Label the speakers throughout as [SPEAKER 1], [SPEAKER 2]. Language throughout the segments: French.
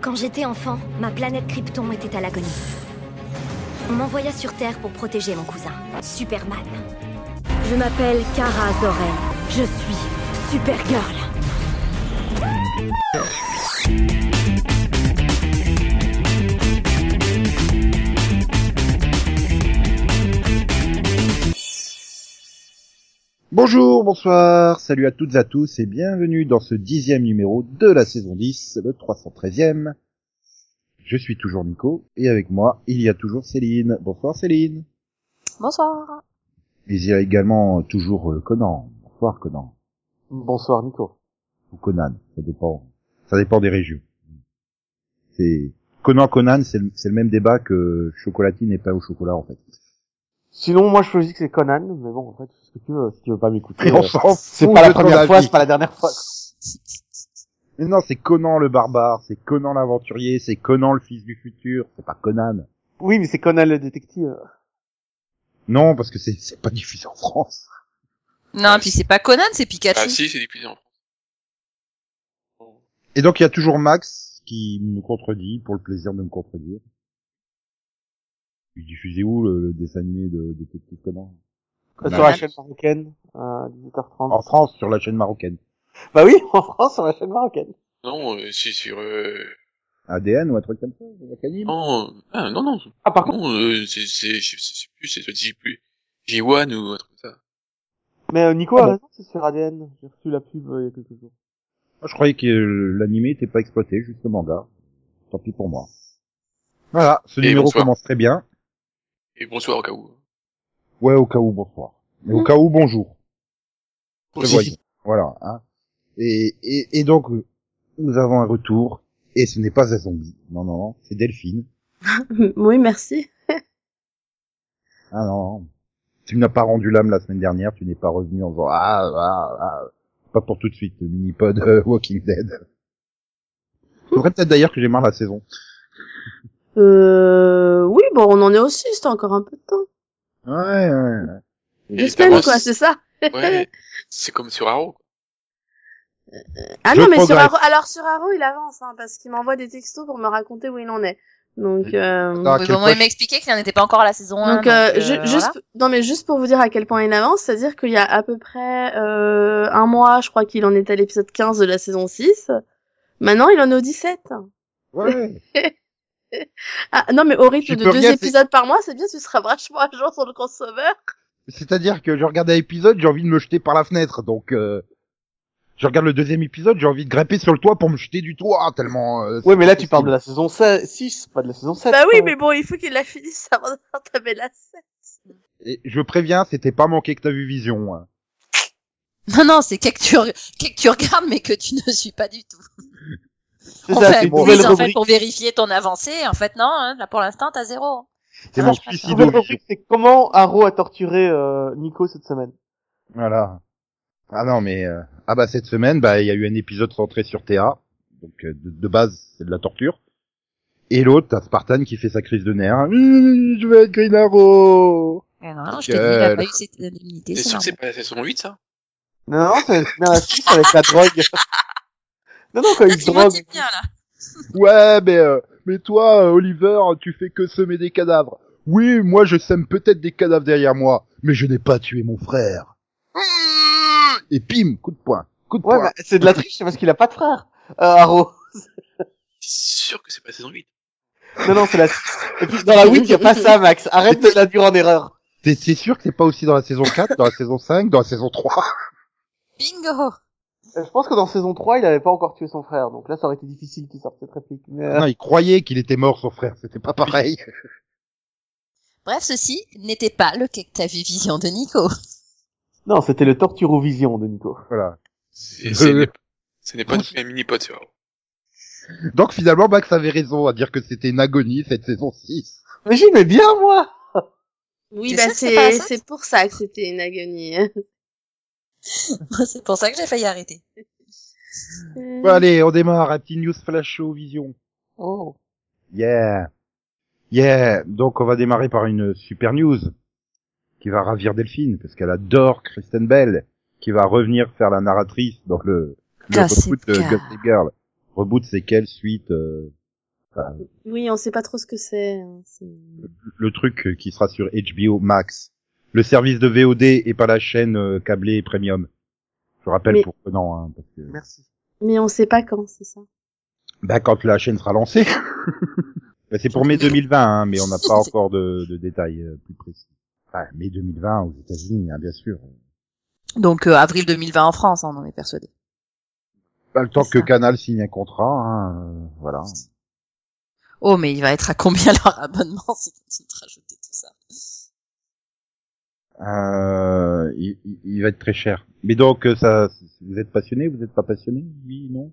[SPEAKER 1] Quand j'étais enfant, ma planète Krypton était à l'agonie. On m'envoya sur Terre pour protéger mon cousin, Superman. Je m'appelle Kara Zor-El. Je suis Supergirl.
[SPEAKER 2] Bonjour, bonsoir, salut à toutes et à tous et bienvenue dans ce dixième numéro de la saison 10, le 313e. Je suis toujours Nico et avec moi il y a toujours Céline. Bonsoir Céline.
[SPEAKER 3] Bonsoir.
[SPEAKER 2] Mais il y a également euh, toujours euh, Conan. Bonsoir Conan.
[SPEAKER 4] Bonsoir Nico.
[SPEAKER 2] Ou Conan, ça dépend. Ça dépend des régions. C'est Conan Conan, c'est le, c'est le même débat que chocolatine et pain au chocolat en fait.
[SPEAKER 4] Sinon, moi, je choisis que c'est Conan, mais bon, en fait, tu fais ce que tu veux, si tu veux pas m'écouter.
[SPEAKER 2] Et on
[SPEAKER 4] euh,
[SPEAKER 2] s'en
[SPEAKER 4] c'est
[SPEAKER 2] fout
[SPEAKER 4] pas
[SPEAKER 2] de
[SPEAKER 4] la
[SPEAKER 2] ton
[SPEAKER 4] première fois,
[SPEAKER 2] avis.
[SPEAKER 4] c'est pas la dernière fois.
[SPEAKER 2] Mais non, c'est Conan le barbare, c'est Conan l'aventurier, c'est Conan le fils du futur, c'est pas Conan.
[SPEAKER 4] Oui, mais c'est Conan le détective. euh,
[SPEAKER 2] Non, parce que c'est c'est pas diffusé en France.
[SPEAKER 3] Non, puis c'est pas Conan, c'est Pikachu.
[SPEAKER 5] Ah si, c'est diffusé en France.
[SPEAKER 2] Et donc il y a toujours Max qui me contredit pour le plaisir de me contredire. Il diffusait où le, le dessin animé de Détective Conan
[SPEAKER 4] Euh,
[SPEAKER 2] Conan.
[SPEAKER 4] Sur la chaîne marocaine, euh, à 18h30.
[SPEAKER 2] En France, sur la chaîne marocaine.
[SPEAKER 4] Bah oui, en France, sur la chaîne marocaine.
[SPEAKER 5] Non, euh, c'est sur... Euh...
[SPEAKER 2] ADN ou un truc comme ça, la calibre.
[SPEAKER 5] Non, euh, ah, non, non,
[SPEAKER 4] Ah, par contre,
[SPEAKER 5] non euh, c'est... c'est- Je je sais plus, c'est J plus. J1 ou un truc comme ça.
[SPEAKER 4] mais euh, Nico
[SPEAKER 2] Ah
[SPEAKER 4] a
[SPEAKER 2] bon.
[SPEAKER 4] raison, c'est sur ADN. J'ai reçu la pub euh, il y a quelques jours.
[SPEAKER 2] Moi, je croyais que euh, l'animé était pas exploité, juste le manga. Tant pis pour moi. Voilà, ce
[SPEAKER 5] Et
[SPEAKER 2] numéro
[SPEAKER 5] bonsoir.
[SPEAKER 2] commence très bien.
[SPEAKER 5] Et bonsoir au cas où.
[SPEAKER 2] Ouais, au cas où, bonsoir. Mais
[SPEAKER 5] Mmh.
[SPEAKER 2] au cas où, bonjour.
[SPEAKER 5] Aussi.
[SPEAKER 2] Prévoyez. Voilà. hein. Et, et, et donc, euh, nous avons un retour, et ce n'est pas un zombie. Non, non, non, c'est Delphine.
[SPEAKER 6] oui, merci.
[SPEAKER 2] Ah non, non. Tu n'as pas rendu l'âme la semaine dernière, tu n'es pas revenu en disant ah, ah, ah, pas pour tout de suite, le mini-pod euh, Walking Dead. Faudrait peut-être d'ailleurs que j'ai marre de la saison.
[SPEAKER 6] Euh, oui, bon, on en est au six, t'as encore un peu de temps.
[SPEAKER 2] Ouais, ouais, ouais.
[SPEAKER 6] Deux
[SPEAKER 5] Et
[SPEAKER 6] semaines,
[SPEAKER 5] t'avances.
[SPEAKER 6] quoi, c'est ça
[SPEAKER 5] Ouais, c'est comme sur Arrow. quoi.
[SPEAKER 6] Ah
[SPEAKER 2] Je
[SPEAKER 6] non, mais sur
[SPEAKER 2] progresse.
[SPEAKER 6] Haro, alors sur Haro, il avance, hein, parce qu'il m'envoie des textos pour me raconter où il en est. Donc, euh...
[SPEAKER 2] Ah,
[SPEAKER 3] Oui,
[SPEAKER 2] quelle
[SPEAKER 3] bon, moi,
[SPEAKER 2] fois
[SPEAKER 3] il m'expliquait qu'il n'en était pas encore à la saison 1.
[SPEAKER 6] Donc, euh, ju-
[SPEAKER 3] voilà.
[SPEAKER 6] juste, non mais juste pour vous dire à quel point il avance, c'est-à-dire qu'il y a à peu près euh, un mois, je crois qu'il en est à l'épisode 15 de la saison 6. Maintenant, il en est au 17.
[SPEAKER 2] je- ouais.
[SPEAKER 6] Ah non mais au rythme
[SPEAKER 2] Tu
[SPEAKER 6] de
[SPEAKER 2] peux
[SPEAKER 6] deux
[SPEAKER 2] rien, c'est-
[SPEAKER 6] épisodes par mois, c'est bien, tu seras vachement à jour sur le consommeur.
[SPEAKER 2] C'est-à-dire que je regarde un épisode, j'ai envie de me jeter par la fenêtre, donc euh, je regarde le deuxième épisode, j'ai envie de grimper sur le toit pour me jeter du toit, tellement... euh,
[SPEAKER 4] Ouais,
[SPEAKER 2] c'est
[SPEAKER 4] mais là,
[SPEAKER 2] possible.
[SPEAKER 4] tu parles de la saison 6, pas de la saison 7.
[SPEAKER 6] Bah oui, mais bon, il faut qu'il la finisse avant d'entamer la scène.
[SPEAKER 2] Et je préviens, c'était pas manqué que t'as vu Vision. hein.
[SPEAKER 3] Non, non, c'est que tu, re- que tu regardes, mais que tu ne suis pas du tout.
[SPEAKER 4] C'est
[SPEAKER 3] En
[SPEAKER 4] ça,
[SPEAKER 3] fait,
[SPEAKER 4] c'est une
[SPEAKER 3] oui,
[SPEAKER 4] nouvelle
[SPEAKER 3] en fait,
[SPEAKER 4] rubrique.
[SPEAKER 3] pour vérifier ton avancée, en fait, non, hein, là, pour l'instant, t'as zéro.
[SPEAKER 2] C'est
[SPEAKER 3] Ah,
[SPEAKER 2] mon
[SPEAKER 3] je préfère.
[SPEAKER 4] Une
[SPEAKER 2] suicide au
[SPEAKER 4] nouvelle
[SPEAKER 2] Vision.
[SPEAKER 4] rubrique, c'est comment Arrow a torturé euh, Nico cette semaine.
[SPEAKER 2] Voilà. Ah non, mais euh, ah bah cette semaine, bah il y a eu un épisode centré sur Théa, donc euh, de, de base c'est de la torture. Et l'autre, t'as Spartan qui fait sa crise de nerfs. Hum, Je vais être Green Arrow.
[SPEAKER 3] Eh non, non, je t'ai dit, il a
[SPEAKER 2] Gueule.
[SPEAKER 3] pas eu cette indemnité,
[SPEAKER 5] C'est
[SPEAKER 3] c'est
[SPEAKER 5] sûr que c'est
[SPEAKER 3] normal.
[SPEAKER 5] pas la saison 8, ça
[SPEAKER 4] Non, non, c'est c'est la 6 avec la drogue. Non, non, quand
[SPEAKER 3] Ah,
[SPEAKER 4] il
[SPEAKER 3] tu
[SPEAKER 4] drogue.
[SPEAKER 3] mentis bien, là.
[SPEAKER 2] Ouais, mais euh, mais toi, euh, Oliver, tu fais que semer des cadavres. Oui, moi je sème peut-être des cadavres derrière moi, mais je n'ai pas tué mon frère. Hum, Et pim, coup de poing, coup de
[SPEAKER 4] Ouais,
[SPEAKER 2] poing.
[SPEAKER 4] bah, c'est de la triche, c'est parce qu'il a pas de frère, euh, Haro.
[SPEAKER 5] C'est sûr que c'est pas la saison 8.
[SPEAKER 4] Non, non, c'est la 6. Et puis, dans la 8, y a pas ça, Max. Arrête de l'induire en erreur.
[SPEAKER 2] T'es t'es sûr que c'est pas aussi dans la saison 4, dans la saison 5, dans la saison 3
[SPEAKER 3] Bingo!
[SPEAKER 4] Euh, Je pense que dans saison 3, il avait pas encore tué son frère, donc là, ça aurait été difficile qu'il sorte cette réplique. Mais, euh,
[SPEAKER 2] Non, il croyait qu'il était mort, son frère. C'était pas pareil.
[SPEAKER 3] Bref, ceci n'était pas le que t'as vu vision de Nico.
[SPEAKER 4] Non, c'était le torture ou vision de Nico.
[SPEAKER 2] Voilà.
[SPEAKER 5] Et ce
[SPEAKER 2] Euh.
[SPEAKER 5] n'est- ce n'est pas non plus un mini-pod sur Arrow.
[SPEAKER 2] Donc finalement, Max avait raison à dire que c'était une agonie cette saison 6.
[SPEAKER 4] Mais j'y mets bien, moi!
[SPEAKER 6] Oui,
[SPEAKER 3] T'es
[SPEAKER 6] bah
[SPEAKER 3] sûre que c'est pas la
[SPEAKER 6] c'est
[SPEAKER 3] scène
[SPEAKER 6] c'est pour ça que c'était une agonie.
[SPEAKER 3] c'est pour ça que j'ai failli arrêter.
[SPEAKER 6] Euh,
[SPEAKER 2] Bon, allez, on démarre. Un petit news flash show vision.
[SPEAKER 4] Oh.
[SPEAKER 2] Yeah. Yeah. Donc on va démarrer par une super news qui va ravir Delphine parce qu'elle adore Kristen Bell qui va revenir faire la narratrice dans le, le
[SPEAKER 3] Gossip
[SPEAKER 2] reboot de
[SPEAKER 3] Girl.
[SPEAKER 2] Gossip Girl. Reboot, séquelle, suite, euh,
[SPEAKER 6] Oui, on sait pas trop ce que c'est. hein, c'est-
[SPEAKER 2] le truc euh, qui sera sur HBO Max. Le service de VOD et pas la chaîne euh, câblée et premium. Je rappelle
[SPEAKER 6] Mais-
[SPEAKER 2] pour que non, hein, parce que...
[SPEAKER 4] Merci.
[SPEAKER 6] Mais on sait pas quand, c'est ça.
[SPEAKER 2] Bah, quand la chaîne sera lancée. Bah, c'est pour mai 2020, hein, mais on n'a pas encore de, de détails euh, plus précis. Ah, mai 2020 aux États-Unis, hein, bien sûr.
[SPEAKER 3] Donc euh, avril 2020 en France, hein, on en est persuadé.
[SPEAKER 2] Pas Bah, le temps
[SPEAKER 3] C'est
[SPEAKER 2] que
[SPEAKER 3] ça.
[SPEAKER 2] Canal signe un contrat, hein, euh, voilà.
[SPEAKER 3] Oh, mais il va être à combien leur abonnement si tu de rajouter tout ça
[SPEAKER 2] Euh, il, il- il va être très cher. Mais donc, euh, ça, vous êtes passionné, vous n'êtes pas passionné, oui, non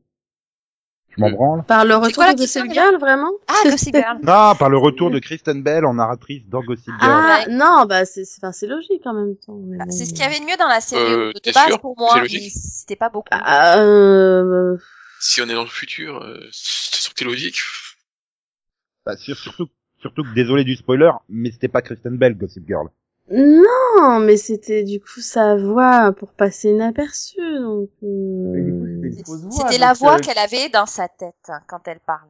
[SPEAKER 2] Je m'en
[SPEAKER 5] Euh,
[SPEAKER 2] branle.
[SPEAKER 6] Par le retour
[SPEAKER 3] quoi la
[SPEAKER 6] de
[SPEAKER 3] question,
[SPEAKER 6] Gossip Girl, vraiment
[SPEAKER 3] Ah, Gossip Girl.
[SPEAKER 2] Ah, par le retour de Kristen Bell en narratrice dans Gossip Girl.
[SPEAKER 6] Ah, non, bah c'est c'est- enfin, c'est logique en même temps. mais bon.
[SPEAKER 3] Bah, C'est ce qu'il y avait de mieux dans la série
[SPEAKER 5] Euh,
[SPEAKER 3] de
[SPEAKER 5] t'es
[SPEAKER 3] base
[SPEAKER 5] sûr
[SPEAKER 3] pour moi,
[SPEAKER 5] C'est
[SPEAKER 3] mais
[SPEAKER 5] logique
[SPEAKER 3] c'était pas beaucoup.
[SPEAKER 6] Ah, euh,
[SPEAKER 5] Si on est dans le futur, euh, c'est sorti logique.
[SPEAKER 2] Bah, sur- surtout, surtout que désolé du spoiler, mais c'était pas Kristen Bell, Gossip Girl.
[SPEAKER 6] Non, mais c'était du coup sa voix pour passer inaperçu. Donc, euh,
[SPEAKER 4] Mais du coup, c'était une
[SPEAKER 3] C'est-
[SPEAKER 4] fausse voix,
[SPEAKER 3] C'était
[SPEAKER 4] donc,
[SPEAKER 3] la voix
[SPEAKER 4] euh,
[SPEAKER 3] qu'elle avait dans sa tête hein, quand elle parlait.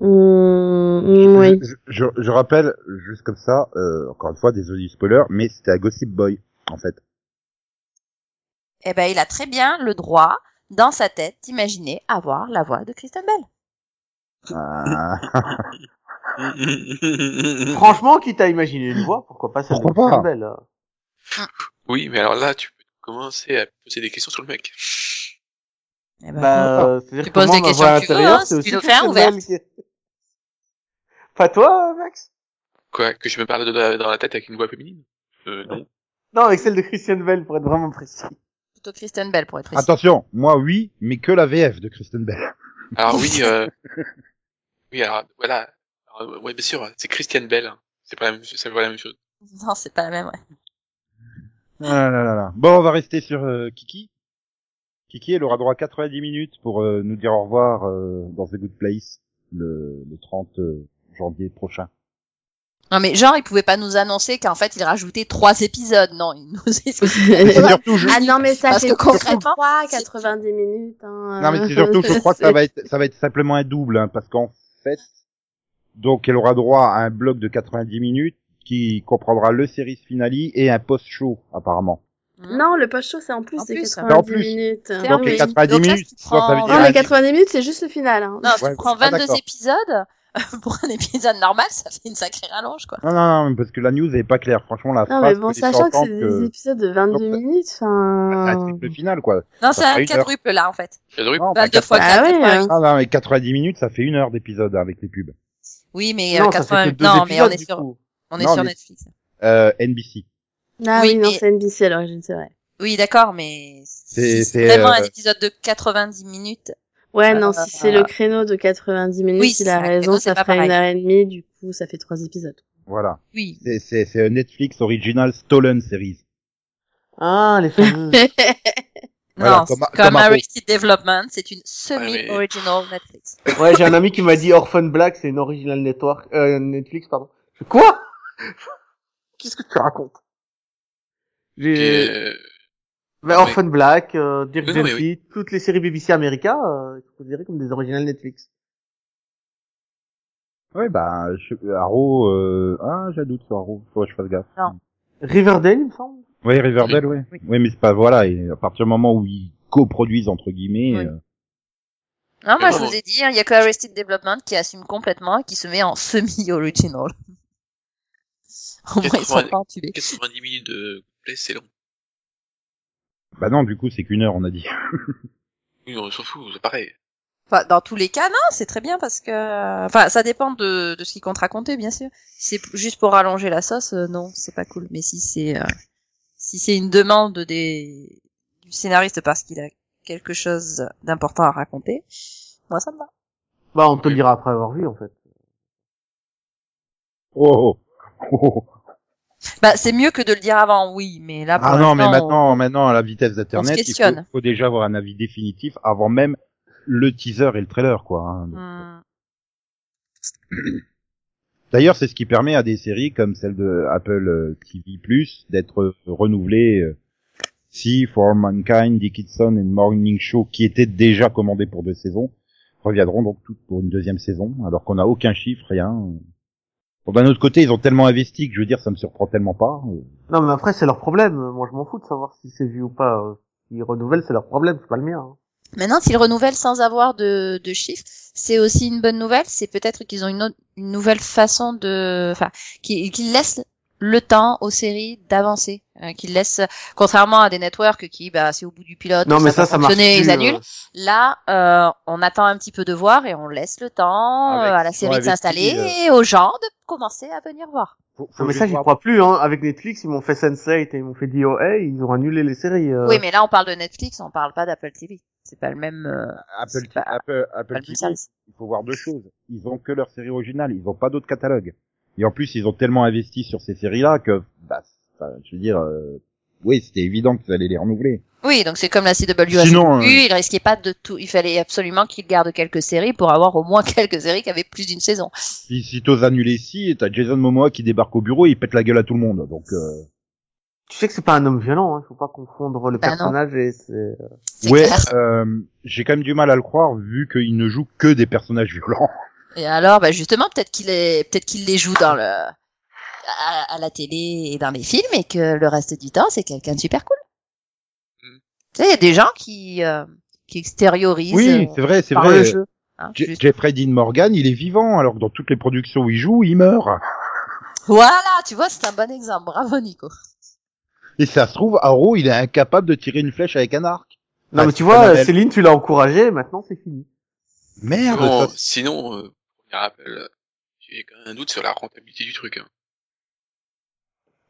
[SPEAKER 6] Mm, mm, oui.
[SPEAKER 2] Je, je, je rappelle, juste comme ça, euh, encore une fois, désolé du spoiler, mais c'était à Gossip Boy, en fait.
[SPEAKER 3] Eh ben, il a très bien le droit, dans sa tête, d'imaginer avoir la voix de Kristen Bell.
[SPEAKER 2] Ah,
[SPEAKER 4] Franchement, quitte à imaginer une voix, pourquoi pas celle
[SPEAKER 2] Pourquoi
[SPEAKER 4] de
[SPEAKER 2] pas
[SPEAKER 4] Kristen Bell, euh.
[SPEAKER 5] oui, mais alors là, tu peux commencer à poser des questions sur le mec.
[SPEAKER 3] Eh ben,
[SPEAKER 4] Bah, euh, c'est-à-dire
[SPEAKER 3] Tu
[SPEAKER 4] que
[SPEAKER 3] poses
[SPEAKER 4] moi,
[SPEAKER 3] des
[SPEAKER 4] ma
[SPEAKER 3] questions
[SPEAKER 4] voix
[SPEAKER 3] que tu veux,
[SPEAKER 4] intérieure,
[SPEAKER 3] hein, si
[SPEAKER 4] c'est aussi
[SPEAKER 3] tu veux faire,
[SPEAKER 4] Kristen Bell qui- Pas toi, Max
[SPEAKER 5] Quoi, que je me parle de la- dans la tête avec une voix féminine euh, non.
[SPEAKER 4] Non, avec celle de Christian Bell, pour être vraiment précis.
[SPEAKER 3] plutôt Kristen Bell pour être précis.
[SPEAKER 2] attention, moi oui, mais que la VF de Kristen Bell.
[SPEAKER 5] Alors oui, euh... oui, alors voilà. Alors, ouais, bien sûr, c'est Christian Bell. hein. C'est pas la même, c'est pas la même chose.
[SPEAKER 3] Non, c'est pas la même, ouais.
[SPEAKER 2] Ah là là là. Bon, on va rester sur euh, Kiki. Kiki, elle aura droit à 90 minutes pour euh, nous dire au revoir euh, dans The Good Place le, le 30 janvier prochain.
[SPEAKER 3] Non, mais genre, il pouvait pas nous annoncer qu'en fait, il rajoutait trois épisodes. Non, il nous
[SPEAKER 2] Et bah, c'est surtout, je-
[SPEAKER 6] ah non, mais ça
[SPEAKER 3] Parce
[SPEAKER 6] fait
[SPEAKER 3] que concrètement,
[SPEAKER 6] 3,
[SPEAKER 3] c'est-
[SPEAKER 6] 90 minutes. Hein,
[SPEAKER 2] Non, mais c'est surtout, je crois que ça va être, ça va être simplement un double, hein, parce qu'en fait, donc elle aura droit à un bloc de 90 minutes qui comprendra le series finale et un post-show, apparemment.
[SPEAKER 6] Non, le post-show, c'est en plus
[SPEAKER 3] En
[SPEAKER 6] des
[SPEAKER 3] plus.
[SPEAKER 6] 90
[SPEAKER 2] En plus.
[SPEAKER 6] minutes.
[SPEAKER 3] C'est
[SPEAKER 2] Donc
[SPEAKER 3] oui.
[SPEAKER 2] les
[SPEAKER 6] oui.
[SPEAKER 2] 90
[SPEAKER 3] Donc là,
[SPEAKER 2] minutes,
[SPEAKER 3] tu
[SPEAKER 2] soit ça veut
[SPEAKER 3] prends-
[SPEAKER 2] dire...
[SPEAKER 6] Non,
[SPEAKER 2] un-
[SPEAKER 6] mais 90 minutes, c'est juste le final. Hein.
[SPEAKER 3] Non,
[SPEAKER 2] Ouais,
[SPEAKER 3] tu prends
[SPEAKER 2] je suis pas
[SPEAKER 3] 22
[SPEAKER 2] d'accord.
[SPEAKER 3] épisodes pour un épisode normal, ça fait une sacrée rallonge, quoi.
[SPEAKER 2] Non, non, non, mais parce que la news est pas claire. Franchement, la
[SPEAKER 4] Ah,
[SPEAKER 6] Non,
[SPEAKER 2] phrase
[SPEAKER 6] mais bon,
[SPEAKER 2] peut laisser
[SPEAKER 6] sachant que c'est euh,
[SPEAKER 2] entendre
[SPEAKER 6] des épisodes de 22
[SPEAKER 2] Donc,
[SPEAKER 6] minutes,
[SPEAKER 4] euh,
[SPEAKER 2] Ah,
[SPEAKER 6] enfin...
[SPEAKER 2] c'est le final, quoi. Ça
[SPEAKER 3] Non, c'est
[SPEAKER 2] fait
[SPEAKER 3] un
[SPEAKER 2] une heure.
[SPEAKER 3] quadruple, là, en fait.
[SPEAKER 5] J'adore.
[SPEAKER 2] Non, bah,
[SPEAKER 3] 22 fois
[SPEAKER 6] quatre-
[SPEAKER 3] 4,
[SPEAKER 6] Ah ouais, hein.
[SPEAKER 2] Ah, non, mais 90 minutes, ça fait une heure d'épisode hein, avec les pubs.
[SPEAKER 3] Oui, mais euh,
[SPEAKER 4] Non, ça fait
[SPEAKER 3] 80...
[SPEAKER 4] que deux
[SPEAKER 3] non mais on
[SPEAKER 4] épisodes,
[SPEAKER 3] est
[SPEAKER 4] du
[SPEAKER 3] sur,
[SPEAKER 4] coup.
[SPEAKER 3] on est
[SPEAKER 2] Non,
[SPEAKER 3] sur
[SPEAKER 2] mais-
[SPEAKER 3] Netflix.
[SPEAKER 2] Euh, NBC.
[SPEAKER 6] Ah
[SPEAKER 3] Oui,
[SPEAKER 6] oui, non,
[SPEAKER 3] mais-
[SPEAKER 6] c'est NBC à l'origine, c'est vrai.
[SPEAKER 3] Oui, d'accord, mais
[SPEAKER 2] C'est-
[SPEAKER 3] c'est
[SPEAKER 2] c'est,
[SPEAKER 3] vraiment un
[SPEAKER 2] euh,
[SPEAKER 3] épisode de 90 minutes.
[SPEAKER 6] Ouais,
[SPEAKER 3] Euh,
[SPEAKER 6] non, si c'est le créneau de 90 minutes,
[SPEAKER 3] Oui,
[SPEAKER 6] il
[SPEAKER 3] c'est
[SPEAKER 6] a
[SPEAKER 3] un
[SPEAKER 6] raison,
[SPEAKER 3] créneau, c'est
[SPEAKER 6] ça
[SPEAKER 3] pas
[SPEAKER 6] fera
[SPEAKER 3] pareil.
[SPEAKER 6] une heure et demie, du coup, ça fait trois épisodes.
[SPEAKER 2] Voilà.
[SPEAKER 3] Oui.
[SPEAKER 2] C'est- C'est c'est un Netflix Original Stolen Series.
[SPEAKER 4] Ah, les fameuses.
[SPEAKER 2] Voilà,
[SPEAKER 3] non,
[SPEAKER 2] comme-
[SPEAKER 3] comme,
[SPEAKER 2] comme Arrow.
[SPEAKER 3] Arrested Development, c'est une semi-original Netflix.
[SPEAKER 4] ouais, j'ai un ami qui m'a dit Orphan Black, c'est une original network, euh, Netflix, pardon. Je fais, Quoi? Qu'est-ce que tu racontes?
[SPEAKER 5] Et,
[SPEAKER 4] J'ai,
[SPEAKER 5] euh,
[SPEAKER 4] bah,
[SPEAKER 5] non, mais-
[SPEAKER 4] Orphan Black, euh, Dirk
[SPEAKER 5] Non, non, mais
[SPEAKER 4] Gently, toutes les séries BBC America, euh, sont considérées comme des originales Netflix.
[SPEAKER 2] Ouais, bah, je... Arrow, euh... ah, j'ai un doute sur Arrow. Faut que je fasse gaffe.
[SPEAKER 3] Non.
[SPEAKER 4] Riverdale, il me semble.
[SPEAKER 2] Oui, Riverdale, oui. Oui, mais c'est pas voilà. Et à partir du moment où ils coproduisent entre guillemets,
[SPEAKER 3] Oui.
[SPEAKER 2] euh,
[SPEAKER 3] Non, moi,
[SPEAKER 5] Mais
[SPEAKER 3] je
[SPEAKER 5] non,
[SPEAKER 3] vous ai dit, hein, il y a que Arrested Development qui assume complètement et qui se met en semi-original. Au moins, ils sont
[SPEAKER 5] 80
[SPEAKER 3] pas entubés.
[SPEAKER 5] 90 minutes de play, c'est long.
[SPEAKER 2] bah non, du coup c'est qu'une heure, on a dit.
[SPEAKER 5] Oui, on s'en fout, c'est pareil.
[SPEAKER 3] Enfin, dans tous les cas, non, c'est très bien parce que, enfin, ça dépend de, de ce qu'ils compte raconter, bien sûr. Si c'est p- juste pour rallonger la sauce, euh, non, c'est pas cool. Mais si c'est, euh, si c'est une demande des, du scénariste parce qu'il a quelque chose d'important à raconter, moi, ça me va.
[SPEAKER 4] Bah, on te le dira après avoir vu, en fait.
[SPEAKER 2] Oh, oh, oh, oh.
[SPEAKER 3] Bah, c'est mieux que de le dire avant, oui, mais là, pour
[SPEAKER 2] Ah non, mais
[SPEAKER 3] l'instant,
[SPEAKER 2] maintenant, maintenant à la vitesse d'internet, il faut,
[SPEAKER 3] questionne.
[SPEAKER 2] faut déjà avoir un avis définitif avant même le teaser et le trailer, quoi. hein.
[SPEAKER 3] on- Hmm.
[SPEAKER 2] D'ailleurs, c'est ce qui permet à des séries comme celle de Apple euh, TV+ d'être euh, renouvelées. euh, Si For Mankind, Dickinson et Morning Show, qui étaient déjà commandés pour deux saisons, reviendront donc toutes pour une deuxième saison, alors qu'on n'a aucun chiffre, rien. Bon, d'un autre côté, ils ont tellement investi que je veux dire, ça me surprend tellement pas. euh,
[SPEAKER 4] Non, mais après, c'est leur problème. Moi, je m'en fous de savoir si c'est vu ou pas. Euh, S'ils renouvellent, c'est leur problème, c'est pas le mien. hein.
[SPEAKER 3] Maintenant, s'ils renouvellent sans avoir de, de chiffres, c'est aussi une bonne nouvelle. C'est peut-être qu'ils ont une, autre- une nouvelle façon de, enfin, qu'ils qu'ils laissent le temps aux séries d'avancer, euh, qu'ils laissent, contrairement à des networks qui, bah, c'est au bout du pilote,
[SPEAKER 4] Non, mais
[SPEAKER 3] va
[SPEAKER 4] ça, ça marche.
[SPEAKER 3] fonctionner,
[SPEAKER 4] plus,
[SPEAKER 3] ils
[SPEAKER 4] euh,
[SPEAKER 3] annulent. Là, euh, on attend un petit peu de voir et on laisse le temps
[SPEAKER 2] Avec-
[SPEAKER 3] euh, à la
[SPEAKER 2] ils sont
[SPEAKER 3] série de
[SPEAKER 2] investis,
[SPEAKER 3] s'installer
[SPEAKER 2] euh.
[SPEAKER 3] et aux gens de commencer à venir voir.
[SPEAKER 2] faut- faut
[SPEAKER 4] Non, mais
[SPEAKER 2] juste
[SPEAKER 4] ça, j'y
[SPEAKER 2] voir-
[SPEAKER 4] crois plus. Hein. Avec Netflix, ils m'ont fait Sense8 et ils m'ont fait DOA, ils ont annulé les séries. euh.
[SPEAKER 3] Oui, mais là, on parle de Netflix, on parle pas d'Apple TV. C'est pas le même, euh,
[SPEAKER 2] Apple,
[SPEAKER 3] c'est pas-
[SPEAKER 2] Apple, Apple
[SPEAKER 3] pas le même
[SPEAKER 2] TV,
[SPEAKER 3] service.
[SPEAKER 2] il faut voir deux choses. Ils ont que leur série originale, ils ont pas d'autres catalogues. Et en plus, ils ont tellement investi sur ces séries-là que, bah, ça- je veux dire, euh, oui, c'était évident que vous allez les renouveler.
[SPEAKER 3] Oui, donc c'est comme la CW.
[SPEAKER 2] Sinon, euh,
[SPEAKER 3] Oui, il risquait pas de tout. Il fallait absolument qu'il garde quelques séries pour avoir au moins quelques séries qui avaient plus d'une saison.
[SPEAKER 2] si, si t'oses annuler ici, t'as Jason Momoa qui débarque au bureau et il pète la gueule à tout le monde. Donc, euh,
[SPEAKER 4] Tu sais que c'est pas un homme violent, hein. faut pas confondre le
[SPEAKER 3] Bah non.
[SPEAKER 4] personnage et c'est... euh.
[SPEAKER 3] C'est
[SPEAKER 2] ouais,
[SPEAKER 3] clair.
[SPEAKER 2] euh, j'ai quand même du mal à le croire vu qu'il ne joue que des personnages violents.
[SPEAKER 3] Et alors, bah justement, peut-être qu'il est, peut-être qu'il les joue dans le, à, à la télé et dans les films, et que le reste du temps, c'est quelqu'un de super cool. Tu
[SPEAKER 5] Mm.
[SPEAKER 3] sais, il y a des gens qui, euh, qui extériorisent euh,
[SPEAKER 2] Oui, c'est vrai, c'est
[SPEAKER 3] par
[SPEAKER 2] vrai.
[SPEAKER 3] le jeu. hein,
[SPEAKER 2] Je-
[SPEAKER 3] juste.
[SPEAKER 2] Jeffrey Dean Morgan, il est vivant, alors que dans toutes les productions où il joue, il meurt.
[SPEAKER 3] Voilà, tu vois, c'est un bon exemple. Bravo, Nico.
[SPEAKER 2] Et ça se trouve, Arrow, il est incapable de tirer une flèche avec un arc.
[SPEAKER 4] Non,
[SPEAKER 2] Ah,
[SPEAKER 4] mais
[SPEAKER 2] c'est
[SPEAKER 4] tu
[SPEAKER 2] pas
[SPEAKER 4] vois,
[SPEAKER 2] Marvel.
[SPEAKER 4] Céline, tu l'as encouragée, maintenant c'est fini.
[SPEAKER 2] Merde,
[SPEAKER 5] Bon,
[SPEAKER 2] ça-
[SPEAKER 5] sinon, euh, premier rappel, j'ai quand même un doute sur la rentabilité du truc. Hein.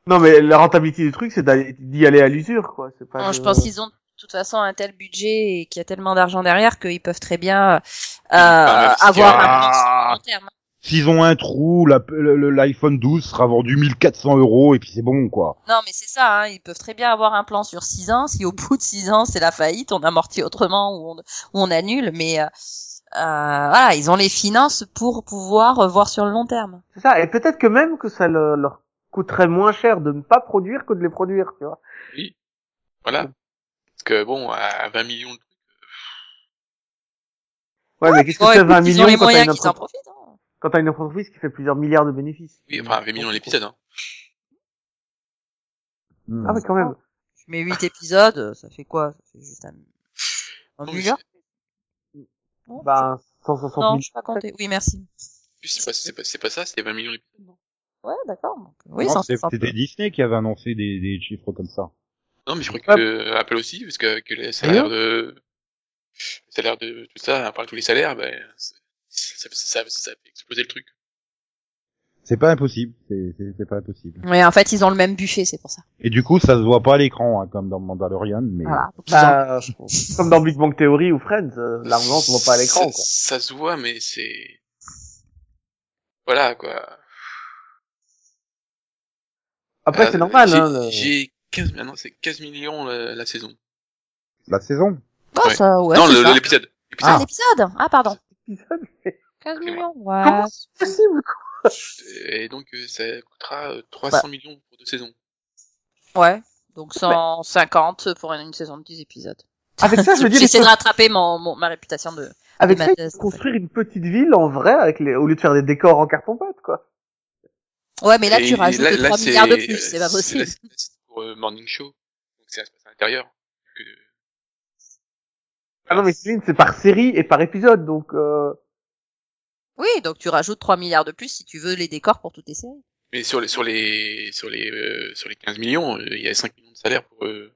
[SPEAKER 4] Non, mais la rentabilité du truc, c'est d'aller- d'y aller à l'usure, quoi. C'est pas
[SPEAKER 3] Non,
[SPEAKER 4] de-
[SPEAKER 3] Je pense qu'ils ont de toute façon un tel budget et qu'il y a tellement d'argent derrière qu'ils peuvent très bien euh, avoir un prix sur le long terme.
[SPEAKER 2] s'ils ont un trou, la- le- le- l'iPhone 12 sera vendu 1400 euros et puis c'est bon, quoi.
[SPEAKER 3] Non, mais c'est ça, hein, ils peuvent très bien avoir un plan sur 6 ans. Si au bout de 6 ans c'est la faillite, on amortit autrement ou on, ou on annule. Mais euh, euh, voilà, ils ont les finances pour pouvoir euh, voir sur le long terme.
[SPEAKER 4] C'est ça, et peut-être que même que ça le- leur coûterait moins cher de ne pas produire que de les produire, tu vois.
[SPEAKER 5] Voilà. Parce que bon, à 20 millions de
[SPEAKER 4] Ouais, mais qu'est-ce que
[SPEAKER 3] Bon,
[SPEAKER 4] c'est
[SPEAKER 3] écoute,
[SPEAKER 4] 20
[SPEAKER 3] ils ont
[SPEAKER 4] millions
[SPEAKER 3] les
[SPEAKER 4] quand t'as
[SPEAKER 3] moyens
[SPEAKER 4] une,
[SPEAKER 3] qu'ils en
[SPEAKER 4] entre-
[SPEAKER 3] profitent. hein.
[SPEAKER 4] quand t'as une entreprise qui fait plusieurs milliards de bénéfices
[SPEAKER 5] oui, enfin 20 millions l'épisode, hein.
[SPEAKER 2] Hmm.
[SPEAKER 4] Ah oui, quand même.
[SPEAKER 3] Tu mets 8 épisodes, ça fait quoi Ça fait juste un, un
[SPEAKER 5] Non, mais
[SPEAKER 3] milliard Non,
[SPEAKER 4] Bah, 160
[SPEAKER 3] Non,
[SPEAKER 4] 000.
[SPEAKER 3] je suis pas compté. Oui, merci.
[SPEAKER 5] En plus, c'est pas, c'est pas, c'est pas ça, c'est 20 millions l'épisode. non
[SPEAKER 3] Ouais, d'accord. donc, Oui,
[SPEAKER 2] Non, c'est-
[SPEAKER 3] 160.
[SPEAKER 2] C'était Disney qui avait annoncé des, des chiffres comme ça.
[SPEAKER 5] Non, mais je crois
[SPEAKER 4] Ouais.
[SPEAKER 5] que euh, Apple aussi, parce que, que les salaires de, les salaires de tout ça, à part tous les salaires, ben, c'est- ça, ça, ça, ça fait exploser le truc.
[SPEAKER 2] C'est pas impossible, c'est c'est- c'est pas impossible.
[SPEAKER 3] Ouais, en fait, ils ont le même buffet, c'est pour ça.
[SPEAKER 2] Et du coup, ça se voit pas à l'écran, hein, comme dans Mandalorian, mais
[SPEAKER 3] Voilà. Donc, ils ont-
[SPEAKER 4] Bah, comme dans Big Bang Theory ou Friends, euh, l'argent se voit pas à l'écran,
[SPEAKER 5] Ça-
[SPEAKER 4] quoi.
[SPEAKER 5] Ça se voit, mais c'est, voilà, quoi.
[SPEAKER 4] Après,
[SPEAKER 5] Euh,
[SPEAKER 4] c'est normal,
[SPEAKER 5] j'ai-
[SPEAKER 4] hein. le-
[SPEAKER 5] J'ai 15, maintenant c'est 15 millions euh, la, la saison.
[SPEAKER 2] la saison.
[SPEAKER 3] Bah,
[SPEAKER 5] ouais.
[SPEAKER 3] ça, ouais,
[SPEAKER 5] non,
[SPEAKER 3] c'est
[SPEAKER 5] le-
[SPEAKER 3] ça.
[SPEAKER 5] le- l'épisode.
[SPEAKER 3] Ah,
[SPEAKER 5] L'épisode.
[SPEAKER 3] l'épisode. Ah, pardon.
[SPEAKER 4] L'épisode,
[SPEAKER 3] 15
[SPEAKER 5] Excusez-moi.
[SPEAKER 3] millions. Ouais.
[SPEAKER 4] Comment c'est possible, quoi.
[SPEAKER 5] Et donc, euh, ça coûtera euh, 300 millions pour deux saisons.
[SPEAKER 3] Ouais. Donc 150 pour une, une saison de 10 épisodes.
[SPEAKER 2] Ah,
[SPEAKER 4] Avec ça, je veux dire,
[SPEAKER 3] J'essaie de rattraper mon, mon- ma réputation de.
[SPEAKER 4] avec
[SPEAKER 3] de
[SPEAKER 4] ça, ils
[SPEAKER 3] Mathès,
[SPEAKER 4] peuvent construire une petite ville en vrai, avec les, au lieu de faire des décors en carton-pâte, quoi.
[SPEAKER 3] Ouais, mais là,
[SPEAKER 5] Et
[SPEAKER 3] tu rajoutes
[SPEAKER 5] là- là,
[SPEAKER 3] 3
[SPEAKER 5] c'est-
[SPEAKER 3] milliards de plus. C'est
[SPEAKER 5] là,
[SPEAKER 3] pas possible.
[SPEAKER 5] c'est- là, c'est pour euh, Morning Show. Donc, c'est c'est à l'intérieur. euh, Que-
[SPEAKER 4] Ah non, mais Céline, c'est par série et par épisode, donc, euh,
[SPEAKER 3] Oui, donc tu rajoutes 3 milliards de plus si tu veux les décors pour toutes tes séries.
[SPEAKER 5] Mais sur les, sur les, sur les, euh, sur les 15 millions, euh, il y a 5 millions de salaire pour, euh,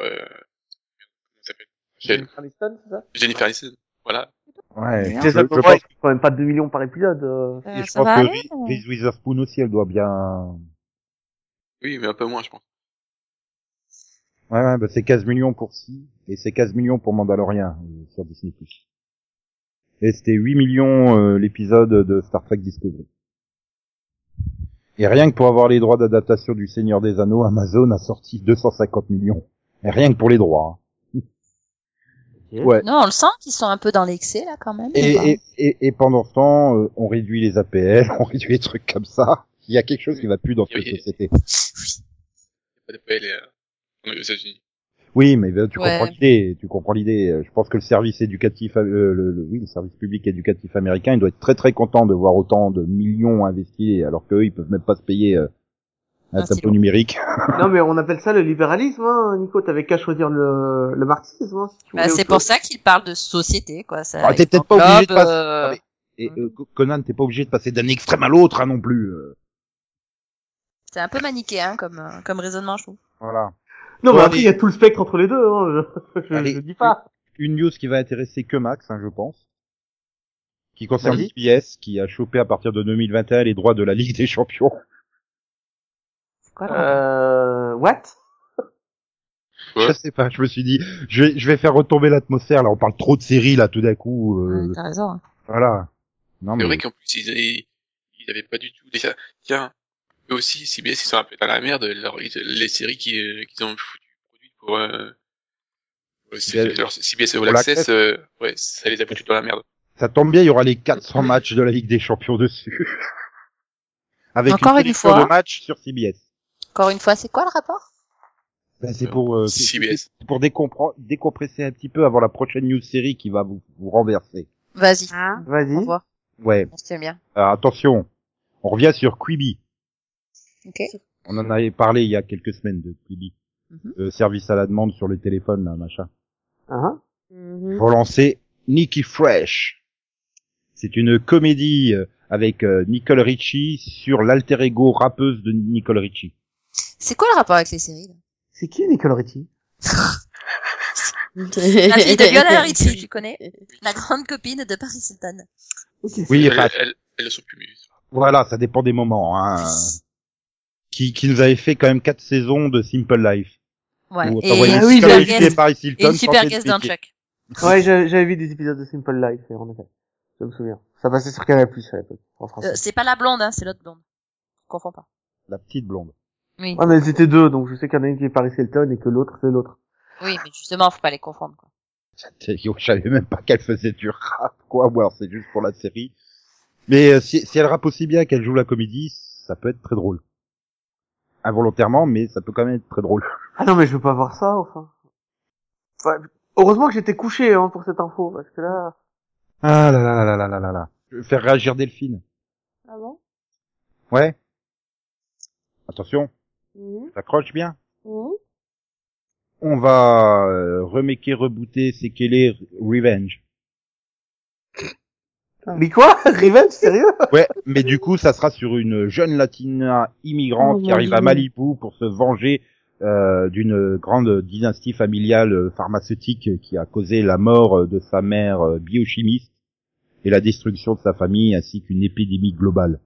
[SPEAKER 5] euh, comment ça s'appelle Jen-
[SPEAKER 4] Jennifer Aniston, c'est ça?
[SPEAKER 5] Jennifer Aniston. Voilà.
[SPEAKER 2] Ouais. Je,
[SPEAKER 4] Jason
[SPEAKER 2] je
[SPEAKER 4] Momoa,
[SPEAKER 2] pense,
[SPEAKER 4] il fait quand même pas 2 millions par épisode, euh.
[SPEAKER 2] et
[SPEAKER 3] Euh,
[SPEAKER 2] je
[SPEAKER 3] ça
[SPEAKER 2] pense
[SPEAKER 3] va
[SPEAKER 2] que
[SPEAKER 3] aller
[SPEAKER 2] Reese- Reese Witherspoon aussi, elle doit bien.
[SPEAKER 5] Oui, mais un peu moins, je pense.
[SPEAKER 2] Ouais, ouais, bah c'est 15 millions pour Si et c'est 15 millions pour Mandalorian euh, sur Disney+. Et c'était 8 millions euh, l'épisode de Star Trek Discovery. Et rien que pour avoir les droits d'adaptation du Seigneur des Anneaux, Amazon a sorti 250 millions. Et rien que pour les droits. hein.
[SPEAKER 4] Ok.
[SPEAKER 2] Ouais.
[SPEAKER 3] Non, on le sent qu'ils sont un peu dans l'excès, là, quand même.
[SPEAKER 2] Et,
[SPEAKER 3] ou pas
[SPEAKER 2] et, et, et pendant ce temps, euh, on réduit les APL, on réduit les trucs comme ça. Il y a quelque chose qui va plus dans cette
[SPEAKER 5] Oui.
[SPEAKER 2] société.
[SPEAKER 5] Pas d'APL, euh, on est aux États-Unis.
[SPEAKER 2] Oui, mais ben, tu
[SPEAKER 3] Ouais.
[SPEAKER 2] comprends l'idée, tu comprends l'idée. Euh, Je pense que le service éducatif, euh, le, le- oui, le service public éducatif américain, il doit être très très content de voir autant de millions investis, alors qu'eux, ils peuvent même pas se payer euh, un
[SPEAKER 3] Un stylo.
[SPEAKER 2] tableau numérique.
[SPEAKER 4] Non, mais on appelle ça le libéralisme, hein, Nico. T'avais qu'à choisir le, le marxisme. Hein, si tu
[SPEAKER 3] Bah,
[SPEAKER 4] voulais
[SPEAKER 3] c'est
[SPEAKER 4] autre
[SPEAKER 3] pour
[SPEAKER 4] chose.
[SPEAKER 3] ça qu'il parle de société, quoi. Ça,
[SPEAKER 2] Ah, t'es
[SPEAKER 3] il
[SPEAKER 2] peut-être pas obligé de
[SPEAKER 3] englobe,
[SPEAKER 2] passer-
[SPEAKER 3] euh,
[SPEAKER 2] Ah, mais- Et euh, Co- Conan, t'es pas obligé de passer d'un extrême à l'autre hein, non plus. euh.
[SPEAKER 3] C'est un peu manichéen comme, euh, comme raisonnement, je trouve.
[SPEAKER 2] voilà.
[SPEAKER 4] Non,
[SPEAKER 2] Bon,
[SPEAKER 4] mais après,
[SPEAKER 2] allez.
[SPEAKER 4] il y a tout le spectre entre les deux. Hein, je, je,
[SPEAKER 2] Allez.
[SPEAKER 4] je dis pas.
[SPEAKER 2] une news qui va intéresser que Max, hein, je pense, qui concerne
[SPEAKER 4] Vas-y.
[SPEAKER 2] CBS, qui a chopé à partir de 2021 les droits de la Ligue des Champions.
[SPEAKER 4] Euh, what
[SPEAKER 5] Ouais.
[SPEAKER 2] Je sais pas, je me suis dit, je vais, je vais faire retomber l'atmosphère, là, on parle trop de séries, là, tout d'un coup, euh,
[SPEAKER 3] T'as raison. hein.
[SPEAKER 2] voilà. Non,
[SPEAKER 5] C'est
[SPEAKER 2] mais,
[SPEAKER 5] vrai qu'en plus, ils, ils, ils avaient pas du tout déjà. Tiens, eux aussi, CBS, ils sont un peu dans la merde. Leur, ils- les séries qui, euh, qu'ils ont foutu produites pour, euh, pour
[SPEAKER 2] CBS.
[SPEAKER 5] leur CBS All
[SPEAKER 2] All
[SPEAKER 5] Access,
[SPEAKER 2] Access.
[SPEAKER 5] euh, ouais, ça les a foutus dans la merde.
[SPEAKER 2] ça tombe bien, il y aura les 400 matchs de la Ligue des Champions dessus. Avec
[SPEAKER 3] Encore une
[SPEAKER 2] une sélection
[SPEAKER 3] fois.
[SPEAKER 2] de matchs sur CBS.
[SPEAKER 3] Encore une fois, c'est quoi le rapport
[SPEAKER 2] Ben, c'est pour, euh, c'est-
[SPEAKER 5] CBS.
[SPEAKER 2] c'est pour décompre- décompresser un petit peu avant la prochaine news série qui va vous, vous renverser.
[SPEAKER 3] Vas-y.
[SPEAKER 6] Hein
[SPEAKER 3] Au
[SPEAKER 4] Vas-y.
[SPEAKER 3] revoir.
[SPEAKER 2] Ouais.
[SPEAKER 3] On se tient bien.
[SPEAKER 2] Alors, attention, on revient sur Quibi.
[SPEAKER 3] Ok.
[SPEAKER 2] On en avait parlé il y a quelques semaines de Quibi.
[SPEAKER 3] Mhm.
[SPEAKER 2] Euh, service à la demande sur le téléphone, là, machin.
[SPEAKER 4] Hein
[SPEAKER 3] Mm.
[SPEAKER 6] Mhm.
[SPEAKER 2] Pour lancer Nikki Fresh. C'est une comédie euh, avec euh, Nicole Richie sur l'alter ego rappeuse de Nicole Richie.
[SPEAKER 3] C'est quoi le rapport avec les séries là
[SPEAKER 4] C'est qui Nicolas Ritti
[SPEAKER 3] Ah, La fille de Lionel Richie, tu connais La grande copine de Paris Hilton.
[SPEAKER 2] Oui,
[SPEAKER 5] Elles,
[SPEAKER 2] enfin,
[SPEAKER 5] elles, elles le sont plus mieux.
[SPEAKER 2] voilà, ça dépend des moments.
[SPEAKER 3] Ah.
[SPEAKER 2] Hein. Qui, qui nous avait fait quand même quatre saisons de Simple Life.
[SPEAKER 3] Ouais.
[SPEAKER 2] Où on
[SPEAKER 3] Et, euh,
[SPEAKER 2] s'envoyait
[SPEAKER 3] une
[SPEAKER 4] Ah oui,
[SPEAKER 2] Nicole
[SPEAKER 3] super
[SPEAKER 4] la-
[SPEAKER 2] Richie et
[SPEAKER 3] guest,
[SPEAKER 2] Paris
[SPEAKER 3] et
[SPEAKER 2] Hilton
[SPEAKER 3] une super
[SPEAKER 2] tenter de
[SPEAKER 3] guest dans
[SPEAKER 2] piquer.
[SPEAKER 3] Chuck.
[SPEAKER 4] Ouais, j'a- j'avais vu des épisodes de Simple Life, et en effet. Je me souviens. Ça passait sur Canal Plus à l'époque, en français.
[SPEAKER 3] Euh, c'est pas la blonde, hein, c'est l'autre blonde. Je confonds pas.
[SPEAKER 2] La petite blonde.
[SPEAKER 3] Oui.
[SPEAKER 4] Ouais, mais ils étaient deux, donc je sais qu'il y en a une qui est Paris Hilton et que l'autre, c'est l'autre.
[SPEAKER 3] Oui, mais justement, faut pas les confondre. Quoi.
[SPEAKER 2] Je savais même pas qu'elle faisait du rap, quoi. Ou alors c'est juste pour la série. Mais euh, si, si elle rappe aussi bien qu'elle joue la comédie, ça peut être très drôle. Involontairement, mais ça peut quand même être très drôle.
[SPEAKER 4] Ah non, mais je veux pas voir ça, enfin. Ouais, heureusement que j'étais couché, hein, pour cette info, parce que là...
[SPEAKER 2] Ah là là là là là là là. Je vais faire réagir Delphine.
[SPEAKER 6] Ah bon
[SPEAKER 2] Ouais. Attention,
[SPEAKER 6] Mhm.
[SPEAKER 2] t'accroches bien.
[SPEAKER 6] Mhm.
[SPEAKER 2] On va euh, remaker, rebooter, séqueler, revenge.
[SPEAKER 6] Ah.
[SPEAKER 4] Mais quoi Revenge, sérieux
[SPEAKER 2] Ouais, mais du coup, ça sera sur une jeune latina immigrante
[SPEAKER 6] Oh,
[SPEAKER 2] qui
[SPEAKER 6] mon
[SPEAKER 2] arrive à
[SPEAKER 6] Dieu.
[SPEAKER 2] Malibu pour se venger euh, d'une grande dynastie familiale euh, pharmaceutique qui a causé la mort euh, de sa mère euh, biochimiste et la destruction de sa famille ainsi qu'une épidémie globale.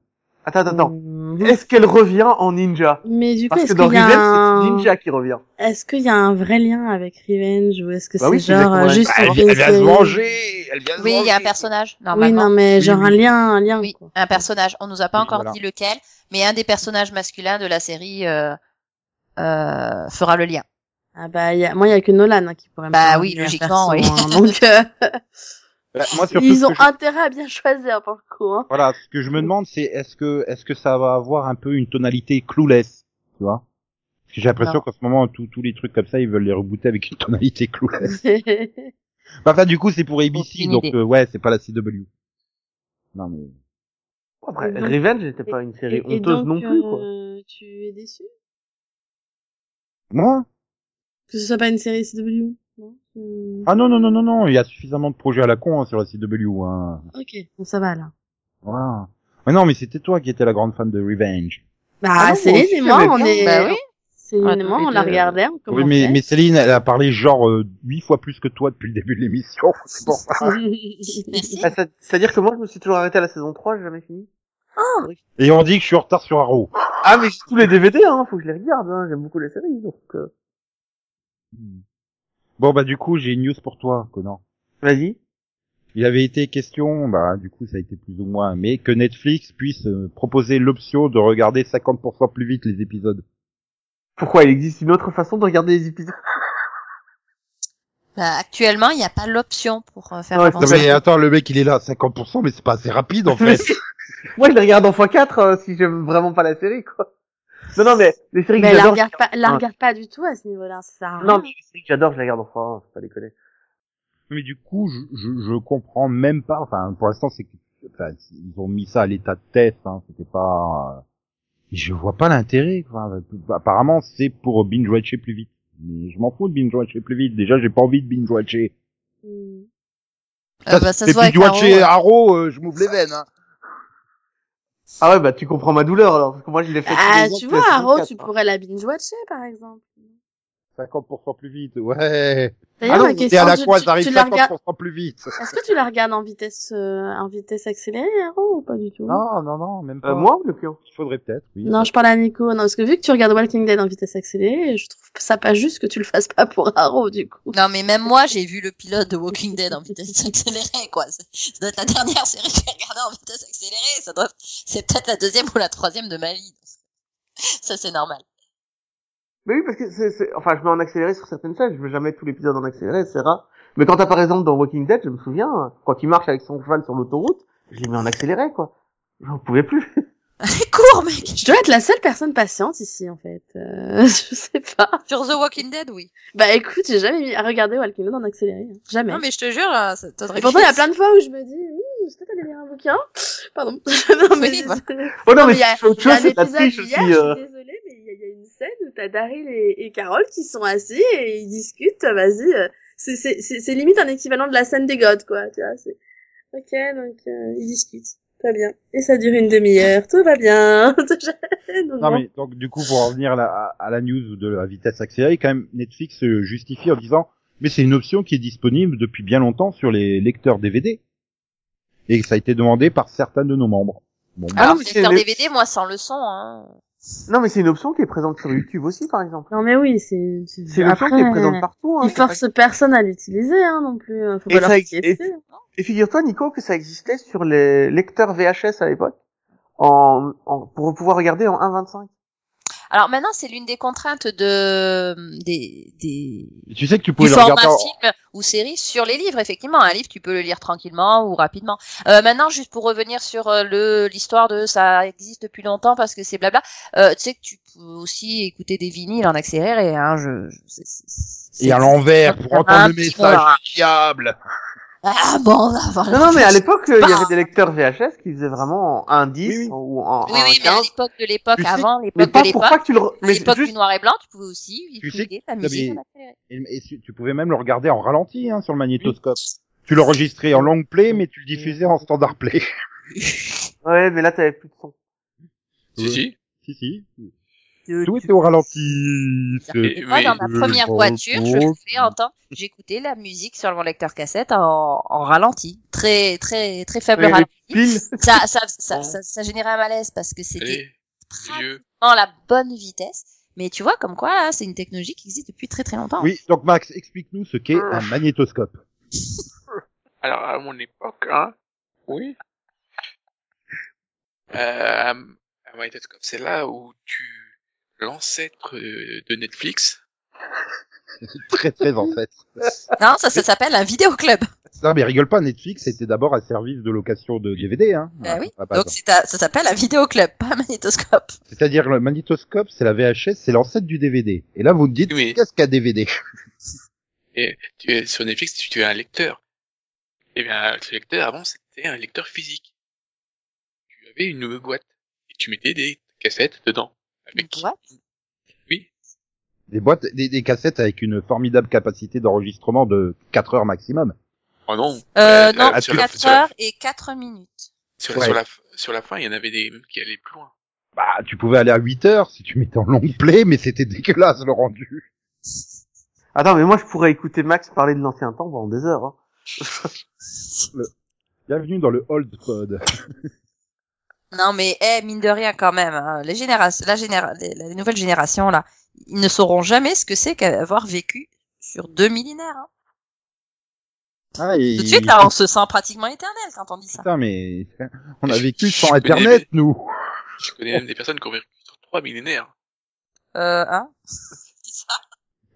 [SPEAKER 4] Attends, attends, attends.
[SPEAKER 6] Mhm.
[SPEAKER 4] Est-ce qu'elle revient en ninja
[SPEAKER 6] Mais du coup,
[SPEAKER 4] Parce
[SPEAKER 6] est-ce
[SPEAKER 4] que dans
[SPEAKER 6] qu'il y, a
[SPEAKER 4] Revenge,
[SPEAKER 6] un...
[SPEAKER 4] c'est Ninja qui revient.
[SPEAKER 6] est-ce qu'il y a un vrai lien avec Revenge ou est-ce que
[SPEAKER 4] Bah
[SPEAKER 6] c'est
[SPEAKER 4] oui, c'est
[SPEAKER 6] genre euh,
[SPEAKER 4] exactement
[SPEAKER 2] Bah,
[SPEAKER 4] la-
[SPEAKER 6] juste
[SPEAKER 2] elle, vi- elle
[SPEAKER 6] une
[SPEAKER 2] vient se
[SPEAKER 6] série
[SPEAKER 2] venger Elle vient se
[SPEAKER 3] Oui, il y
[SPEAKER 2] venger
[SPEAKER 3] a un personnage,
[SPEAKER 6] Oui,
[SPEAKER 3] normalement.
[SPEAKER 6] non, mais
[SPEAKER 2] Oui,
[SPEAKER 6] genre un
[SPEAKER 2] oui.
[SPEAKER 6] lien, un lien.
[SPEAKER 3] Oui,
[SPEAKER 6] quoi.
[SPEAKER 3] un personnage. On nous a pas
[SPEAKER 2] Oui,
[SPEAKER 3] encore
[SPEAKER 2] voilà.
[SPEAKER 3] dit lequel, mais un des personnages masculins de la série euh, euh, fera le lien.
[SPEAKER 6] Ah bah, il y a... moi, il y a que Nolan hein, qui pourrait me
[SPEAKER 3] Bah
[SPEAKER 6] faire
[SPEAKER 3] oui,
[SPEAKER 6] une
[SPEAKER 3] logiquement,
[SPEAKER 6] version,
[SPEAKER 3] oui.
[SPEAKER 6] hein, donc, euh,
[SPEAKER 2] Bah, moi, surtout, ce
[SPEAKER 6] ils
[SPEAKER 2] que
[SPEAKER 6] ont
[SPEAKER 2] je-
[SPEAKER 6] intérêt à bien choisir pour le coup. Hein.
[SPEAKER 2] Voilà, ce que je me demande, c'est est-ce que est-ce que ça va avoir un peu une tonalité clueless, tu vois Parce que j'ai l'impression
[SPEAKER 3] Non.
[SPEAKER 2] qu'en ce moment, tous tous les trucs comme ça, ils veulent les rebooter avec une tonalité clueless.
[SPEAKER 6] ouais,
[SPEAKER 2] Bah, Enfin, du coup, c'est pour ABC,
[SPEAKER 3] Aucune
[SPEAKER 2] donc
[SPEAKER 3] idée.
[SPEAKER 2] euh, ouais, c'est pas la CW. Non mais
[SPEAKER 4] Après,
[SPEAKER 6] Et donc-
[SPEAKER 4] Revenge n'était pas une série
[SPEAKER 6] Et- et
[SPEAKER 4] honteuse
[SPEAKER 6] donc,
[SPEAKER 4] non plus, quoi.
[SPEAKER 6] euh, tu es déçu
[SPEAKER 2] moi
[SPEAKER 6] que ce soit pas une série CW Non. Hmm.
[SPEAKER 2] Ah non non non non non, il y a suffisamment de projets à la con hein, sur la CW. Hein.
[SPEAKER 6] Ok, bon, ça va là.
[SPEAKER 2] Voilà. Mais non, mais c'était toi qui étais la grande fan de Revenge.
[SPEAKER 6] Bah,
[SPEAKER 4] Ah non, moi
[SPEAKER 6] Céline
[SPEAKER 4] aussi,
[SPEAKER 6] et moi,
[SPEAKER 4] j'aimais
[SPEAKER 6] on
[SPEAKER 4] bien.
[SPEAKER 6] est.
[SPEAKER 3] Bah oui.
[SPEAKER 6] Céline
[SPEAKER 3] Ouais,
[SPEAKER 6] et moi,
[SPEAKER 3] tous les
[SPEAKER 6] on la
[SPEAKER 3] deux.
[SPEAKER 6] regardait, on
[SPEAKER 2] Oui,
[SPEAKER 6] commençait.
[SPEAKER 2] mais, mais Céline, elle a parlé genre euh, huit fois plus que toi depuis le début de l'émission. C'est pour ça.
[SPEAKER 3] Merci.
[SPEAKER 4] Ah, c'est- C'est-à-dire que moi, je me suis toujours arrêté à la saison 3, j'ai jamais fini.
[SPEAKER 2] Et on dit que je suis en retard sur Arrow.
[SPEAKER 4] Ah, mais j'ai tous les DVD, hein, faut que je les regarde, hein, j'aime beaucoup les séries, donc... euh,
[SPEAKER 2] Bon bah du coup j'ai une news pour toi, Conan.
[SPEAKER 4] Vas-y.
[SPEAKER 2] Il avait été question, bah du coup ça a été plus ou moins, mais que Netflix puisse euh, proposer l'option de regarder 50% plus vite les épisodes.
[SPEAKER 4] Pourquoi il existe une autre façon de regarder les épisodes
[SPEAKER 3] Bah, actuellement, il n'y a pas l'option pour euh, faire
[SPEAKER 4] Ouais,
[SPEAKER 2] Non
[SPEAKER 3] avancer.
[SPEAKER 2] mais attends, le mec il est là, 50%, mais c'est pas assez rapide en fait.
[SPEAKER 4] Moi, je les regarde en x4 euh, si j'aime vraiment pas la série, quoi. Non, non, mais les séries que
[SPEAKER 6] Mais la
[SPEAKER 4] j'adore,
[SPEAKER 6] regarde pas, la
[SPEAKER 4] Ah.
[SPEAKER 6] regarde pas du tout à ce niveau-là, ça hein. sert à
[SPEAKER 4] non,
[SPEAKER 6] rien.
[SPEAKER 4] mais les séries que j'adore, je les regarde en France, faut pas déconner.
[SPEAKER 2] Mais du coup, je, je, je comprends même pas. Enfin, pour l'instant, c'est que- enfin, ils ont mis ça à l'état de test. Hein, C'était pas. euh, Je vois pas l'intérêt. quoi. apparemment, c'est pour binge watcher plus vite. Mais je m'en fous de binge watcher plus vite. Déjà, j'ai pas envie de binge watcher.
[SPEAKER 6] Mm.
[SPEAKER 3] Euh, bah, ça se
[SPEAKER 2] c'est
[SPEAKER 3] voit avec
[SPEAKER 2] binge watcher
[SPEAKER 3] Arrow,
[SPEAKER 2] Arrow, euh, je m'ouvre les veines. Hein.
[SPEAKER 4] Ah ouais, bah tu comprends ma douleur alors, parce que moi je l'ai fait tous
[SPEAKER 6] Ah,
[SPEAKER 4] les ans,
[SPEAKER 6] tu
[SPEAKER 4] tous
[SPEAKER 6] vois,
[SPEAKER 4] les
[SPEAKER 6] Arrow,
[SPEAKER 4] 24,
[SPEAKER 6] tu
[SPEAKER 4] hein.
[SPEAKER 6] pourrais la binge-watcher, par exemple.
[SPEAKER 2] 50% plus vite. Ouais.
[SPEAKER 6] D'ailleurs,
[SPEAKER 2] ah
[SPEAKER 6] ma
[SPEAKER 2] non, t'es
[SPEAKER 6] question,
[SPEAKER 2] à la
[SPEAKER 6] tu-
[SPEAKER 2] quoi
[SPEAKER 6] tu-
[SPEAKER 2] Ça arrive
[SPEAKER 6] tu la regardes-
[SPEAKER 2] 50% plus vite.
[SPEAKER 6] Est-ce que tu la regardes en vitesse, euh, en vitesse accélérée, Arrow, ou pas du tout?
[SPEAKER 2] Non, non, non, même pas.
[SPEAKER 4] Euh, moi ou le client
[SPEAKER 2] il faudrait peut-être. Oui.
[SPEAKER 6] Non, je parle à Nico. Non, parce que vu que tu regardes Walking Dead en vitesse accélérée, je trouve ça pas juste que tu le fasses pas pour Arrow, du coup.
[SPEAKER 3] Non, mais même moi, j'ai vu le pilote de Walking Dead en vitesse accélérée, quoi. C'est- Ça doit être la dernière série que j'ai regardée en vitesse accélérée. Ça doit... C'est peut-être la deuxième ou la troisième de ma vie. Ça, c'est normal.
[SPEAKER 4] Mais oui, parce que c'est, c'est- enfin, je mets en accéléré sur certaines scènes, je mets jamais tout l'épisode en accéléré, c'est rare. Mais quand t'as par exemple dans Walking Dead, je me souviens, hein, quand il marche avec son cheval sur l'autoroute, je l'ai mis en accéléré, quoi. J'en pouvais plus.
[SPEAKER 3] Allez, cours, mec
[SPEAKER 6] Je dois être la seule personne patiente ici, en fait. Euh, je sais pas.
[SPEAKER 3] Sur The Walking Dead, oui.
[SPEAKER 6] Bah écoute, j'ai jamais mis à regarder Walking Dead en accéléré. hein. Jamais.
[SPEAKER 3] Non, mais je te jure, euh, ça
[SPEAKER 6] Et
[SPEAKER 3] t'aurait
[SPEAKER 6] pourtant, il y a plein de fois où je me dis, Hum, c'est peut-être aller lire un bouquin. Pardon. non, mais
[SPEAKER 3] Oui, voilà.
[SPEAKER 4] Oh non, mais,
[SPEAKER 6] il y a,
[SPEAKER 4] c'est autre
[SPEAKER 6] il y a
[SPEAKER 4] chose,
[SPEAKER 6] un
[SPEAKER 4] c'est de la
[SPEAKER 6] épisode
[SPEAKER 4] triche
[SPEAKER 6] hier,
[SPEAKER 4] aussi.
[SPEAKER 6] je
[SPEAKER 4] euh.
[SPEAKER 6] suis désolée, mais il y, a- il y a une scène où t'as Daryl et, et Carole qui sont assis et ils discutent, euh, vas-y, euh, c'est- c'est c'est- c'est limite un équivalent de la scène des godes, quoi, tu vois, c'est... Ok, donc euh, ils discutent, très bien. Et ça dure une demi-heure, tout va bien. non,
[SPEAKER 2] Non
[SPEAKER 6] non.
[SPEAKER 2] mais donc du coup pour en revenir à la, à- à la news de la vitesse accélérée, quand même Netflix se justifie en disant mais c'est une option qui est disponible depuis bien longtemps sur les lecteurs DVD et ça a été demandé par certains de nos membres. Bon, bah.
[SPEAKER 4] Ah,
[SPEAKER 3] Alors,
[SPEAKER 4] non, mais c'est-
[SPEAKER 3] lecteur DVD, moi, sans le son, hein.
[SPEAKER 4] Non, mais c'est une option qui est présente sur YouTube aussi, par exemple.
[SPEAKER 6] Non, mais oui, c'est...
[SPEAKER 4] C'est une option qui est présente partout. Hein,
[SPEAKER 6] Ils
[SPEAKER 4] c'est pas-
[SPEAKER 6] forcent personne à l'utiliser, hein, non plus. hein, Faut
[SPEAKER 4] Et
[SPEAKER 6] pas leur
[SPEAKER 4] ça-
[SPEAKER 6] piquer
[SPEAKER 4] et-
[SPEAKER 6] dessus, hein.
[SPEAKER 4] Et figure-toi, Nico, que ça existait sur les lecteurs VHS à l'époque, en, en, pour pouvoir regarder en 1.25.
[SPEAKER 3] Alors maintenant, c'est l'une des contraintes de des, des
[SPEAKER 2] tu sais que tu
[SPEAKER 3] du
[SPEAKER 2] pouvais le
[SPEAKER 3] format
[SPEAKER 2] regarder. en-
[SPEAKER 3] film ou série sur les livres. Effectivement, un livre, tu peux le lire tranquillement ou rapidement. Euh, maintenant, juste pour revenir sur euh, le l'histoire de ça existe depuis longtemps parce que c'est blabla. Euh, tu sais que tu peux aussi écouter des vinyles en accéléré. Hein, je, je- c'est- c'est-
[SPEAKER 2] Et à l'envers pour
[SPEAKER 3] Ah,
[SPEAKER 2] entendre le
[SPEAKER 3] petit
[SPEAKER 2] message
[SPEAKER 3] noir.
[SPEAKER 2] fiable.
[SPEAKER 3] Ah bon, là, voilà.
[SPEAKER 4] Non, non, mais à l'époque, euh, il y
[SPEAKER 3] Bah.
[SPEAKER 4] avait des lecteurs VHS qui faisaient vraiment en 1.10
[SPEAKER 2] Oui, oui.
[SPEAKER 4] ou en,
[SPEAKER 3] Oui,
[SPEAKER 4] en
[SPEAKER 3] oui, mais à
[SPEAKER 4] 15.
[SPEAKER 3] l'époque de l'époque,
[SPEAKER 4] Tu sais-
[SPEAKER 3] avant
[SPEAKER 4] Mais
[SPEAKER 3] l'époque de
[SPEAKER 4] pas pour pas
[SPEAKER 3] l'époque,
[SPEAKER 4] que tu le... re-
[SPEAKER 3] à
[SPEAKER 4] Mais
[SPEAKER 3] l'époque du
[SPEAKER 4] juste...
[SPEAKER 3] noir et blanc, tu pouvais aussi
[SPEAKER 2] Tu sais
[SPEAKER 3] écouter la
[SPEAKER 2] non,
[SPEAKER 3] musique
[SPEAKER 2] mais-
[SPEAKER 3] en accéléré.
[SPEAKER 2] Et, et tu- tu pouvais même le regarder en ralenti hein, sur le magnétoscope. Tu l'enregistrais en long play mais tu le diffusais en standard play.
[SPEAKER 4] Ouais, mais là, t'avais plus de son.
[SPEAKER 5] Si, si.
[SPEAKER 2] si si. Tout était au ralenti.
[SPEAKER 5] Et-
[SPEAKER 3] Moi,
[SPEAKER 5] mais-
[SPEAKER 3] dans ma
[SPEAKER 2] je
[SPEAKER 3] première
[SPEAKER 2] vois
[SPEAKER 3] voiture,
[SPEAKER 2] pas.
[SPEAKER 3] je faisais entendre, j'écoutais la musique sur mon lecteur cassette en, en ralenti, très très très faible
[SPEAKER 4] Oui,
[SPEAKER 3] ralenti.
[SPEAKER 4] Pile.
[SPEAKER 3] Ça, ça, ça, ça, ça générait un malaise parce que c'était
[SPEAKER 5] Allez,
[SPEAKER 3] ah,
[SPEAKER 5] vieux.
[SPEAKER 3] pratiquement la bonne vitesse. Mais tu vois, comme quoi, hein, c'est une technologie qui existe depuis très très longtemps.
[SPEAKER 2] Oui, donc Max, explique-nous ce qu'est un magnétoscope.
[SPEAKER 5] Alors, à mon époque, hein, oui. Euh, un- un magnétoscope, c'est là où tu, l'ancêtre euh, de Netflix,
[SPEAKER 2] très très en fait.
[SPEAKER 3] Non, ça, ça s'appelle un vidéoclub.
[SPEAKER 2] Non mais rigole pas, Netflix était d'abord un service de location de DVD. Hein,
[SPEAKER 3] Bah oui.
[SPEAKER 2] à la base.
[SPEAKER 3] Donc c'est un- ça s'appelle un vidéoclub, pas un magnétoscope.
[SPEAKER 2] C'est-à-dire le magnétoscope, c'est la VHS, c'est l'ancêtre du DVD. Et là vous me dites,
[SPEAKER 5] Oui.
[SPEAKER 2] qu'est-ce qu'un DVD
[SPEAKER 5] et tu es, sur Netflix, tu, tu es un lecteur. Eh bien, ce lecteur, avant, c'était un lecteur physique. Tu avais une boîte, et tu mettais des cassettes dedans. Avec...
[SPEAKER 3] Tu vois
[SPEAKER 5] Oui.
[SPEAKER 2] Des boîtes, des, des cassettes avec une formidable capacité d'enregistrement de 4 heures maximum.
[SPEAKER 5] Oh non.
[SPEAKER 3] Euh,
[SPEAKER 5] Euh,
[SPEAKER 3] non,
[SPEAKER 5] euh, sur la-
[SPEAKER 3] 4
[SPEAKER 5] sur la-
[SPEAKER 3] heures et 4 minutes.
[SPEAKER 5] Sur,
[SPEAKER 2] Ouais.
[SPEAKER 5] sur, la, sur la fin, il y en avait des même qui allaient plus loin.
[SPEAKER 2] Bah tu pouvais aller à 8 heures si tu mettais en long play, mais c'était dégueulasse le rendu.
[SPEAKER 4] Attends, mais moi, je pourrais écouter Max parler de l'ancien temps pendant des heures. Hein.
[SPEAKER 2] Bienvenue dans le Old Pod.
[SPEAKER 3] Non, mais eh, mine de rien quand même, hein, les, générations, la généra les, la nouvelle génération, là, ils ne sauront jamais ce que c'est qu'avoir vécu sur deux millénaires. hein.
[SPEAKER 2] Ah, et...
[SPEAKER 3] Tout de suite, là, on se sent pratiquement éternel quand on dit ça.
[SPEAKER 2] Putain mais on a vécu sans
[SPEAKER 5] Je connais-
[SPEAKER 2] Internet nous.
[SPEAKER 5] Je connais même des personnes qui ont vécu sur trois millénaires.
[SPEAKER 3] Euh, hein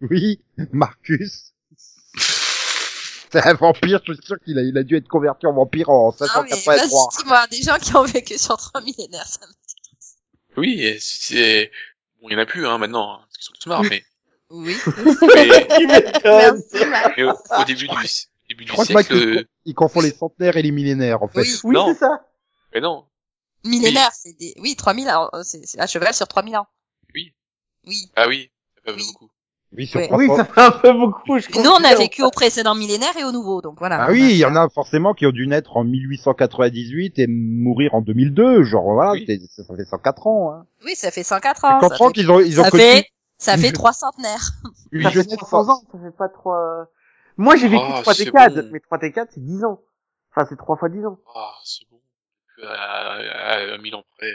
[SPEAKER 2] Oui, Marcus. C'est un vampire, je suis sûr qu'il a, il a dû être converti en vampire en
[SPEAKER 3] non, mais vas-y,
[SPEAKER 2] 583.
[SPEAKER 3] dis-moi, des gens qui ont vécu sur trois millénaires, ça me-
[SPEAKER 5] Oui, et c'est Bon, il y en a plus, hein, maintenant, hein, parce qu'ils sont tous morts, mais,
[SPEAKER 3] Oui.
[SPEAKER 5] mais-
[SPEAKER 4] Tu m'étonnes.
[SPEAKER 6] Merci, Max.
[SPEAKER 5] mais au, au début du,
[SPEAKER 2] Je
[SPEAKER 5] début du
[SPEAKER 2] crois que Max,
[SPEAKER 5] siècle, euh,
[SPEAKER 2] il, il confond les centenaires et les millénaires, en fait.
[SPEAKER 3] Oui.
[SPEAKER 4] Oui,
[SPEAKER 5] Non.
[SPEAKER 4] c'est ça.
[SPEAKER 5] mais non,
[SPEAKER 3] Millénaire, c'est des... Oui, 3000 ans. euh, C'est c'est à cheval sur 3000 ans.
[SPEAKER 5] Oui.
[SPEAKER 3] Oui.
[SPEAKER 5] ah oui, ça fait
[SPEAKER 3] Oui.
[SPEAKER 5] beaucoup.
[SPEAKER 2] Oui, sur
[SPEAKER 3] Ouais.
[SPEAKER 2] trois
[SPEAKER 4] Oui,
[SPEAKER 2] fois.
[SPEAKER 4] ça fait un peu beaucoup, je
[SPEAKER 3] Nous, on a
[SPEAKER 4] confirme.
[SPEAKER 3] vécu au précédent millénaire et au nouveau, donc voilà.
[SPEAKER 2] Ah oui, il y en a forcément qui ont dû naître en 1898 et mourir en 2002, genre voilà,
[SPEAKER 5] Oui.
[SPEAKER 2] c'était- ça fait 104 ans. Hein.
[SPEAKER 3] Oui, ça fait 104 ans. Ah, ça
[SPEAKER 2] 104 ans
[SPEAKER 3] fait-
[SPEAKER 2] qu'ils ont, ils ont
[SPEAKER 3] ça
[SPEAKER 2] connu
[SPEAKER 3] fait, ça
[SPEAKER 2] Une
[SPEAKER 3] fait
[SPEAKER 2] je-
[SPEAKER 3] trois centenaires.
[SPEAKER 2] une
[SPEAKER 4] Ça fait
[SPEAKER 2] jeunesse
[SPEAKER 4] 300 ans, ça fait pas 3... Moi, j'ai vécu
[SPEAKER 5] Oh,
[SPEAKER 4] 3
[SPEAKER 5] c'est
[SPEAKER 4] décades,
[SPEAKER 5] bon.
[SPEAKER 4] mais 3 décades, c'est 10 ans. Enfin, c'est 3 fois 10 ans.
[SPEAKER 5] Ah, c'est bon. À, à, à mille ans près.